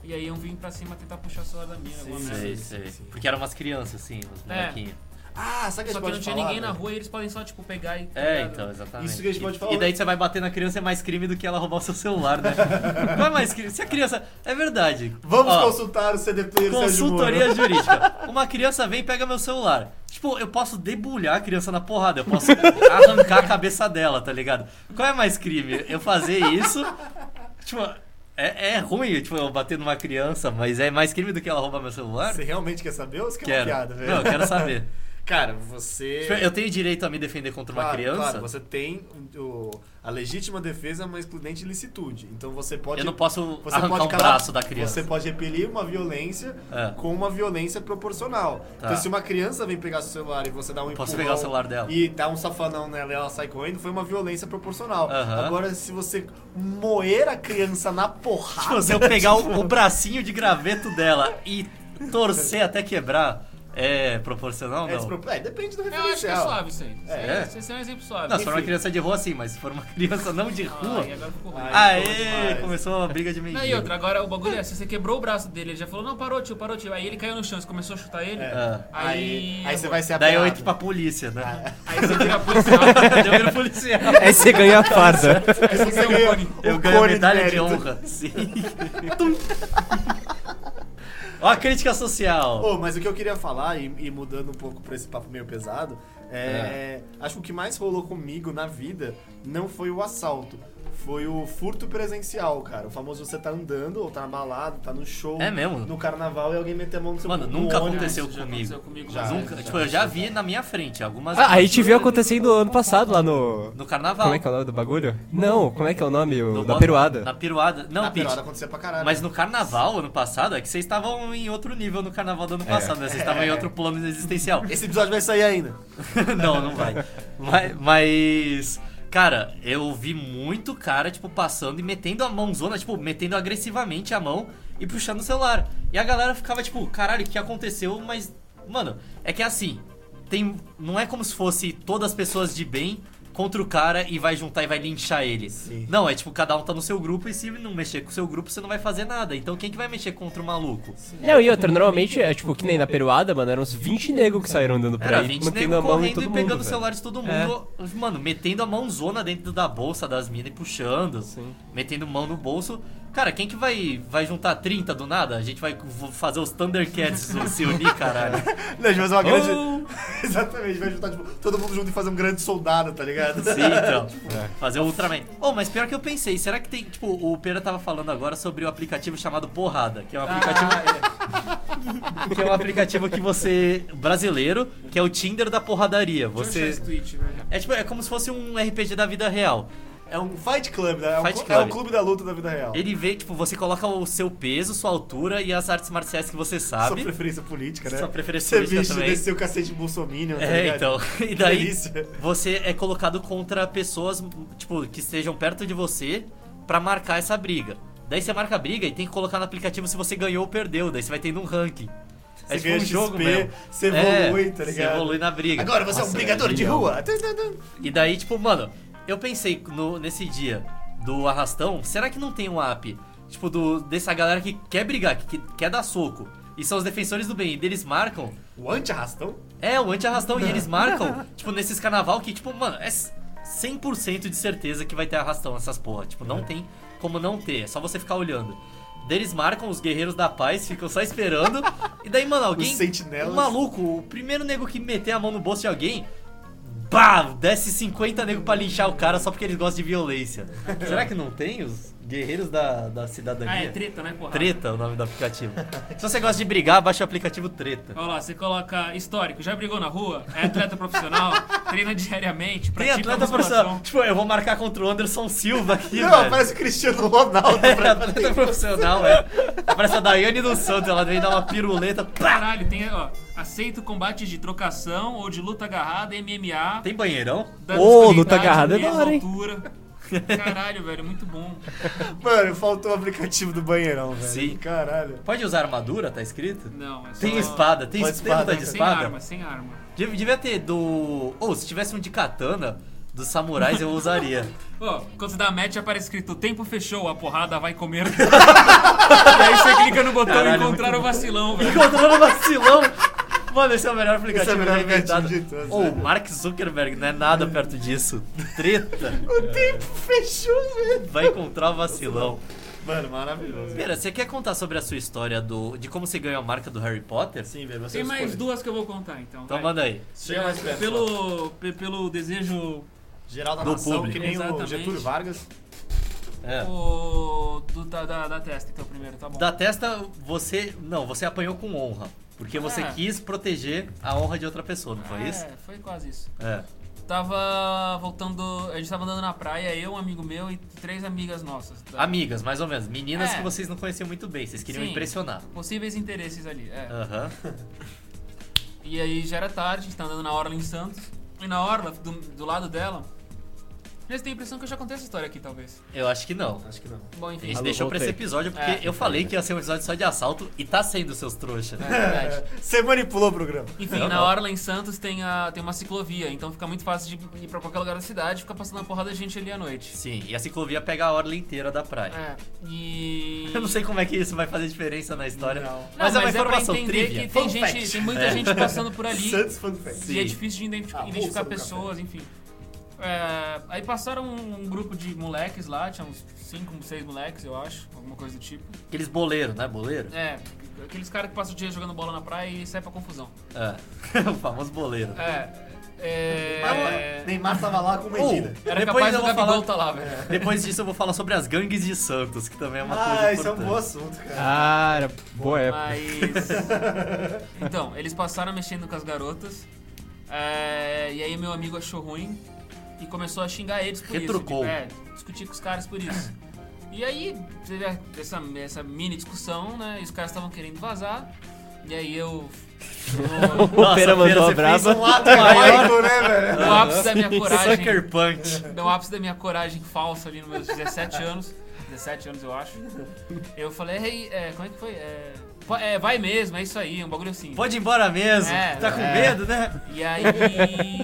Speaker 5: E aí iam vir pra cima tentar puxar o celular da minha, alguma merda.
Speaker 1: Sei, sei. Porque eram umas crianças, assim, uns
Speaker 5: É.
Speaker 1: molequinhos.
Speaker 2: Ah, sabe o que
Speaker 5: Só
Speaker 2: a gente
Speaker 5: que
Speaker 2: pode
Speaker 5: não tinha
Speaker 2: falar,
Speaker 5: ninguém na
Speaker 3: né?
Speaker 2: velho?
Speaker 5: rua e eles podem só, tipo, pegar e. tá
Speaker 1: É,
Speaker 5: ligado?
Speaker 1: então, exatamente.
Speaker 2: Isso que a gente
Speaker 1: E-
Speaker 2: pode falar.
Speaker 1: E daí você vai bater na criança é mais crime do que ela roubar o seu celular, né? não é mais crime. Se a criança. É verdade.
Speaker 2: Vamos
Speaker 1: Ó,
Speaker 2: consultar o CD Player Sérgio Moro.
Speaker 1: Consultoria jurídica. Uma criança vem e pega meu celular. Tipo, eu posso debulhar a criança na porrada, eu posso arrancar a cabeça dela, tá ligado? Qual é mais crime? Eu fazer isso. Tipo, é, é ruim, tipo, eu bater numa criança, mas é mais crime do que ela roubar meu celular?
Speaker 2: Você realmente quer saber ou você quer é uma
Speaker 1: Quero.
Speaker 2: piada, velho?
Speaker 1: Não, eu quero saber.
Speaker 3: Cara, você.
Speaker 1: Tipo, eu tenho direito a me defender contra uma
Speaker 3: Claro,
Speaker 1: criança?
Speaker 3: Claro, você tem o- a legítima defesa, uma excludente licitude. Então você pode.
Speaker 1: Eu não posso
Speaker 3: você
Speaker 1: arrancar
Speaker 3: pode
Speaker 1: um
Speaker 3: calar-
Speaker 1: braço da criança.
Speaker 3: Você pode repelir uma violência
Speaker 1: É.
Speaker 3: com uma violência proporcional.
Speaker 1: Tá.
Speaker 3: Então se uma criança vem pegar seu celular e você dá um
Speaker 1: Posso
Speaker 3: empurrão
Speaker 1: pegar o celular dela.
Speaker 3: E dá um safanão nela e ela sai correndo, foi uma violência proporcional.
Speaker 1: Aham.
Speaker 3: Agora, se você moer a criança na porrada.
Speaker 1: Tipo, se eu pegar o, o bracinho de graveto dela e torcer até quebrar, é proporcional ou
Speaker 3: é,
Speaker 1: não?
Speaker 3: despropor- é, depende do
Speaker 5: Eu acho que
Speaker 3: referencial.
Speaker 5: é suave isso aí. Isso aí-
Speaker 1: É?
Speaker 5: Isso aí é um exemplo suave.
Speaker 1: Não, se for uma
Speaker 3: Enfim.
Speaker 1: criança de rua, sim, mas se for uma criança não de rua.
Speaker 5: Ai, agora ficou ruim.
Speaker 1: Aê, começou uma briga de mendigo.
Speaker 5: Não, e outra, agora o bagulho é, se você quebrou o braço dele, ele já falou, não, parou, tio, parou, tio. Aí ele caiu no chão, você começou a chutar ele.
Speaker 1: Ah,
Speaker 5: Aí,
Speaker 3: Aí, aí você vai ser
Speaker 1: daí eu
Speaker 3: apelado.
Speaker 1: entro pra polícia,
Speaker 3: Ah,
Speaker 1: né?
Speaker 5: aí você vira policial,
Speaker 1: Daí eu viro policial.
Speaker 4: Aí você ganha a farda.
Speaker 5: aí você ganha um cone.
Speaker 1: Eu
Speaker 3: O
Speaker 1: ganho a
Speaker 3: cone de
Speaker 1: medalha de
Speaker 3: mérito.
Speaker 1: honra. Sim. Tum. Ó, a crítica social.
Speaker 3: Ô, mas o que eu queria falar, e, e mudando um pouco pra esse papo meio pesado, é, acho que o que mais rolou comigo na vida não foi o assalto. Foi o furto presencial, cara. O famoso você tá andando, ou tá na balada, tá no show.
Speaker 1: É mesmo?
Speaker 3: No carnaval e alguém meter a mão no seu
Speaker 1: Mano,
Speaker 3: no
Speaker 1: nunca
Speaker 3: ônibus.
Speaker 1: aconteceu
Speaker 5: Isso já
Speaker 1: comigo.
Speaker 5: aconteceu comigo, um
Speaker 1: Mas
Speaker 5: mas
Speaker 1: nunca- tipo, eu já vi na minha frente algumas
Speaker 4: Ah, a gente viu acontecendo ano passado lá no.
Speaker 1: no carnaval.
Speaker 4: Como é que é o nome do bagulho? Não, como é que é o nome? O...
Speaker 1: No
Speaker 4: Da
Speaker 1: Bo-
Speaker 4: peruada.
Speaker 1: Na peruada. Não,
Speaker 3: Na
Speaker 1: Pete,
Speaker 3: pirada Ah, aconteceu pra caralho.
Speaker 1: um Mas no carnaval, ano passado, é que vocês estavam em outro nível no carnaval do ano passado, né? Vocês estavam em outro plano existencial.
Speaker 3: É. Esse episódio vai sair ainda.
Speaker 1: não, não vai. Mas, mas, cara, eu vi muito cara, tipo, passando e metendo a mãozona, tipo, metendo agressivamente a mão e puxando o celular. E a galera ficava, tipo, caralho, o que aconteceu? Mas, mano, é que é assim, tem, não é como se fosse todas as pessoas de bem contra o cara e vai juntar e vai linchar ele. Não, é tipo, cada um tá no seu grupo e se não mexer com o seu grupo, você não vai fazer nada. Então quem que vai mexer contra o maluco?
Speaker 4: Não, e outra, normalmente é tipo que nem na peruada, mano, eram uns 20 negros que saíram andando por
Speaker 1: Era
Speaker 4: aí,
Speaker 1: 20
Speaker 4: mantendo
Speaker 1: nego
Speaker 4: a mão
Speaker 1: correndo
Speaker 4: em todo
Speaker 1: e
Speaker 4: mundo.
Speaker 1: pegando
Speaker 4: velho.
Speaker 1: o celular de todo mundo, mano, metendo a mãozona dentro da bolsa das minas e puxando,
Speaker 4: Sim.
Speaker 1: metendo mão no bolso. Cara, quem que vai, vai juntar 30 do nada? A gente vai v- fazer os Thundercats se- se unir, caralho.
Speaker 3: Não, a gente vai fazer uma grande.
Speaker 1: Oh!
Speaker 3: Exatamente, vai juntar tipo, todo mundo junto e fazer um grande soldado, tá ligado?
Speaker 1: Sim, então.
Speaker 4: É.
Speaker 1: Fazer o Ultraman. Oh, mas pior que eu pensei, será que tem. Tipo, o Pera tava falando agora sobre o aplicativo chamado Porrada, que é um aplicativo. que é um aplicativo que você. brasileiro, que é o Tinder da porradaria.
Speaker 5: Você...
Speaker 1: Você.
Speaker 5: esse tweet, velho.
Speaker 1: É tipo, é como se fosse um RPG da vida real.
Speaker 3: É um fight club, né? É um,
Speaker 1: Fight
Speaker 3: clu-
Speaker 1: club.
Speaker 3: é um clube da luta da vida real.
Speaker 1: Ele vê, tipo, você coloca o seu peso, sua altura e as artes marciais que você
Speaker 3: Sua
Speaker 1: sabe.
Speaker 3: preferência política, né?
Speaker 1: Sua preferência
Speaker 3: Você
Speaker 1: política
Speaker 3: viste
Speaker 1: também.
Speaker 3: descer o cacete de Bolsonaro, tá
Speaker 1: É,
Speaker 3: ligado?
Speaker 1: então. E daí
Speaker 3: delícia.
Speaker 1: você é colocado contra pessoas, tipo, que estejam perto de você pra marcar essa briga. Daí você marca a briga e tem que colocar no aplicativo se você ganhou ou perdeu. Daí você vai tendo um ranking.
Speaker 3: Você
Speaker 1: é tipo
Speaker 3: ganha
Speaker 1: um jogo
Speaker 3: XP,
Speaker 1: mesmo.
Speaker 3: você
Speaker 1: É,
Speaker 3: evolui, tá ligado?
Speaker 1: Você evolui na briga.
Speaker 3: Agora você é um
Speaker 4: Nossa,
Speaker 3: brigador
Speaker 4: é
Speaker 3: de
Speaker 4: genial.
Speaker 3: rua.
Speaker 1: E daí, tipo, mano, eu pensei no- nesse dia do arrastão, será que não tem um app, tipo, do, dessa galera que quer brigar, que, que quer dar soco, e são os defensores do bem, e eles marcam,
Speaker 3: O anti-arrastão?
Speaker 1: é, o anti-arrastão, e eles marcam, tipo, nesses carnaval que, tipo, mano, é c- 100% de certeza que vai ter arrastão nessas porra, tipo, não tem como não ter, é só você é ficar olhando. Daí eles marcam os guerreiros da paz, ficam só esperando. e daí, mano, alguém.
Speaker 3: Os sentinelas.
Speaker 1: O maluco, o primeiro nego que meter a mão no bolso de alguém. Bah, desce 50 nego pra linchar o cara só porque eles gostam de violência. Será que não tem os guerreiros da, da cidadania?
Speaker 5: Ah, é treta, né, porra?
Speaker 1: Treta é o nome do aplicativo. Se você gosta de brigar, baixa o aplicativo Treta.
Speaker 5: Olha lá, você coloca histórico, já brigou na rua, é atleta profissional, treina
Speaker 1: Tem
Speaker 5: diariamente, pratica
Speaker 1: atleta
Speaker 5: musculação.
Speaker 1: profissional. Tipo, eu vou marcar contra o Anderson Silva aqui,
Speaker 3: Não,
Speaker 1: velho.
Speaker 3: parece o Cristiano Ronaldo.
Speaker 1: É, atleta profissional, é. Parece a Daiane dos Santos, ela vem dar uma piruleta. Pá!
Speaker 5: Caralho, tem, ó, aceito combates de trocação ou de luta agarrada, MMA.
Speaker 1: Tem banheirão?
Speaker 5: danos
Speaker 4: Ô,
Speaker 5: por
Speaker 4: luta
Speaker 5: idade,
Speaker 4: agarrada é
Speaker 5: peso,
Speaker 4: da hora, hein?
Speaker 5: altura. Caralho, velho, muito bom.
Speaker 3: Mano, faltou o aplicativo do banheirão, velho.
Speaker 1: Sim.
Speaker 3: Caralho.
Speaker 1: Pode usar armadura, tá escrito?
Speaker 5: Não, é só... É,
Speaker 1: Tem espada, tem
Speaker 2: Pode
Speaker 1: espada,
Speaker 2: espada,
Speaker 1: de
Speaker 3: né?
Speaker 5: Sem
Speaker 1: espada.
Speaker 5: arma, sem arma.
Speaker 1: Dev- Devia ter do. Ou se tivesse um de katana, dos samurais eu usaria.
Speaker 5: Ó, quando você dá match, aparece escrito tempo fechou, a porrada vai comer. e aí você clica no botão
Speaker 1: Caralho, é
Speaker 5: encontrar o vacilão, velho.
Speaker 1: Encontrando vacilão. Mano, esse é o melhor aplicativo
Speaker 3: Esse é o melhor
Speaker 1: já inventado.
Speaker 3: aplicativo de todos,
Speaker 1: Ou
Speaker 3: né?
Speaker 1: Mark Zuckerberg não é nada perto disso. Treta.
Speaker 3: O tempo fechou, velho.
Speaker 1: Vai encontrar o vacilão.
Speaker 3: Mano, maravilhoso.
Speaker 1: Pera, você quer contar sobre a sua história do de como você ganhou a marca do Harry Potter?
Speaker 2: Sim, velho, você
Speaker 3: é
Speaker 5: Tem mais
Speaker 2: escolhe.
Speaker 5: duas que eu vou contar, então.
Speaker 1: Então
Speaker 5: vai.
Speaker 1: manda aí.
Speaker 2: Chega mais perto.
Speaker 5: Pelo, pe- pelo desejo
Speaker 2: Geral da
Speaker 1: do
Speaker 2: nação,
Speaker 1: público.
Speaker 2: que nem o
Speaker 5: Exatamente.
Speaker 2: Getúlio Vargas.
Speaker 1: É.
Speaker 5: o- do- da, da, da testa, então, primeiro, tá bom.
Speaker 1: Da testa, você. Não, você apanhou com honra. Porque você
Speaker 5: É.
Speaker 1: quis proteger a honra de outra pessoa, não foi
Speaker 5: é,
Speaker 1: isso?
Speaker 5: foi quase isso.
Speaker 1: É.
Speaker 5: Tava voltando, a gente tava andando na praia, eu, um amigo meu e três amigas nossas. tá? da-
Speaker 1: Amigas, mais ou menos. Meninas
Speaker 5: É.
Speaker 1: que vocês não conheciam muito bem, vocês queriam
Speaker 5: Sim.
Speaker 1: impressionar.
Speaker 5: Possíveis interesses ali, é.
Speaker 1: Aham.
Speaker 5: E aí já era tarde, a gente tá andando na Orla em Santos. E na Orla, do, do lado dela. Mas tem a impressão que eu já contei essa história aqui, talvez.
Speaker 1: Eu acho que não.
Speaker 2: Acho que não.
Speaker 5: Bom,
Speaker 1: A
Speaker 5: enfim.
Speaker 1: gente
Speaker 4: Alô,
Speaker 1: deixou pra
Speaker 4: voltei.
Speaker 1: esse episódio porque
Speaker 5: É.
Speaker 1: eu falei que ia ser um episódio só de assalto e tá sendo seus trouxas.
Speaker 5: É verdade.
Speaker 3: Você manipulou o programa.
Speaker 5: Enfim,
Speaker 1: Não,
Speaker 5: na
Speaker 1: não.
Speaker 5: Orla em Santos tem, a, tem uma ciclovia, então fica muito fácil de ir pra qualquer lugar da cidade e ficar passando uma porrada de gente ali à noite.
Speaker 1: Sim, e a ciclovia pega a orla inteira da praia.
Speaker 5: É, e.
Speaker 1: Eu não sei como é que isso vai fazer diferença na história,
Speaker 3: Não.
Speaker 5: Não,
Speaker 1: mas é uma
Speaker 5: pra
Speaker 1: informação
Speaker 5: entender
Speaker 1: trivia.
Speaker 5: que tem,
Speaker 2: Fun fact.
Speaker 5: gente, tem muita gente passando por ali.
Speaker 3: É. Santos Fun Fact.
Speaker 1: Sim.
Speaker 5: E é difícil de identi-
Speaker 2: Ah, bolsa
Speaker 5: identificar
Speaker 2: do
Speaker 5: pessoas, enfim. É, aí passaram um, um grupo de moleques lá, tinha uns 5, 6 moleques, eu acho, alguma coisa do tipo.
Speaker 1: Aqueles boleiros, né? Boleiro?
Speaker 5: É, aqueles caras que passam o dia jogando bola na praia e sai pra confusão.
Speaker 1: É. o famoso boleiro.
Speaker 5: É. é,
Speaker 2: Mas, Neymar tava lá com
Speaker 1: Ou,
Speaker 2: medida.
Speaker 5: né? era
Speaker 1: depois
Speaker 5: capaz
Speaker 1: eu
Speaker 5: do
Speaker 1: vou
Speaker 5: Gabigol
Speaker 1: falar...
Speaker 5: tá lá, velho.
Speaker 1: Depois disso eu vou falar sobre as gangues de Santos, que também é uma coisa
Speaker 3: Ah, isso é um
Speaker 1: importante.
Speaker 3: bom assunto, cara.
Speaker 4: Ah, era boa época.
Speaker 5: Mas. Então, eles passaram mexendo com as garotas. é, e aí meu amigo achou ruim e começou a xingar eles por
Speaker 1: Retrucou.
Speaker 5: isso. Tipo, é, discutir com os caras por isso. E aí teve a- essa, essa mini discussão, né? E os caras estavam querendo vazar. E aí eu. no-
Speaker 4: O Pera mandou
Speaker 1: você
Speaker 4: a brava.
Speaker 1: fez um ato maior.
Speaker 3: Heróico, né, velho?
Speaker 5: No ápice da minha coragem.
Speaker 1: Sucker Punch.
Speaker 5: No ápice da minha coragem falsa ali nos meus 17 anos. 17 anos eu acho. Eu falei, "Ei, é, como é que foi? É, va- é, vai mesmo, é isso aí, é um bagulho assim.
Speaker 1: Pode ir embora mesmo.
Speaker 5: É,
Speaker 1: tá com
Speaker 5: é.
Speaker 1: medo, né?
Speaker 5: E aí,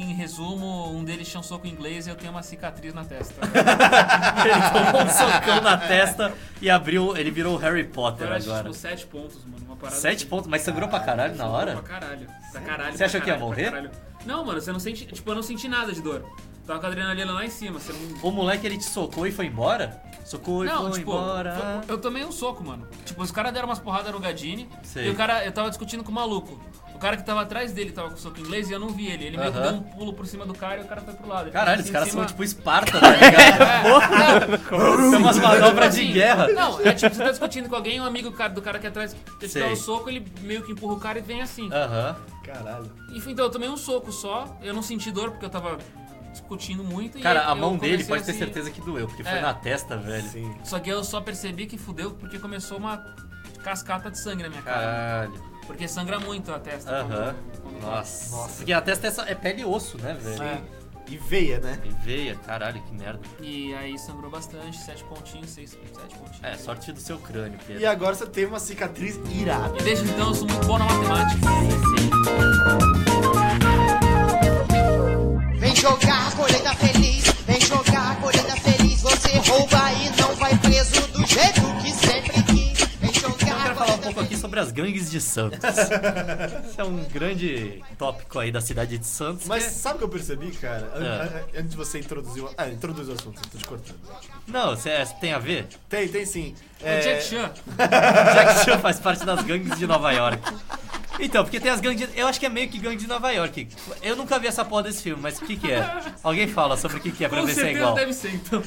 Speaker 5: em resumo, um deles tinha um soco inglês e eu tenho uma cicatriz na testa.
Speaker 1: Ele tomou um socão na testa e abriu. Ele virou o Harry Potter
Speaker 5: Agora,
Speaker 1: agora.
Speaker 5: tipo, 7 pontos, mano. Uma parada
Speaker 1: Sete
Speaker 5: assim.
Speaker 1: pontos, mas sangrou pra caralho na
Speaker 5: Pra
Speaker 1: hora?
Speaker 5: caralho. Pra caralho.
Speaker 1: Você
Speaker 5: pra
Speaker 1: achou que ia
Speaker 5: caralho, pra
Speaker 1: morrer?
Speaker 5: caralho. Não, mano, você não sente. Tipo, eu não senti nada de dor. Tava com a adrenalina lá em cima. Você não.
Speaker 1: O moleque ele te socou e foi embora? Socou e
Speaker 5: Não,
Speaker 1: foi
Speaker 5: tipo,
Speaker 1: embora.
Speaker 5: foi- eu tomei um soco, mano. Tipo, os caras deram umas porradas no Gadini.
Speaker 1: Sei.
Speaker 5: E o cara, eu tava discutindo com o maluco. O cara que tava atrás dele tava com soco inglês e eu não vi ele. Ele meio que
Speaker 1: Aham.
Speaker 5: deu um pulo por cima do cara e o cara foi pro lado. Ele
Speaker 1: Caralho, os
Speaker 5: tava assim
Speaker 1: caras
Speaker 5: em
Speaker 1: são
Speaker 5: cima-
Speaker 1: tipo Esparta, tá ligado?
Speaker 5: É, não,
Speaker 1: São umas manobras de
Speaker 5: Assim,
Speaker 1: guerra.
Speaker 5: Não, é tipo, você tá discutindo com alguém, um amigo cara- do cara que é atrás te
Speaker 1: Sei.
Speaker 5: dá um soco, ele meio que empurra o cara e vem assim.
Speaker 1: Aham.
Speaker 2: Caralho.
Speaker 5: Enfim, então eu tomei um soco só, eu não senti dor porque eu tava discutindo muito. e
Speaker 1: Cara, a
Speaker 5: eu
Speaker 1: mão dele
Speaker 5: comecei
Speaker 1: pode ter
Speaker 5: assim-
Speaker 1: certeza que doeu, porque foi
Speaker 5: É.
Speaker 1: na testa, velho.
Speaker 3: Sim.
Speaker 5: Só que eu só percebi que fudeu porque começou uma cascata de sangue na minha cara.
Speaker 1: Caralho.
Speaker 5: Porque sangra muito a testa.
Speaker 1: Aham.
Speaker 5: quando- quando-
Speaker 1: Nossa. Porque a testa é, só- é pele e osso, né, velho?
Speaker 5: É,
Speaker 2: E veia, né?
Speaker 1: E veia, caralho, que merda.
Speaker 5: e aí sangrou bastante, sete pontinhos, seis, sete pontinhos.
Speaker 1: É, sorte do seu crânio, Pedro.
Speaker 2: E agora você tem uma cicatriz irada.
Speaker 5: E desde então eu sou muito bom na matemática.
Speaker 8: Vem jogar colheita feliz, vem jogar colheita feliz. Você rouba e não vai preso do jeito que sempre quis. Vem
Speaker 1: Então eu
Speaker 8: jogar
Speaker 1: quero falar um
Speaker 8: colheita
Speaker 1: pouco aqui
Speaker 8: feliz.
Speaker 1: sobre sobre as gangues de Santos. Esse é um grande tópico aí da cidade de Santos.
Speaker 3: Mas
Speaker 1: que-
Speaker 3: sabe o que eu percebi, cara? An-
Speaker 1: É.
Speaker 3: an- Antes de você introduzir o... Ah, introduz o assunto, eu tô te cortando.
Speaker 1: Não, cê- tem a ver?
Speaker 3: Tem, tem sim.
Speaker 5: O Jack
Speaker 3: É,
Speaker 5: Chan.
Speaker 1: Jack Chan faz parte das gangues de Nova York. Então, porque tem as gangues. de- Eu acho que é meio que gangue de Nova York. Eu nunca vi essa porra desse filme, mas o que, que é? Alguém fala sobre o que, que é pra
Speaker 5: Com
Speaker 1: ver se é
Speaker 5: certeza
Speaker 1: igual.
Speaker 5: deve ser, então.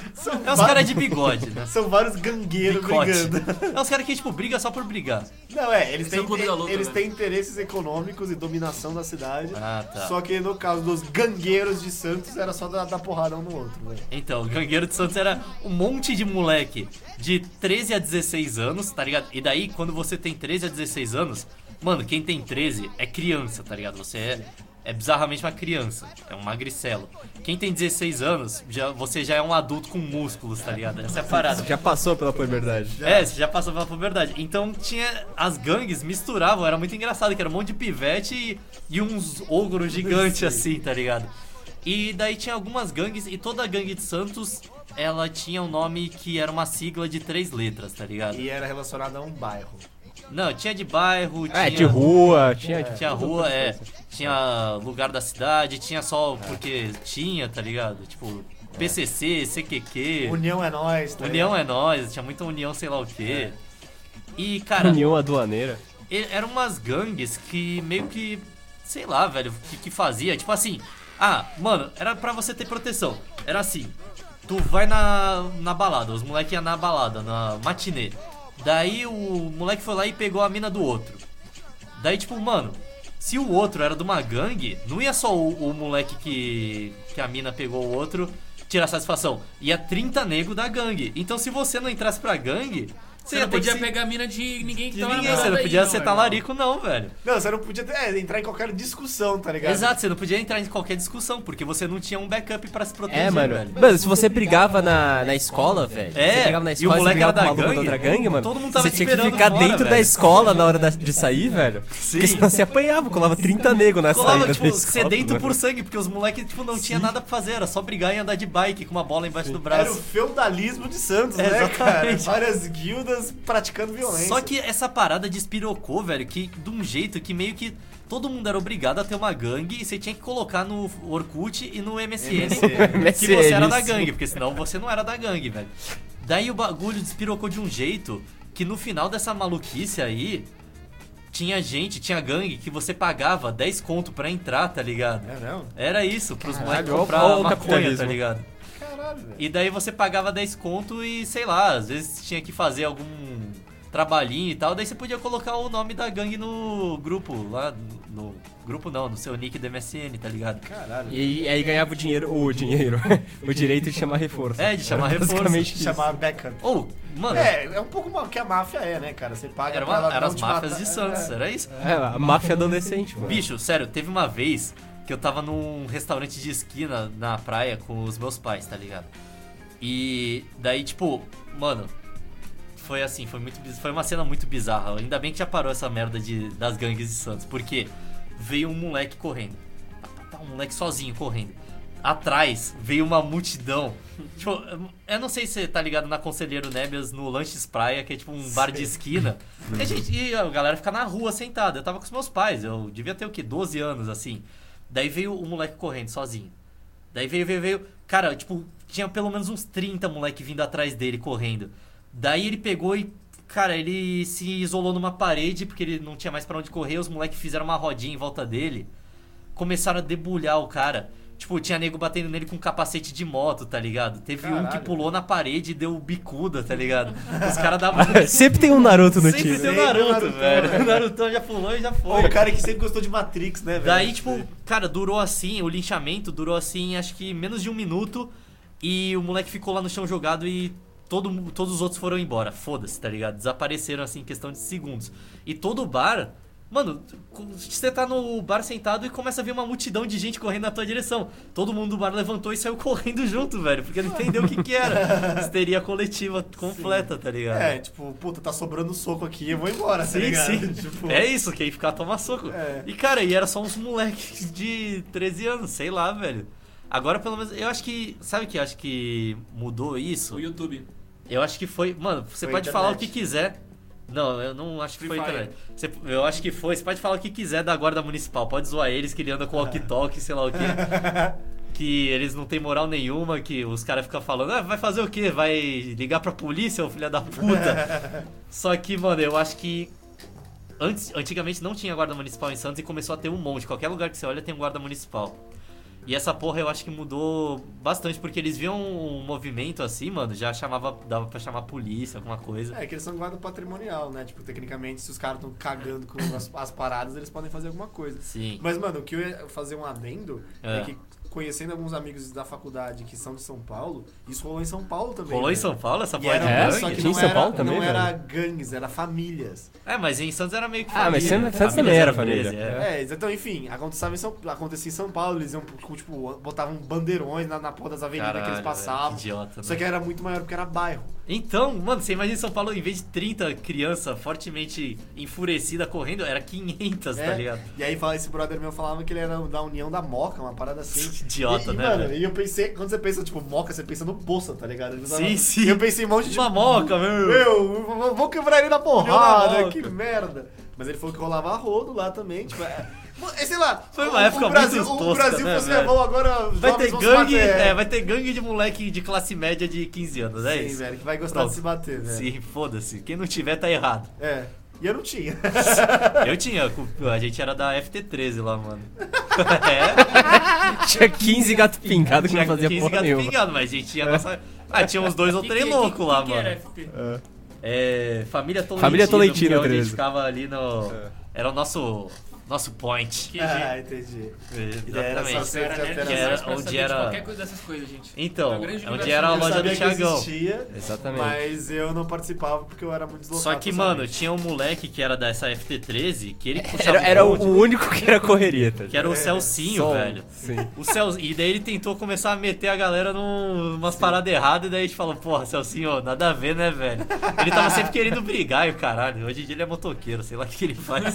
Speaker 1: É uns caras de bigode, né?
Speaker 3: são vários gangueiros
Speaker 1: Bicote.
Speaker 3: brigando.
Speaker 1: É uns caras que, tipo, briga só por brigar.
Speaker 3: Não, é, eles,
Speaker 5: Esse é
Speaker 3: têm,
Speaker 5: o clube da luta,
Speaker 3: eles
Speaker 5: né?
Speaker 3: têm interesses econômicos e dominação da cidade.
Speaker 1: Ah, tá.
Speaker 3: Só que no caso dos gangueiros de Santos, era só dar, dar porrada um no outro, né?
Speaker 1: Então, o Gangueiro de Santos era um monte de moleque de 13 a 16 anos, tá ligado? E daí, quando você tem 13 a 16 anos, mano, quem tem 13 é criança, tá ligado? Você é, é bizarramente uma criança, é um magricelo. Quem tem 16 anos, já, você já é um adulto com músculos, tá ligado? Essa é a parada.
Speaker 4: Já passou pela puberdade.
Speaker 1: É, você já passou pela puberdade. Então tinha. As gangues misturavam, era muito engraçado, que era um monte de pivete e, e uns ogros gigantes assim, tá ligado? E daí tinha algumas gangues, e toda a gangue de Santos, ela tinha um nome que era uma sigla de três letras, tá ligado?
Speaker 3: E era relacionado a um bairro.
Speaker 1: Não, tinha de bairro, tinha.
Speaker 4: É, de rua, tinha.
Speaker 1: Tinha rua, é. Tinha lugar da cidade, tinha só porque tinha, tá ligado? Tipo, PCC, CQQ,
Speaker 3: União é nós, tá
Speaker 1: União
Speaker 3: ligado?
Speaker 1: é Nós, tinha muita União sei lá o quê. E, cara,
Speaker 4: União aduaneira.
Speaker 1: E- eram umas gangues que meio que, sei lá, velho, que, que fazia, tipo assim, ah, mano, era pra você ter proteção. Era assim, tu vai na, na balada, os moleques iam na balada, na matinê. Daí o moleque foi lá e pegou a mina do outro. Daí, tipo, mano, se o outro era de uma gangue, não ia só o, o moleque que, que a mina pegou o outro tirar satisfação. Ia 30 nego da gangue. Então, se você não entrasse pra gangue,
Speaker 5: Você
Speaker 1: ia
Speaker 5: não
Speaker 1: ter que
Speaker 5: podia
Speaker 1: se-
Speaker 5: pegar a mina de ninguém que
Speaker 1: de
Speaker 4: Então
Speaker 5: tava na
Speaker 4: é
Speaker 1: ninguém, você
Speaker 5: balada
Speaker 1: não
Speaker 5: aí,
Speaker 1: podia acertar
Speaker 5: irmão.
Speaker 1: larico, não, velho.
Speaker 3: Não, você não podia ter- é, entrar em qualquer discussão, tá ligado?
Speaker 1: Exato, você não podia entrar em qualquer discussão, porque você não tinha um backup pra se proteger,
Speaker 4: É, mano.
Speaker 1: velho.
Speaker 4: Mano, se você brigava na, na escola, velho.
Speaker 1: É,
Speaker 4: você brigava na
Speaker 1: e o
Speaker 4: escola, você
Speaker 1: moleque era
Speaker 4: brigava com o
Speaker 1: da
Speaker 4: maluco da
Speaker 1: gangue,
Speaker 4: outra gangue, mano.
Speaker 1: todo mundo tava
Speaker 4: você
Speaker 1: te
Speaker 4: tinha que
Speaker 1: esperando
Speaker 4: ficar
Speaker 1: fora,
Speaker 4: dentro da
Speaker 1: velho.
Speaker 4: escola na hora da- de sair, velho. Porque senão você apanhava, colava 30 nego na
Speaker 1: Colava,
Speaker 4: saída da
Speaker 1: tipo,
Speaker 4: escola,
Speaker 1: sedento
Speaker 4: mano.
Speaker 1: por sangue, porque os moleques, tipo, não tinha nada pra fazer, era só brigar e andar de bike com uma bola embaixo do
Speaker 3: Era o
Speaker 1: braço.
Speaker 3: feudalismo de Santos,
Speaker 1: É,
Speaker 3: né, cara?
Speaker 1: exatamente.
Speaker 3: Várias guildas praticando violência.
Speaker 1: Só que essa parada despirocou, velho, que de um jeito que meio que todo mundo era obrigado a ter uma gangue e você tinha que colocar no Orkut e no MSN, É que você era da
Speaker 4: isso.
Speaker 1: gangue, porque senão você não era da gangue, velho. Daí o bagulho despirocou de um jeito que no final dessa maluquice aí tinha gente, tinha gangue que você pagava 10 conto pra entrar, tá ligado?
Speaker 3: É, não?
Speaker 1: Era isso, pros moleques
Speaker 4: olha o-
Speaker 1: comprar
Speaker 4: olha o
Speaker 1: maconha, tá
Speaker 4: capitalismo.
Speaker 1: ligado?
Speaker 3: Caralho, velho.
Speaker 1: E daí você pagava 10 conto e, sei lá, às vezes tinha que fazer algum trabalhinho e tal, daí você podia colocar o nome da gangue no grupo, lá no, no grupo não, no seu nick do MSN, tá ligado?
Speaker 3: Caralho.
Speaker 4: E aí ganhava o dinheiro, o dinheiro, o direito de chamar reforço.
Speaker 1: É, de chamar
Speaker 4: Era
Speaker 1: reforço.
Speaker 4: Basicamente isso.
Speaker 3: Chamar backup.
Speaker 1: Ou, mano,
Speaker 3: É, é um pouco o que a máfia é, né, cara? Você paga
Speaker 1: era
Speaker 3: pra ela
Speaker 1: uma, eram as
Speaker 3: não te
Speaker 1: máfias
Speaker 3: matar.
Speaker 1: de Santos,
Speaker 3: É,
Speaker 1: era isso?
Speaker 4: É, a máfia adolescente, mano.
Speaker 1: Bicho, sério, teve uma vez que eu tava num restaurante de esquina na praia com os meus pais, tá ligado? E daí, tipo, mano, foi assim, foi muito biz- foi uma cena muito bizarra. Ainda bem que já parou essa merda de, das gangues de Santos, porque veio um moleque correndo. Pá, pá, pá, Um moleque sozinho correndo. Atrás veio uma multidão. Tipo, eu- eu não sei se você tá ligado na Conselheiro Nebias no Lanches Praia, que é tipo um bar de esquina. E a, gente, e a galera fica na rua sentada. Eu tava com os meus pais, eu devia ter o quê? 12 anos assim. Daí veio o moleque correndo sozinho. Daí veio, veio, veio. Cara, tipo, tinha pelo menos uns 30 moleque vindo atrás dele correndo. Daí ele pegou e, cara, ele se isolou numa parede porque ele não tinha mais pra onde correr. Os moleques fizeram uma rodinha em volta dele. Começaram a debulhar o cara. Tipo, tinha nego batendo nele com capacete de moto, tá ligado? Teve um que
Speaker 3: Caralho.
Speaker 1: pulou na parede e deu bicuda, tá ligado? Os caras davam
Speaker 4: Sempre tem um Naruto no
Speaker 1: Sempre
Speaker 4: time.
Speaker 1: tem o
Speaker 3: Sempre
Speaker 1: Naruto,
Speaker 3: o Naruto,
Speaker 1: velho. O Naruto já pulou e já foi.
Speaker 3: O cara que sempre gostou de Matrix,
Speaker 2: É
Speaker 3: né, velho?
Speaker 1: Daí, tipo, cara, durou assim, o linchamento durou assim, acho que menos de um minuto. E o moleque ficou lá no chão jogado e todo, mu- todos os outros foram embora. Foda-se, tá ligado? Desapareceram assim em questão de segundos. E todo o bar. Mano, co- você tá no bar sentado e começa a vir uma multidão de gente correndo na tua direção. Todo mundo do bar levantou e saiu correndo junto, velho, porque não entendeu o que que era. Histeria coletiva completa, tá ligado?
Speaker 3: É, tipo, puta, tá sobrando soco aqui, eu vou embora, tá
Speaker 1: Sim,
Speaker 3: ligado?
Speaker 1: sim.
Speaker 3: Tipo,
Speaker 1: É isso, quem ficar toma soco.
Speaker 3: É.
Speaker 1: E cara, e era só uns moleques de 13 anos, sei lá, velho. Agora pelo menos, eu acho que, sabe o que eu acho que mudou isso?
Speaker 5: O YouTube.
Speaker 1: Eu acho que foi, mano, você
Speaker 3: Foi
Speaker 1: pode
Speaker 3: a
Speaker 1: falar o que
Speaker 3: internet.
Speaker 1: quiser. Não, eu não acho que foi
Speaker 5: Free Fire.
Speaker 1: internet. Você- eu acho que foi. Você pode falar o que quiser da guarda municipal. Pode zoar eles que ele anda com walkie-talkie, sei lá o quê. que eles não têm moral nenhuma, que os caras ficam falando, ah, vai fazer o quê? Vai ligar pra polícia, ô filha da puta? Só que, mano, eu acho que. Antes, antigamente não tinha guarda municipal em Santos e começou a ter um monte. Qualquer lugar que você olha tem um guarda municipal. E essa porra eu acho que mudou bastante, porque eles viam um movimento assim, mano, já chamava, dava pra chamar a polícia, alguma coisa.
Speaker 3: É, que eles são guarda patrimonial, né? Tipo, tecnicamente, se os caras estão cagando com as, as paradas, eles podem fazer alguma coisa.
Speaker 1: Sim.
Speaker 3: Mas, mano, o que eu ia fazer um adendo é,
Speaker 1: É.
Speaker 3: que, conhecendo alguns amigos da faculdade que são de São Paulo, isso rolou em São Paulo também.
Speaker 1: Rolou em
Speaker 3: né?
Speaker 1: São Paulo essa
Speaker 3: E
Speaker 1: porra
Speaker 3: era,
Speaker 1: de
Speaker 4: É,
Speaker 1: gangue?
Speaker 3: só que
Speaker 4: Em
Speaker 3: não
Speaker 4: São
Speaker 3: era,
Speaker 4: Paulo também,
Speaker 3: não
Speaker 4: velho?
Speaker 3: era gangues, era famílias.
Speaker 1: É, mas em Santos era meio que
Speaker 4: Ah, mas
Speaker 1: família.
Speaker 4: Santos- Santos também era
Speaker 1: japonesa,
Speaker 4: família.
Speaker 1: é.
Speaker 3: É, então, enfim, aconteceu em São, acontecia em São Paulo, eles iam, tipo, botavam bandeirões na, na porra das avenidas que
Speaker 1: Caralho, velho,
Speaker 3: eles passavam.
Speaker 1: que idiota,
Speaker 3: só
Speaker 1: né?
Speaker 3: que era muito maior porque era bairro.
Speaker 1: Então, mano, você imagina São Paulo, em vez de 30 crianças fortemente enfurecida correndo, era 500, tá
Speaker 3: É,
Speaker 1: ligado?
Speaker 3: E aí fala- esse brother meu falava que ele era da União da Moca, uma parada assim.
Speaker 1: Que idiota,
Speaker 3: e, e,
Speaker 1: né,
Speaker 3: Mano,
Speaker 1: velho?
Speaker 3: e eu pensei, quando você pensa, tipo, Moca, você pensa no Bolsa, tá ligado? Ele usava-
Speaker 1: Sim, sim.
Speaker 3: E eu pensei em um monte de.
Speaker 1: Uma moca, Tipo, meu.
Speaker 3: Meu, vou- vou quebrar ele na
Speaker 1: União da
Speaker 3: porrada,
Speaker 1: Moca.
Speaker 3: que merda. Mas ele falou que rolava rodo lá também, tipo. É, é, sei lá,
Speaker 1: Foi
Speaker 3: o-
Speaker 1: uma época
Speaker 3: o Brasil,
Speaker 1: muito
Speaker 3: O
Speaker 1: tosca,
Speaker 3: Brasil
Speaker 1: né,
Speaker 3: fosse
Speaker 1: velho?
Speaker 3: levar agora. os
Speaker 1: Vai
Speaker 3: jovens
Speaker 1: ter
Speaker 3: vão se
Speaker 1: gangue,
Speaker 3: bater.
Speaker 1: é, vai ter gangue de moleque de classe média de 15 anos, é
Speaker 3: Sim,
Speaker 1: isso?
Speaker 3: velho, é. que vai gostar
Speaker 1: Pronto.
Speaker 3: de se bater, velho.
Speaker 1: Sim, foda-se. Quem não tiver tá errado.
Speaker 3: É. E eu não tinha.
Speaker 1: Eu tinha, cu- a gente era da FT13 lá, mano. É,
Speaker 4: Tinha 15 gato pingado que não fazia porra
Speaker 1: gato
Speaker 4: nenhuma. É.
Speaker 1: pingado, mas a gente tinha a nossa. Ah, tinha uns dois ou
Speaker 5: Que
Speaker 1: três
Speaker 5: que-
Speaker 1: loucos
Speaker 5: que-
Speaker 1: lá,
Speaker 5: que
Speaker 1: mano.
Speaker 5: era FP?
Speaker 1: É, família Tolentino.
Speaker 4: Família Tolentino,
Speaker 1: que é onde a gente
Speaker 4: 13.
Speaker 1: ficava ali no.
Speaker 3: É.
Speaker 1: Era o nosso. Nosso point.
Speaker 5: Que
Speaker 3: ah,
Speaker 5: jeito.
Speaker 3: entendi. era só
Speaker 1: Exatamente.
Speaker 5: Eu
Speaker 3: Era
Speaker 5: era nerd demais
Speaker 1: era-
Speaker 5: pra
Speaker 1: onde
Speaker 5: saber
Speaker 1: era-
Speaker 5: de qualquer coisa dessas coisas, gente.
Speaker 1: Então,
Speaker 5: Era um grande
Speaker 1: onde
Speaker 5: universo
Speaker 1: era a
Speaker 5: mesmo.
Speaker 1: loja
Speaker 3: eu
Speaker 1: do
Speaker 3: sabia que
Speaker 1: Thiagão. É.
Speaker 3: existia,
Speaker 4: Exatamente.
Speaker 3: mas eu não participava porque eu era muito deslocado.
Speaker 1: Só que,
Speaker 3: socialmente.
Speaker 1: mano, tinha um moleque que era dessa FT13 que ele puxava
Speaker 4: Era, era
Speaker 1: um
Speaker 4: o
Speaker 1: bonde,
Speaker 4: o único que era correria, tá ligado?
Speaker 1: que era o Celcinho,
Speaker 4: Só um.
Speaker 1: velho.
Speaker 4: Sim.
Speaker 1: O Cel... E daí ele tentou começar a meter a galera num- numas paradas erradas, e daí a gente falou, porra, Celcinho, nada a ver, né, velho? Ele tava sempre querendo brigar e o caralho. Hoje em dia ele é motoqueiro, sei lá o que ele faz.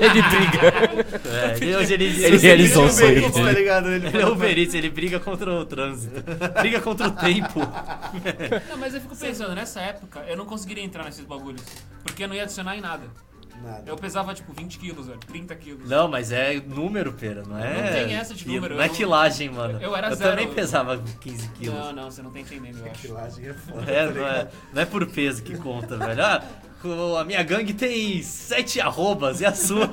Speaker 4: Ele briga.
Speaker 1: É, ele- hoje ele,
Speaker 4: Ele realizou o
Speaker 1: ele-
Speaker 4: sonho
Speaker 3: Uber Eats,
Speaker 4: dele.
Speaker 3: tá ligado? Ele
Speaker 1: Ele é Uber Eats, ele briga contra o trânsito. Briga contra o tempo.
Speaker 5: Não, mas eu fico pensando, nessa época eu não conseguiria entrar nesses bagulhos. Porque eu não ia adicionar em nada.
Speaker 3: Nada.
Speaker 5: Eu pesava tipo 20 quilos, velho, 30 quilos.
Speaker 1: Não, mas é número, pera, não é.
Speaker 5: Não tem essa de
Speaker 1: quilo,
Speaker 5: número,
Speaker 1: Não é
Speaker 5: eu-
Speaker 1: quilagem, mano.
Speaker 5: eu era
Speaker 1: Eu
Speaker 5: zero.
Speaker 1: também pesava 15 quilos.
Speaker 5: não, não, você não tá entendendo, eu acho.
Speaker 3: Filagem é foda.
Speaker 1: É, não é, não é por peso que conta, velho. Ah, co- a minha gangue tem sete arrobas e a sua.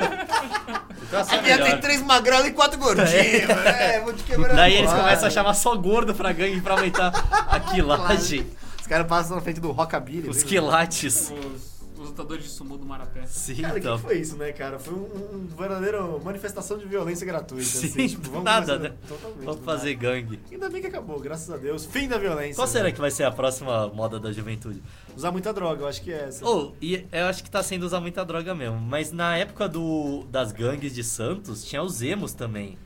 Speaker 1: Então, a sua é
Speaker 2: A minha
Speaker 1: melhor.
Speaker 2: tem três magrelos e quatro gordinhos. é, vou te quebrar.
Speaker 1: Daí eles
Speaker 3: Claro.
Speaker 1: começam a chamar só gordo pra gangue pra aumentar a quilagem,
Speaker 3: Os caras passam na frente do Rockabilly.
Speaker 1: os
Speaker 3: né?
Speaker 1: quilates.
Speaker 5: Os, os lutadores de sumo do Marapé.
Speaker 1: Sim,
Speaker 3: Cara, o
Speaker 1: então.
Speaker 3: que foi isso, né, cara? Foi um, um verdadeiro manifestação de violência gratuita.
Speaker 1: Sim,
Speaker 3: assim, tipo,
Speaker 1: do
Speaker 3: vamos
Speaker 1: nada,
Speaker 3: fazer-
Speaker 1: né?
Speaker 3: Totalmente.
Speaker 1: Vamos
Speaker 3: do
Speaker 1: fazer
Speaker 3: nada.
Speaker 1: gangue.
Speaker 3: Ainda bem que acabou, graças a Deus. Fim da violência.
Speaker 2: é
Speaker 1: Qual será
Speaker 3: né?
Speaker 1: que vai ser a próxima moda da juventude?
Speaker 3: Usar muita droga, eu acho que é essa.
Speaker 1: Ou, e eu acho que tá sendo usar muita droga mesmo. Mas na época do, das gangues de Santos, tinha os emos também.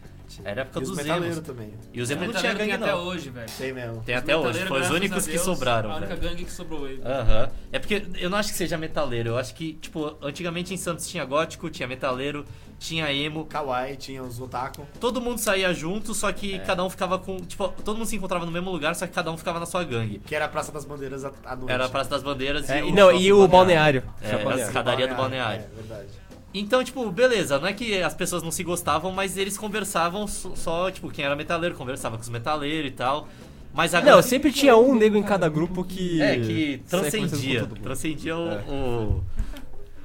Speaker 1: Era a época
Speaker 3: e os
Speaker 1: dos
Speaker 3: metaleiros
Speaker 1: emos.
Speaker 3: também.
Speaker 1: E os emos não tinha
Speaker 5: Metaleiro tem
Speaker 1: gangue,
Speaker 5: até
Speaker 1: não.
Speaker 5: hoje, velho.
Speaker 3: Tem mesmo.
Speaker 1: Tem até hoje.
Speaker 5: Metaleiro,
Speaker 1: Foi os
Speaker 5: graças
Speaker 1: únicos
Speaker 5: a
Speaker 1: que
Speaker 5: Deus,
Speaker 1: sobraram,
Speaker 5: A única
Speaker 1: velho.
Speaker 5: gangue que sobrou ele.
Speaker 1: Aham. É porque eu não acho que seja metaleiro. Eu acho que, tipo, antigamente em Santos tinha gótico, tinha metaleiro, tinha emo.
Speaker 3: Kawaii, tinha os otaku.
Speaker 1: Todo mundo saía junto, só que cada um ficava com. Tipo, todo mundo se encontrava no mesmo lugar, só que cada um ficava na sua gangue.
Speaker 3: Que era a Praça das Bandeiras à à noite.
Speaker 1: Era a Praça das Bandeiras
Speaker 4: É,
Speaker 1: e,
Speaker 4: e não, e o balneário.
Speaker 1: É,
Speaker 4: Tinha
Speaker 1: as
Speaker 4: balneário.
Speaker 1: ca- escadaria do balneário.
Speaker 3: É, verdade.
Speaker 1: Então, tipo, beleza, não é que as pessoas não se gostavam, mas eles conversavam só, só, tipo, quem era metaleiro conversava com os metaleiros e tal. Mas agora.
Speaker 4: Não, sempre tinha um nego em cada grupo que.
Speaker 1: É, que
Speaker 4: saía conversando com
Speaker 1: transcendia.
Speaker 4: todo mundo. É.
Speaker 1: Transcendia o. o-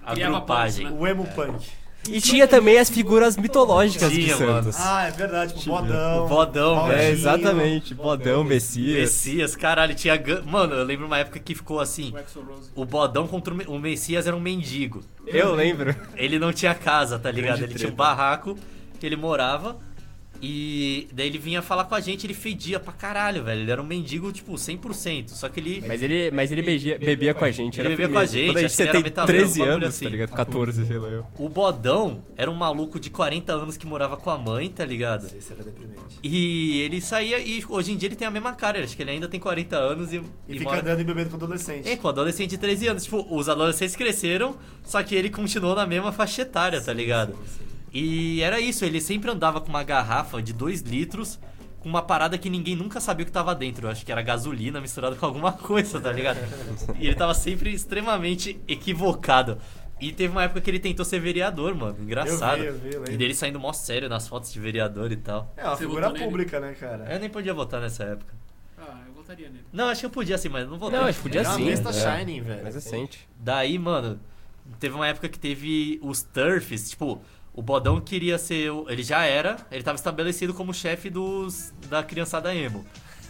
Speaker 1: a
Speaker 5: Criava né?
Speaker 1: grupagem.
Speaker 5: pontes,
Speaker 3: O emo punk.
Speaker 4: E tinha também as figuras mitológicas de
Speaker 1: Tinha,
Speaker 4: Santos.
Speaker 3: Ah, é verdade, tipo, bodão.
Speaker 1: O Bodão,
Speaker 3: Paulinho.
Speaker 4: É,
Speaker 1: velho.
Speaker 4: exatamente. Bodão, Messias.
Speaker 1: Messias, caralho, tinha. gan- Mano, eu lembro uma época que ficou assim:
Speaker 5: O Axl Rose.
Speaker 1: o Bodão contra o Me- o Messias era um mendigo.
Speaker 4: Eu lembro.
Speaker 1: Ele não tinha casa, tá ligado?
Speaker 4: Grande
Speaker 1: Ele tinha um
Speaker 4: treta.
Speaker 1: barraco que ele morava. E daí ele vinha falar com a gente, ele fedia pra caralho, velho. Ele era um mendigo, tipo, 100%. Só que ele.
Speaker 4: Mas ele, mas ele beijia- bebia com a gente.
Speaker 1: Ele
Speaker 4: era
Speaker 1: bebia com a
Speaker 4: firmeza.
Speaker 1: gente,
Speaker 4: Quando
Speaker 1: acho que
Speaker 4: a
Speaker 1: ele
Speaker 4: gente
Speaker 1: era
Speaker 4: tem
Speaker 1: metaleiro,
Speaker 4: 13
Speaker 1: um bagulho
Speaker 4: anos,
Speaker 1: assim.
Speaker 4: tá ligado? 14, sei lá eu.
Speaker 1: O Bodão era um maluco de 40 anos que morava com a mãe, tá ligado?
Speaker 3: Esse era deprimente.
Speaker 1: E ele saía e hoje em dia ele tem a mesma cara. Acho que ele ainda tem 40 anos e.
Speaker 3: E,
Speaker 1: e
Speaker 3: fica
Speaker 1: mora-
Speaker 3: andando e bebendo com adolescente.
Speaker 1: É, com adolescente de 13 anos. Tipo, os adolescentes cresceram, só que ele continuou na mesma faixa etária, tá ligado? E era isso, ele sempre andava com uma garrafa de 2 litros com uma parada que ninguém nunca sabia o que tava dentro. Eu acho que era gasolina misturada com alguma coisa, tá ligado? E ele tava sempre extremamente equivocado. E teve uma época que ele tentou ser vereador, mano. Engraçado.
Speaker 3: Eu vi, eu vi, eu lembro.
Speaker 1: e dele saindo mó sério nas fotos de vereador e tal.
Speaker 3: É uma
Speaker 5: Você
Speaker 3: figura
Speaker 5: votou nele?
Speaker 3: pública, né, cara?
Speaker 1: Eu nem podia votar nessa época.
Speaker 5: Ah, eu votaria nele.
Speaker 1: Não, acho que eu podia sim, mas não votei.
Speaker 4: Não, acho que podia
Speaker 3: Ele é uma
Speaker 4: sim.
Speaker 3: besta
Speaker 4: é.
Speaker 3: Shining, velho.
Speaker 4: Mais recente.
Speaker 1: Daí, mano, teve uma época que teve os turfs, tipo, o Bodão queria ser. o- Ele já era, ele tava estabelecido como chefe dos da criançada emo.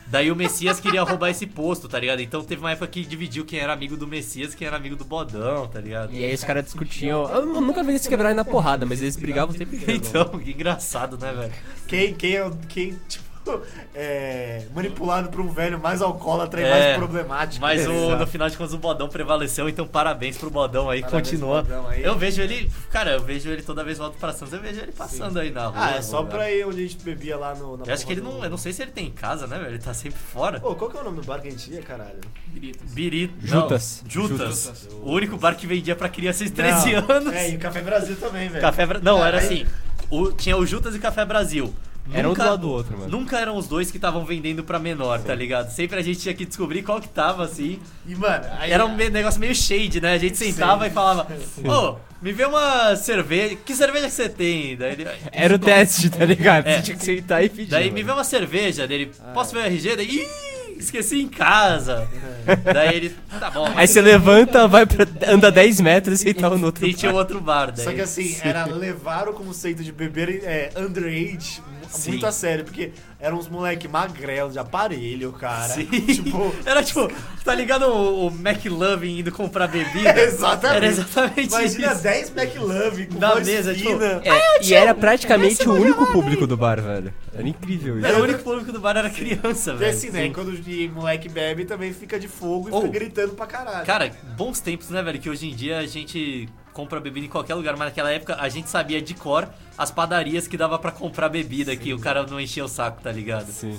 Speaker 1: Daí o Messias queria roubar esse posto, tá ligado? Então teve uma época que dividiu quem era amigo do Messias e quem era amigo do Bodão, tá ligado?
Speaker 3: é
Speaker 4: E aí os caras discutiam. Eu nu- nunca vi eles se quebrarem na porrada, mas eles brigavam sempre. inteiro.
Speaker 1: Então, que engraçado, né, velho?
Speaker 3: Quem, quem é o- quem, tipo, é manipulado por um velho mais alcoólatra e
Speaker 1: É.
Speaker 3: mais problemático.
Speaker 1: Mas o,
Speaker 3: Exato.
Speaker 1: no final de contas o Bodão prevaleceu, então parabéns pro Bodão aí,
Speaker 3: Parabéns
Speaker 1: continua.
Speaker 3: pro Bodão aí.
Speaker 1: Eu vejo ele, cara, eu vejo ele toda vez volto pra Santos, eu vejo ele passando aí na rua. tá
Speaker 3: Ah, é só
Speaker 1: velho.
Speaker 3: pra ir onde a gente bebia lá no. na
Speaker 1: Eu acho que
Speaker 3: porra
Speaker 1: ele
Speaker 3: do-
Speaker 1: não. Eu não sei se ele tem em casa, né, velho? Ele tá sempre fora.
Speaker 3: Ô, qual que é o nome do bar que a gente ia, caralho?
Speaker 5: Gritos.
Speaker 1: Birito.
Speaker 4: Jutas.
Speaker 1: Não, Jutas.
Speaker 5: Jutas.
Speaker 1: O único bar que vendia pra crianças de 13
Speaker 3: Não.
Speaker 1: anos.
Speaker 3: É, e o Café Brasil também, velho.
Speaker 1: Café Bra- Não, era assim. o- tinha o Jutas e Café Brasil.
Speaker 4: Era um do lado do outro, mano.
Speaker 1: Nunca eram os dois que estavam vendendo pra menor, tá ligado? Sempre a gente tinha que descobrir qual que tava, assim.
Speaker 3: E, mano, aí. é.
Speaker 1: Era um me- negócio meio shade, né? A gente sentava e falava, ô, me vê uma cerveja. Que cerveja que você tem? Daí ele.
Speaker 4: Era o teste, tá ligado?
Speaker 1: É.
Speaker 4: Você tinha que sentar e pedir.
Speaker 1: Daí
Speaker 4: mano.
Speaker 1: me vê uma cerveja dele.
Speaker 3: Ah.
Speaker 1: Posso ver o RG? Daí, Ih, esqueci em casa. Daí ele, tá bom.
Speaker 4: Aí você levanta, vai pra, anda 10 metros e tá no outro.
Speaker 1: E tinha
Speaker 4: bar.
Speaker 1: outro bar daí.
Speaker 3: Só que assim, era levar o conceito de beber é, underage mu-
Speaker 1: Sim.
Speaker 3: muito a sério, porque eram uns moleque magrelo de aparelho, cara.
Speaker 1: Sim.
Speaker 3: Tipo,
Speaker 1: Era tipo, tá ligado o, o McLovin indo comprar bebida?
Speaker 3: Exatamente.
Speaker 1: Era exatamente
Speaker 3: imagina
Speaker 1: isso.
Speaker 3: 10 McLove com
Speaker 1: Na
Speaker 3: uma
Speaker 1: mesa, tipo,
Speaker 3: espina.
Speaker 4: É, e era praticamente o único público do bar, velho. Era incrível isso.
Speaker 1: Era o único público do bar era criança,
Speaker 3: E
Speaker 1: velho.
Speaker 3: assim, né? Quando o moleque bebe, também fica de fogo e
Speaker 1: Ou-
Speaker 3: fica gritando pra caralho.
Speaker 1: Cara, bons tempos, né, velho? Que hoje em dia a gente compra bebida em qualquer lugar, mas naquela época a gente sabia de cor as padarias que dava pra comprar bebida, que o cara não enchia o saco, tá ligado?
Speaker 4: Sim.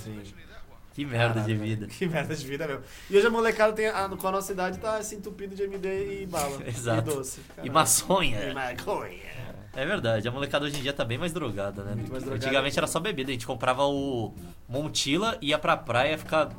Speaker 1: Que merda de vida.
Speaker 3: Que merda de vida mesmo. E hoje a molecada tem, a, com a nossa idade tá assim, entupido de MD e bala.
Speaker 1: Exato.
Speaker 3: E doce.
Speaker 1: E
Speaker 3: caralho. E
Speaker 1: maçonha.
Speaker 3: maconha.
Speaker 1: É verdade, a molecada hoje em dia tá bem mais drogada, né?
Speaker 3: mais drogada.
Speaker 1: Antigamente era só bebida, a gente comprava o Montila, ia pra praia ficar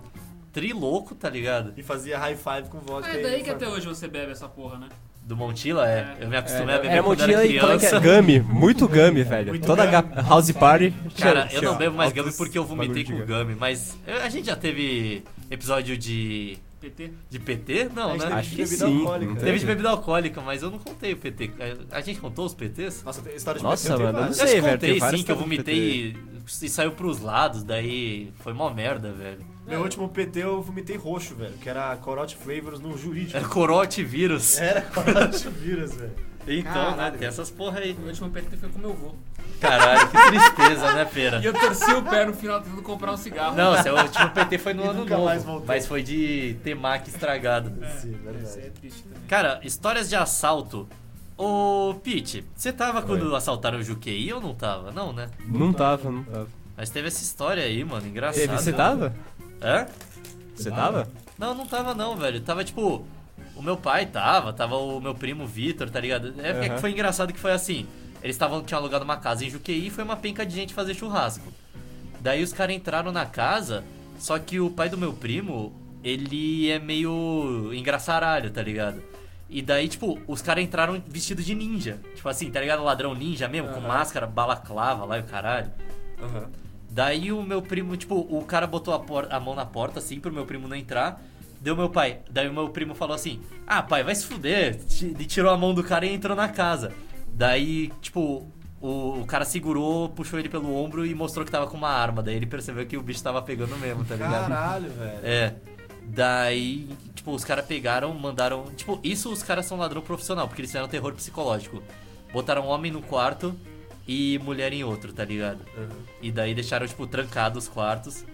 Speaker 1: triloco, tá ligado?
Speaker 3: E fazia high five com
Speaker 5: Ah,
Speaker 3: vodka.
Speaker 5: é daí que
Speaker 3: e-
Speaker 5: até hoje você bebe essa porra, né?
Speaker 1: Do Montila, é. Eu me acostumei a beber
Speaker 4: Era
Speaker 1: quando era
Speaker 4: mochila e como é que é?
Speaker 1: criança.
Speaker 4: Gummy, muito gummy, velho.
Speaker 3: Muito
Speaker 4: Toda
Speaker 3: gummy.
Speaker 4: ga- house party.
Speaker 1: Cara,
Speaker 4: tinha-
Speaker 1: eu não
Speaker 4: tinha
Speaker 1: bebo mais Gummy
Speaker 4: altos
Speaker 1: porque eu vomitei
Speaker 4: bagulho de
Speaker 1: com
Speaker 4: gummy.
Speaker 1: Gummy, mas eu- a gente já teve episódio de.
Speaker 5: PT.
Speaker 1: de PT?
Speaker 3: A
Speaker 1: Não,
Speaker 3: gente
Speaker 1: né?
Speaker 3: teve
Speaker 4: Acho
Speaker 3: de
Speaker 4: que
Speaker 3: bebida
Speaker 4: sim,
Speaker 3: alcoólica.
Speaker 4: não
Speaker 1: Teve de bebida alcoólica, mas eu não contei o PT. A a gente contou os PTs?
Speaker 3: Nossa, tem história de
Speaker 4: Nossa,
Speaker 3: bebida, tem
Speaker 4: mano, eu
Speaker 3: várias.
Speaker 4: não sei,
Speaker 1: eu acho que
Speaker 4: velho, tem
Speaker 1: contei
Speaker 4: várias
Speaker 1: sim que eu
Speaker 4: histórias de
Speaker 1: vomitei e saiu pros lados, daí foi mó merda, velho.
Speaker 3: Meu último PT eu vomitei roxo, velho. Que era corote flavors no
Speaker 1: Era
Speaker 3: jurídico.
Speaker 1: corote vírus.
Speaker 3: Era corote vírus, velho.
Speaker 1: É, Então, né? Tem essas porra aí.
Speaker 5: O último PT foi com meu avô.
Speaker 1: Caralho, que tristeza, né, Pera?
Speaker 5: E eu torci o pé no final tentando comprar um cigarro.
Speaker 1: Não, seu último PT foi no
Speaker 3: E
Speaker 1: ano
Speaker 3: nunca mais
Speaker 1: novo,
Speaker 3: voltou.
Speaker 1: mas foi de temac estragado.
Speaker 3: Sim, verdade.
Speaker 5: Isso é triste também.
Speaker 1: Cara, histórias de assalto. Ô, Pete, você tava quando assaltaram o Juquei ou não tava? Não, né?
Speaker 4: Não tava, não tava.
Speaker 1: Mas teve essa história aí, mano, engraçado.
Speaker 4: Teve, você tava?
Speaker 1: Hã?
Speaker 4: Você tava?
Speaker 1: Não, não tava não, velho. Tava tipo. O meu pai tava, tava o meu primo Vitor, tá ligado? É porque
Speaker 4: Aham.
Speaker 1: foi engraçado que foi assim. Eles estavam, tinham alugado uma casa em Juqueí e foi uma penca de gente fazer churrasco. Daí os caras entraram na casa, só que o pai do meu primo, ele é meio engraçaralho, tá ligado? E daí, tipo, os caras entraram vestidos de ninja. Tipo assim, tá ligado? Ladrão ninja mesmo, com máscara, balaclava lá e o caralho. Daí o meu primo, tipo, o cara botou a, por- a mão na porta, assim, pro meu primo não entrar. Deu meu pai. Daí o meu primo falou assim: Ah, pai, vai se fuder. Ti- E tirou a mão do cara e entrou na casa. Daí, tipo, o, o cara segurou, puxou ele pelo ombro e mostrou que tava com uma arma. Daí ele percebeu que o bicho tava pegando mesmo, tá ligado?
Speaker 3: Caralho, velho.
Speaker 1: É. Daí, tipo, os caras pegaram, mandaram. Tipo, isso os caras são ladrão profissional, porque eles fizeram terror psicológico. Botaram homem num quarto e mulher em outro, tá ligado? E daí deixaram, tipo, trancados os quartos.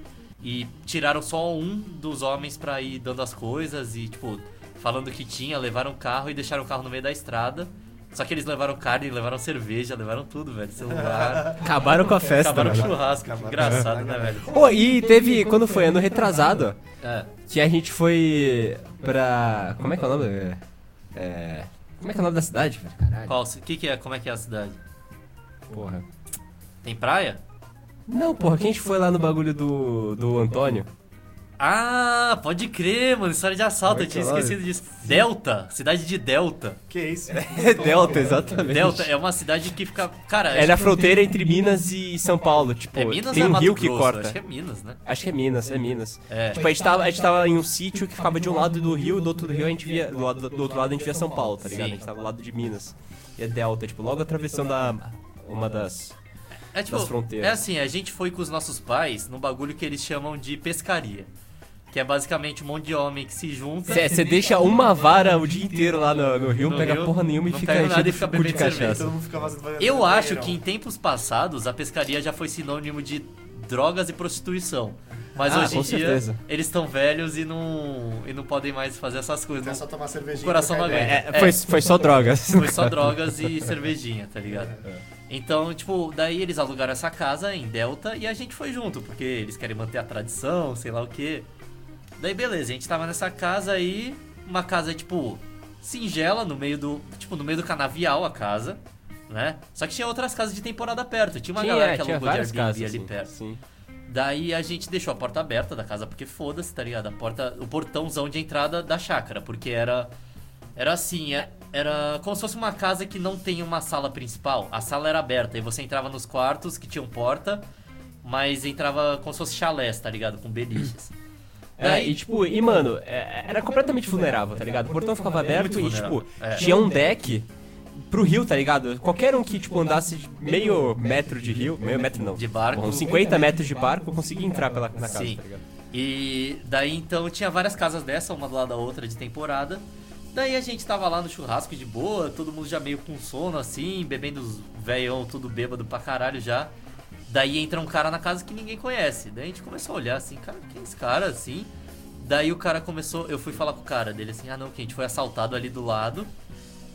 Speaker 1: E tiraram só um dos homens pra ir dando as coisas e, tipo, falando que tinha, levaram o carro e deixaram o carro no meio da estrada. Só que eles levaram carne, levaram cerveja, levaram tudo, velho. Celular.
Speaker 4: Acabaram com a festa, né?
Speaker 1: acabaram com o
Speaker 4: mano.
Speaker 1: churrasco. Engraçado, né, velho?
Speaker 4: Pô, e teve, quando foi? Ano retrasado,
Speaker 1: É.
Speaker 4: que a gente foi pra... Como é que é o nome? É... Como é que é o nome da cidade, velho? Caralho,
Speaker 1: Qual, o que que é? Como é que é a cidade?
Speaker 4: porra.
Speaker 1: Tem praia?
Speaker 4: Não, porra, quem a gente foi lá no bagulho do, do Antônio?
Speaker 1: Ah, pode crer, mano. História de assalto, eu
Speaker 4: Olha
Speaker 1: tinha
Speaker 4: é que
Speaker 1: esquecido disso. Delta, cidade de Delta.
Speaker 3: Que isso?
Speaker 4: É Delta, exatamente.
Speaker 1: Delta é uma cidade que fica. Cara,
Speaker 4: É
Speaker 1: acho
Speaker 4: na
Speaker 1: que-
Speaker 4: fronteira entre Minas e São Paulo, tipo,
Speaker 1: É Minas
Speaker 4: tem
Speaker 1: ou é
Speaker 4: um
Speaker 1: Mato
Speaker 4: rio
Speaker 1: Grosso?
Speaker 4: que corta.
Speaker 1: Acho que é Minas, né?
Speaker 4: Acho que é Minas, é Minas.
Speaker 1: É.
Speaker 4: Tipo, a gente, tava, a gente tava em um sítio que ficava de um lado do rio, do outro do rio a gente via. Do, lado, do outro lado a gente via São Paulo, tá ligado?
Speaker 1: Sim.
Speaker 4: A gente tava do lado de Minas. E é Delta, tipo, logo atravessando a, uma das.
Speaker 1: É tipo,
Speaker 4: Das fronteiras.
Speaker 1: é assim, a gente foi com os nossos pais num bagulho que eles chamam de pescaria. Que é basicamente um monte de homem que se junta.
Speaker 4: Você deixa uma vara o dia inteiro lá no, no rio, não
Speaker 1: No
Speaker 4: pega
Speaker 1: rio,
Speaker 4: porra nenhuma e
Speaker 1: não
Speaker 4: fica
Speaker 1: pega nada
Speaker 4: enchendo
Speaker 1: e fica
Speaker 4: o cu de
Speaker 1: bebendo cerveja.
Speaker 4: cachaça.
Speaker 3: Todo mundo fica fazendo fazendo-
Speaker 1: Eu acho
Speaker 3: banheirão.
Speaker 1: que em tempos passados a pescaria já foi sinônimo de drogas e prostituição. Mas
Speaker 4: Ah,
Speaker 1: hoje em
Speaker 4: com
Speaker 1: dia
Speaker 4: certeza.
Speaker 1: eles estão velhos e não, e não podem mais fazer essas coisas.
Speaker 3: É
Speaker 1: não-
Speaker 3: só tomar
Speaker 1: o
Speaker 3: cervejinha.
Speaker 1: coração não
Speaker 3: trocar ideia.
Speaker 1: aguenta.
Speaker 4: É, foi, foi só drogas.
Speaker 1: Foi só drogas e cervejinha, tá ligado? Então, tipo, daí eles alugaram essa casa em Delta e a gente foi junto, porque eles querem manter a tradição, sei lá o quê. Daí, beleza, a gente tava nessa casa aí, uma casa, tipo, singela, no meio do. Tipo, no meio do canavial a casa, né? Só que tinha outras casas de temporada perto, tinha uma galera que alugou de Airbnb ali
Speaker 4: assim,
Speaker 1: perto.
Speaker 4: sim.
Speaker 1: Daí a gente deixou a porta aberta da casa, porque foda-se, tá ligado? A porta, o portãozão de entrada da chácara, porque era. Era assim, é- era como se fosse uma casa que não tem uma sala principal. A sala era aberta e você entrava nos quartos que tinham porta, mas entrava como se fosse chalés, tá ligado? Com beliches.
Speaker 4: É, e tipo, e mano, é, era completamente vulnerável, tá ligado? O portão ficava aberto e, tipo,
Speaker 1: vulnerável, é.
Speaker 4: tinha um deck pro rio, tá ligado? Qualquer um que, tipo, andasse de meio metro de rio, meio metro não,
Speaker 1: De barco.
Speaker 4: uns 50 metros de barco, conseguia entrar pela, na casa,
Speaker 1: Sim.
Speaker 4: tá ligado?
Speaker 1: E daí então tinha várias casas dessa, uma do lado da outra de temporada. Daí a gente tava lá no churrasco de boa, todo mundo já meio com sono assim, bebendo os velhão tudo bêbado pra caralho já. Daí entra um cara na casa que ninguém conhece. Daí a gente começou a olhar assim, cara, quem é esse cara assim? Daí o cara começou, eu fui falar com o cara dele assim, ah não, que a gente foi assaltado ali do lado.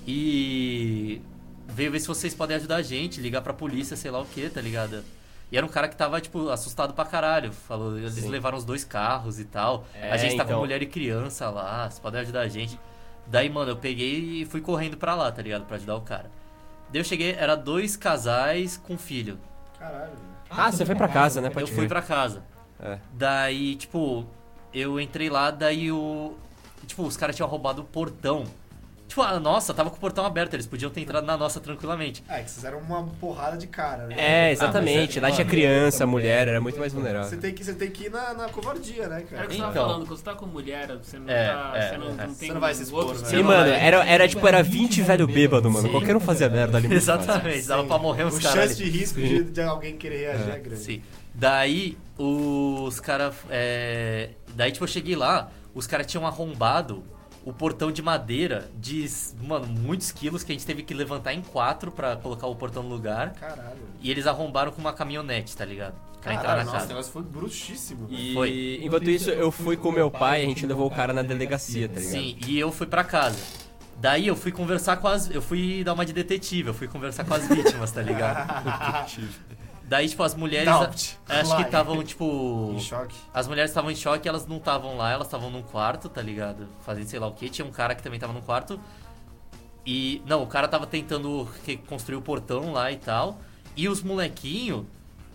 Speaker 1: E veio ver se vocês podem ajudar a gente, ligar pra polícia, sei lá o que, tá ligado? E era um cara que tava, tipo, assustado pra caralho. Falou, eles levaram os dois carros e tal.
Speaker 4: É,
Speaker 1: a gente tava
Speaker 4: então.
Speaker 1: com mulher e criança lá, vocês podem ajudar a gente. Daí, mano, eu peguei e fui correndo pra lá, tá ligado? Pra ajudar o cara. Daí eu cheguei, era dois casais com filho.
Speaker 3: Caralho.
Speaker 4: Ah, você foi pra casa, né?
Speaker 1: Eu
Speaker 4: Pode
Speaker 1: fui
Speaker 4: crer.
Speaker 1: pra casa.
Speaker 4: É.
Speaker 1: Daí, tipo, eu entrei lá, daí o. Tipo, os caras tinham roubado o portão. Tipo, a nossa tava com o portão aberto, eles podiam ter entrado na nossa tranquilamente.
Speaker 3: Ah, é que vocês eram uma porrada de cara, né?
Speaker 4: É, exatamente.
Speaker 1: Ah,
Speaker 4: Lá tinha criança, mulher, era muito mais
Speaker 3: Você
Speaker 4: vulnerável.
Speaker 3: tem que, você tem que ir na, na covardia, né,
Speaker 5: Era É
Speaker 3: cara?
Speaker 5: o que você tava
Speaker 1: Então.
Speaker 5: falando, quando você tá com mulher, você não,
Speaker 1: É,
Speaker 5: tá,
Speaker 1: é,
Speaker 5: você não,
Speaker 1: é.
Speaker 5: não tem
Speaker 3: Você não vai se expor,
Speaker 5: outros-
Speaker 3: né?
Speaker 5: você
Speaker 4: E,
Speaker 5: não
Speaker 4: mano,
Speaker 5: vai-
Speaker 4: era, era tipo, era 20 velho bêbado, mano.
Speaker 1: Sim.
Speaker 4: Qualquer um fazia merda ali. muito fácil.
Speaker 1: Exatamente, dava pra morrer uns
Speaker 3: O
Speaker 1: caras.
Speaker 3: chance de risco de, de alguém querer reagir é, grande.
Speaker 1: Sim. Daí, os caras. Daí, tipo, eu cheguei lá, os caras tinham arrombado o portão de madeira de, mano, muitos quilos que a gente teve que levantar em quatro pra colocar o portão no lugar.
Speaker 3: Caralho.
Speaker 1: E eles arrombaram com uma caminhonete, tá ligado? Pra entrar
Speaker 3: Caralho,
Speaker 1: na
Speaker 3: nossa, o
Speaker 1: casa.
Speaker 3: negócio foi brutíssimo. velho.
Speaker 4: E
Speaker 1: Foi.
Speaker 4: enquanto isso, eu fui com meu pai, a gente levou o cara na delegacia, tá ligado?
Speaker 1: Sim, e eu fui pra casa. Daí eu fui conversar com as. Eu fui dar uma de detetive, eu fui conversar com as vítimas, tá ligado? Daí, tipo, as mulheres.
Speaker 3: Doubt.
Speaker 1: Acho que
Speaker 3: Lie.
Speaker 1: estavam, tipo.
Speaker 3: Em choque.
Speaker 1: As mulheres estavam em choque, elas não estavam lá, elas estavam num quarto, tá ligado? Fazendo sei lá o que. Tinha um cara que também tava num quarto. E. Não, o cara tava tentando reconstruir o portão lá e tal. E os molequinhos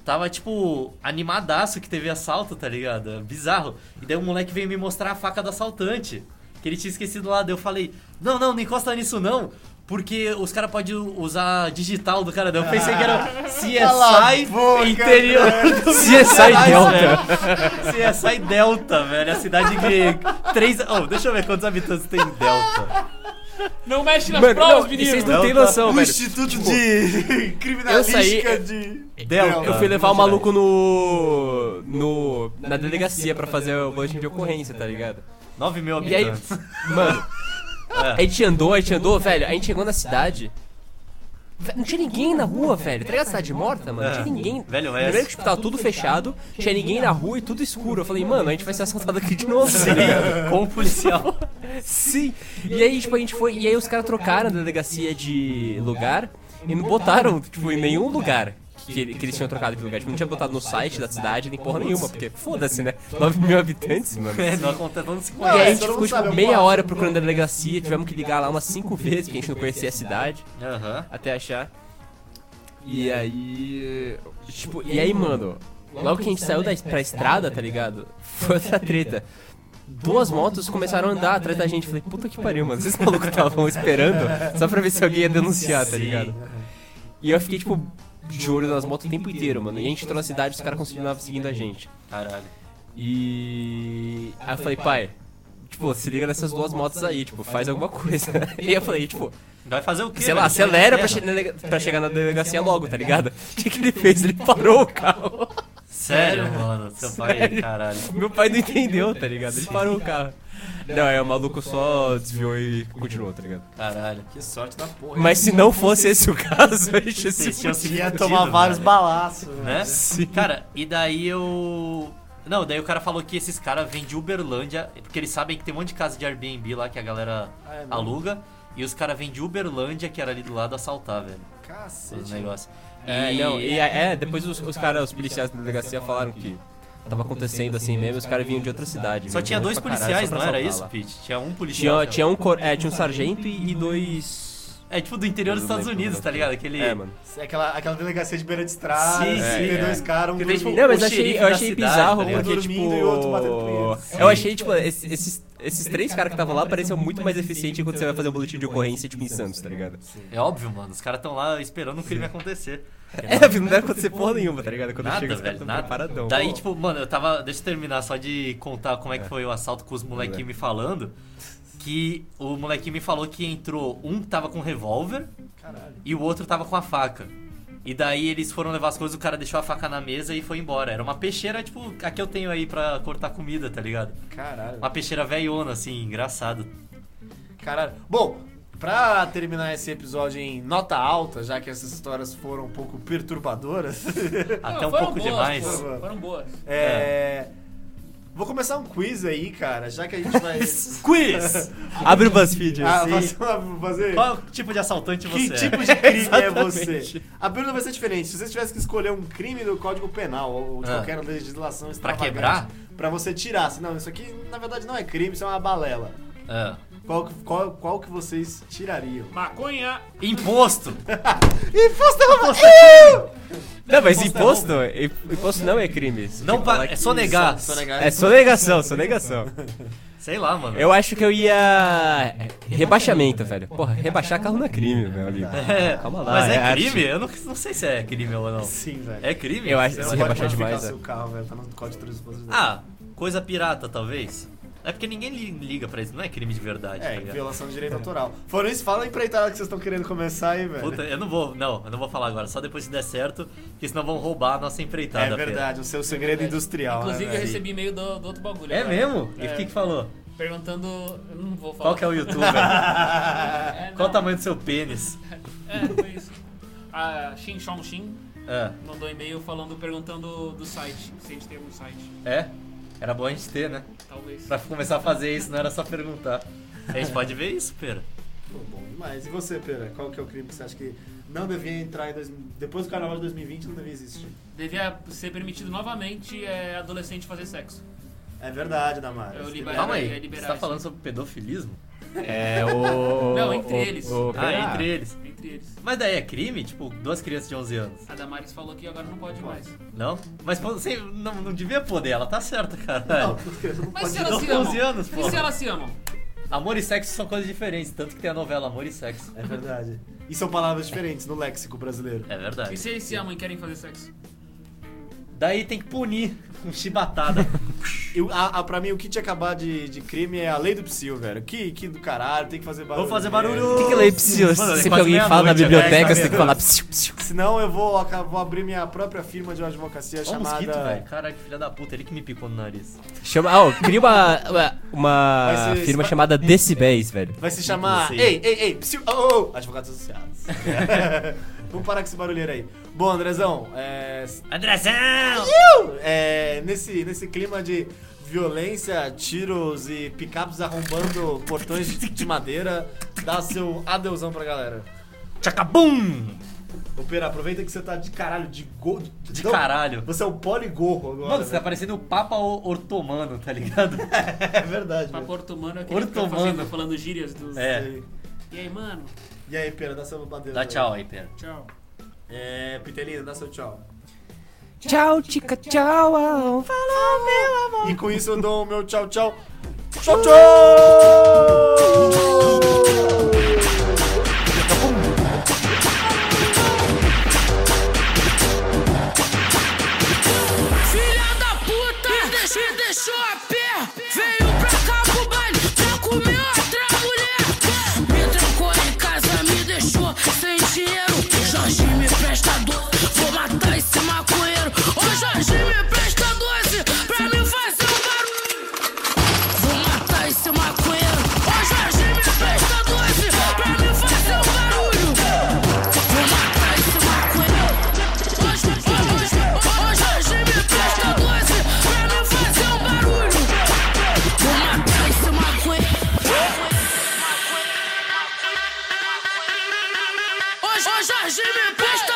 Speaker 1: tava, tipo, animadaço que teve assalto, tá ligado? Bizarro. E daí o moleque veio me mostrar a faca do assaltante. Que ele tinha esquecido lá. Daí eu falei, não, não, não encosta nisso não. Porque os caras podem usar a digital do cara. Daí eu pensei que era
Speaker 3: Cala a
Speaker 1: CSI
Speaker 3: boca,
Speaker 1: interior do
Speaker 4: CSI é Delta.
Speaker 1: CSI é Delta, velho, a cidade grega. Três. Oh, deixa eu ver quantos habitantes tem em Delta.
Speaker 5: Não mexe nas
Speaker 4: Mano,
Speaker 5: provas,
Speaker 4: não, e
Speaker 5: menino!
Speaker 4: vocês não têm
Speaker 1: Delta.
Speaker 4: noção,
Speaker 3: O
Speaker 4: velho.
Speaker 3: Instituto de é, Criminalística
Speaker 4: eu saí-
Speaker 3: de...
Speaker 1: Delta.
Speaker 4: Eu fui levar o maluco no. no. na delegacia pra fazer o boletim de ocorrência, tá ligado?
Speaker 1: 9 mil
Speaker 4: E aí,
Speaker 1: habitantes.
Speaker 4: mano,
Speaker 1: É.
Speaker 4: a gente andou, a gente andou, velho, a gente chegou na cidade. Vé- Não tinha ninguém na rua, velho. Tá ligado a cidade morta, mano? Não tinha
Speaker 1: É.
Speaker 4: ninguém.
Speaker 1: Velho Oeste.
Speaker 4: Primeiro que tipo, tava tudo fechado, tinha ninguém na rua e tudo escuro. Eu falei, mano, a gente vai ser assaltado aqui de novo. tá ligado?
Speaker 1: Com o policial.
Speaker 4: Sim. E aí, tipo, a gente foi. E aí os caras trocaram a delegacia de lugar e não botaram, tipo, em nenhum lugar. Que, ele- que eles tinham trocado de lugar. Tipo, não tinha botado no site da cidade, nem porra nenhuma, porque foda-se, né? 9 mil habitantes, mano.
Speaker 1: É, não acontece, não se
Speaker 4: E aí a
Speaker 1: conhece.
Speaker 4: gente
Speaker 3: todo
Speaker 4: ficou,
Speaker 3: mundo
Speaker 4: tipo,
Speaker 3: sabe,
Speaker 4: meia
Speaker 3: eu
Speaker 4: hora procurando a delegacia, tivemos que ligar lá umas cinco vezes, porque a gente não conhecia a cidade,
Speaker 1: Aham.
Speaker 4: até achar. E aí. Tipo, e aí, mano, logo que a gente saiu da, pra estrada, tá ligado? Foi outra treta. Duas motos começaram a andar atrás da gente. Falei, puta que pariu, mano. Vocês malucos estavam esperando só pra ver se alguém ia denunciar, tá ligado? E eu fiquei, tipo, de olho nas motos o tempo inteiro, mano. E a gente entrou na cidade e os caras continuavam seguindo a gente.
Speaker 1: Caralho.
Speaker 4: E. Aí eu falei, pai, tipo, se liga nessas duas motos aí, tipo, faz alguma coisa. E eu falei, tipo,
Speaker 1: Vai fazer o quê?
Speaker 4: sei lá,
Speaker 1: velho?
Speaker 4: acelera pra, che- na delega- pra chegar na delegacia logo, tá ligado? O que, que ele fez? Ele parou o carro.
Speaker 1: Sério, mano. Seu pai,
Speaker 4: Sério.
Speaker 1: caralho.
Speaker 4: Meu pai não entendeu, tá ligado? Ele parou o carro. Não, aí o maluco só desviou e continuou, tá ligado?
Speaker 1: Caralho.
Speaker 3: Que sorte da porra.
Speaker 4: Mas se não fosse esse o caso, a gente se
Speaker 1: Vocês tinham se
Speaker 2: Ia
Speaker 1: fudido,
Speaker 2: tomar vários
Speaker 1: velho.
Speaker 2: balaços,
Speaker 1: né?
Speaker 2: né?
Speaker 4: Sim.
Speaker 1: Cara, e daí eu. Não, daí o cara falou que esses caras vêm de Uberlândia, porque eles sabem que tem um monte de casa de Airbnb lá que a galera aluga, e os caras vêm de Uberlândia, que era ali do lado, assaltar, velho. Os
Speaker 3: Cacete.
Speaker 1: negócios.
Speaker 4: É, não, e é, é, depois os, os caras, os policiais da delegacia falaram que tava acontecendo assim mesmo, os caras vinham de outra cidade.
Speaker 1: Só
Speaker 4: vinham
Speaker 1: tinha
Speaker 4: longe
Speaker 1: dois
Speaker 4: é pra caralho,
Speaker 1: policiais,
Speaker 4: só
Speaker 1: não
Speaker 4: pra
Speaker 1: era
Speaker 4: assaltar
Speaker 1: isso,
Speaker 4: lá.
Speaker 1: Pete? Tinha um policial.
Speaker 4: Tinha, tinha, um, cor- é, tinha um sargento e, e dois.
Speaker 1: É tipo do interior dos
Speaker 4: Eu não
Speaker 1: Estados
Speaker 4: lembro
Speaker 1: Unidos,
Speaker 4: o nome
Speaker 1: tá ligado?
Speaker 4: dele.
Speaker 1: Aquele.
Speaker 4: É, mano.
Speaker 2: Aquela, aquela delegacia de beira de estrada,
Speaker 1: Sim,
Speaker 3: assim,
Speaker 2: tem
Speaker 1: sim,
Speaker 2: dois caras, um
Speaker 1: Porque tem, tipo,
Speaker 2: dormindo.
Speaker 4: Não, mas
Speaker 1: o
Speaker 4: achei,
Speaker 1: xerife
Speaker 4: eu
Speaker 1: da
Speaker 4: achei
Speaker 1: cidade,
Speaker 4: bizarro,
Speaker 1: tá ligado?
Speaker 4: porque,
Speaker 3: Um
Speaker 4: tipo.
Speaker 3: dormindo e outro batendo punheta.
Speaker 4: Eu achei, tipo, esses, esses- esses três caras que estavam lá pareciam muito mais eficientes quando você vai fazer um boletim de ocorrência, tipo, em Santos, tá ligado?
Speaker 1: É óbvio, mano. Os caras estão lá esperando o crime acontecer.
Speaker 4: É, não deve acontecer porra nenhuma, tá ligado? Quando
Speaker 1: Nada,
Speaker 4: chega, os
Speaker 1: velho,
Speaker 4: caras tão
Speaker 1: nada.
Speaker 4: preparadão.
Speaker 1: Daí,
Speaker 4: Pô,
Speaker 1: tipo, mano, eu tava. Deixa eu terminar só de contar como é que foi o assalto com os molequinhos me falando. Que o molequinho me falou que entrou, um tava com revólver e o outro tava com a faca. E daí eles foram levar as coisas, o cara deixou a faca na mesa e foi embora. Era uma peixeira, tipo, a que eu tenho aí pra cortar comida, tá ligado?
Speaker 3: Caralho.
Speaker 1: Uma peixeira velhona, assim, engraçado.
Speaker 3: Caralho. Bom, pra terminar esse episódio em nota alta, já que essas histórias foram um pouco perturbadoras,
Speaker 1: Até
Speaker 5: Não,
Speaker 1: um
Speaker 5: foram
Speaker 1: pouco
Speaker 5: boas,
Speaker 1: demais.
Speaker 5: Foram, foram boas.
Speaker 3: é... Vou começar um quiz aí, cara, já que a gente vai...
Speaker 1: Quiz!
Speaker 4: Abre o BuzzFeed.
Speaker 3: Ah,
Speaker 4: assim.
Speaker 3: fazer uma- fazer...
Speaker 1: Qual tipo de assaltante você
Speaker 3: Que
Speaker 1: é?
Speaker 3: tipo de crime é
Speaker 4: Exatamente.
Speaker 3: você? A pergunta vai ser diferente. Se você tivesse que escolher um crime do Código Penal ou de
Speaker 1: Ah.
Speaker 3: qualquer legislação
Speaker 1: Pra
Speaker 3: extravagante
Speaker 1: quebrar?
Speaker 3: pra você tirar, assim, não, isso aqui na verdade não é crime, isso é uma balela.
Speaker 1: É.
Speaker 3: Qual, que- qual, qual que vocês tirariam?
Speaker 5: Maconha.
Speaker 1: Imposto!
Speaker 4: Não, mas
Speaker 1: Imposto
Speaker 4: imposto, imp- imposto não é crime. Você tem
Speaker 1: Não
Speaker 4: que
Speaker 1: pa...
Speaker 4: falar
Speaker 1: É
Speaker 4: que-
Speaker 1: só negar.
Speaker 4: É sonegação, sonegação.
Speaker 1: Sei lá, mano.
Speaker 4: Eu acho que eu ia. Rebaixamento, velho. Porra, rebaixar carro não é crime, meu amigo.
Speaker 1: É,
Speaker 4: Calma lá.
Speaker 1: Mas é,
Speaker 4: Ah, arte.
Speaker 1: crime? Eu não, não sei se é crime ou não.
Speaker 3: Sim, velho.
Speaker 1: É crime?
Speaker 4: Eu acho-
Speaker 3: Você
Speaker 4: se
Speaker 3: não
Speaker 4: rebaixar
Speaker 3: pode modificar
Speaker 4: demais,
Speaker 3: o seu carro, velho. Tá no código de responsabilidade.
Speaker 1: é. Ah, coisa pirata, talvez. É porque ninguém li- liga pra isso, não é crime de verdade, tá
Speaker 3: é,
Speaker 1: ligado?
Speaker 3: violação de direito autoral. Foram isso, fala aí pra Itália que vocês estão querendo começar aí, velho.
Speaker 1: Puta, eu não vou, não, eu não vou falar agora, só depois se der certo, porque senão vão roubar a nossa empreitada.
Speaker 3: é verdade, o seu segredo industrial.
Speaker 5: Inclusive,
Speaker 3: né,
Speaker 5: eu
Speaker 3: velho?
Speaker 5: recebi e-mail do, do outro bagulho.
Speaker 1: Pedro. Tá, É
Speaker 5: agora,
Speaker 1: mesmo? E
Speaker 5: É.
Speaker 1: o que que falou?
Speaker 5: Perguntando. Eu não vou falar.
Speaker 1: Qual que é o YouTube? velho?
Speaker 5: É,
Speaker 1: Qual o
Speaker 5: não,
Speaker 1: tamanho do seu pênis?
Speaker 5: É, foi isso. A Xin Chong Xin
Speaker 1: É,
Speaker 5: mandou e-mail falando, perguntando do site. Se a gente tem algum site.
Speaker 1: é? Era bom a gente ter, né?
Speaker 5: Talvez.
Speaker 1: Pra começar a fazer isso, não era só perguntar. A gente pode ver isso, pera.
Speaker 3: Pô, bom demais. E você, Pera, qual que é o crime que você acha que não devia entrar em dois... depois do carnaval de 2020 não devia existir?
Speaker 5: Devia ser permitido novamente é, adolescente fazer sexo.
Speaker 3: É verdade, Damara.
Speaker 5: Eu li-
Speaker 1: Calma
Speaker 5: é
Speaker 1: aí,
Speaker 5: liberar
Speaker 1: você tá
Speaker 5: isso.
Speaker 1: falando sobre pedofilismo?
Speaker 4: É o.
Speaker 5: Não, entre
Speaker 4: o-
Speaker 5: eles.
Speaker 4: o-
Speaker 1: Ah, entre eles.
Speaker 5: Entre eles.
Speaker 1: Mas daí é crime? Tipo, duas crianças de 11 anos.
Speaker 5: A Damaris falou que agora não pode mais.
Speaker 1: Não? Mas pô, você não, não devia poder, ela tá certa,
Speaker 3: Não,
Speaker 1: caralho.
Speaker 3: porque eu não
Speaker 5: Mas se
Speaker 3: pode-
Speaker 5: elas se
Speaker 1: 11
Speaker 5: amam?
Speaker 1: anos, pô.
Speaker 5: E se elas se amam?
Speaker 1: Amor e sexo são coisas diferentes, tanto que tem a novela Amor e Sexo.
Speaker 3: É verdade. E são palavras diferentes no léxico brasileiro.
Speaker 1: É
Speaker 5: E
Speaker 1: verdade.
Speaker 5: se eles se amam e querem fazer sexo?
Speaker 1: Daí tem que punir com chibatada.
Speaker 3: E o- a, a- pra mim, o que tinha acabar de, de crime é a lei do psil, velho. Que, que do caralho, tem que fazer barulho.
Speaker 1: Vou fazer
Speaker 3: velho.
Speaker 1: barulho.
Speaker 4: Tem que ler psiu.
Speaker 1: Mano, é
Speaker 4: Sempre que
Speaker 1: quase
Speaker 4: alguém fala na
Speaker 1: meia-noite,
Speaker 4: biblioteca,
Speaker 1: é,
Speaker 4: você tem que falar psiu, psiu.
Speaker 3: Senão eu vou, aca- vou abrir minha própria firma de advocacia
Speaker 1: Ó o
Speaker 3: chamada.
Speaker 1: mosquito, velho. Caralho, que filha da puta, ele que me picou no nariz.
Speaker 4: Chama. Ah, ó, cria uma. uma- Uma
Speaker 3: Vai ser-
Speaker 4: firma chamada Decibéis, velho.
Speaker 3: Vai se chamar.
Speaker 1: Não sei.
Speaker 3: Ei, ei, ei, psiu. Oh, oh, advogados associados. Vamos parar com esse barulheiro aí. Bom, Andrezão, é,
Speaker 1: Andrezão!
Speaker 3: é, nesse, nesse clima de violência, tiros e picapes arrombando portões de, de madeira, dá seu adeusão pra galera.
Speaker 1: Tchacabum!
Speaker 3: Ô, Pera, aproveita que você tá de caralho, de gorro.
Speaker 1: De caralho.
Speaker 3: Você é um poligorro agora.
Speaker 1: Mano, você tá
Speaker 3: velho.
Speaker 1: parecendo o Papa O- Ortomano, tá ligado?
Speaker 3: É verdade,
Speaker 5: Papo
Speaker 3: velho.
Speaker 5: ortomano é aquele que fica
Speaker 1: Ortomano.
Speaker 5: fazendo, falando gírias dos...
Speaker 1: É.
Speaker 5: E aí, mano?
Speaker 3: E aí, Pera, dá seu adeus.
Speaker 1: Dá
Speaker 3: aí.
Speaker 1: tchau aí, pera.
Speaker 5: Tchau.
Speaker 3: É, Pitelina, dá seu tchau.
Speaker 4: Tchau, tica, tchau. Falou, meu amor.
Speaker 3: E com isso eu dou o meu tchau, tchau. Tchau, tchau!
Speaker 9: Filha da puta, me deixou, me deixou a pé. Veio pra cá pro baile, já comeu outra mulher. Me trancou em casa, me deixou sem dinheiro. Jorge me presta doze, vou matar esse maconheiro. Ô Jorge me presta doze, pra me fazer um barulho. Vou matar esse maconheiro. Ô Jorge me presta doze, pra me fazer um barulho. Vou matar esse maconheiro. Hoje, hoje, hoje, hoje me presta doze pra me fazer um barulho. Vou matar esse maconheiro. Hoje, hoje, hoje me presta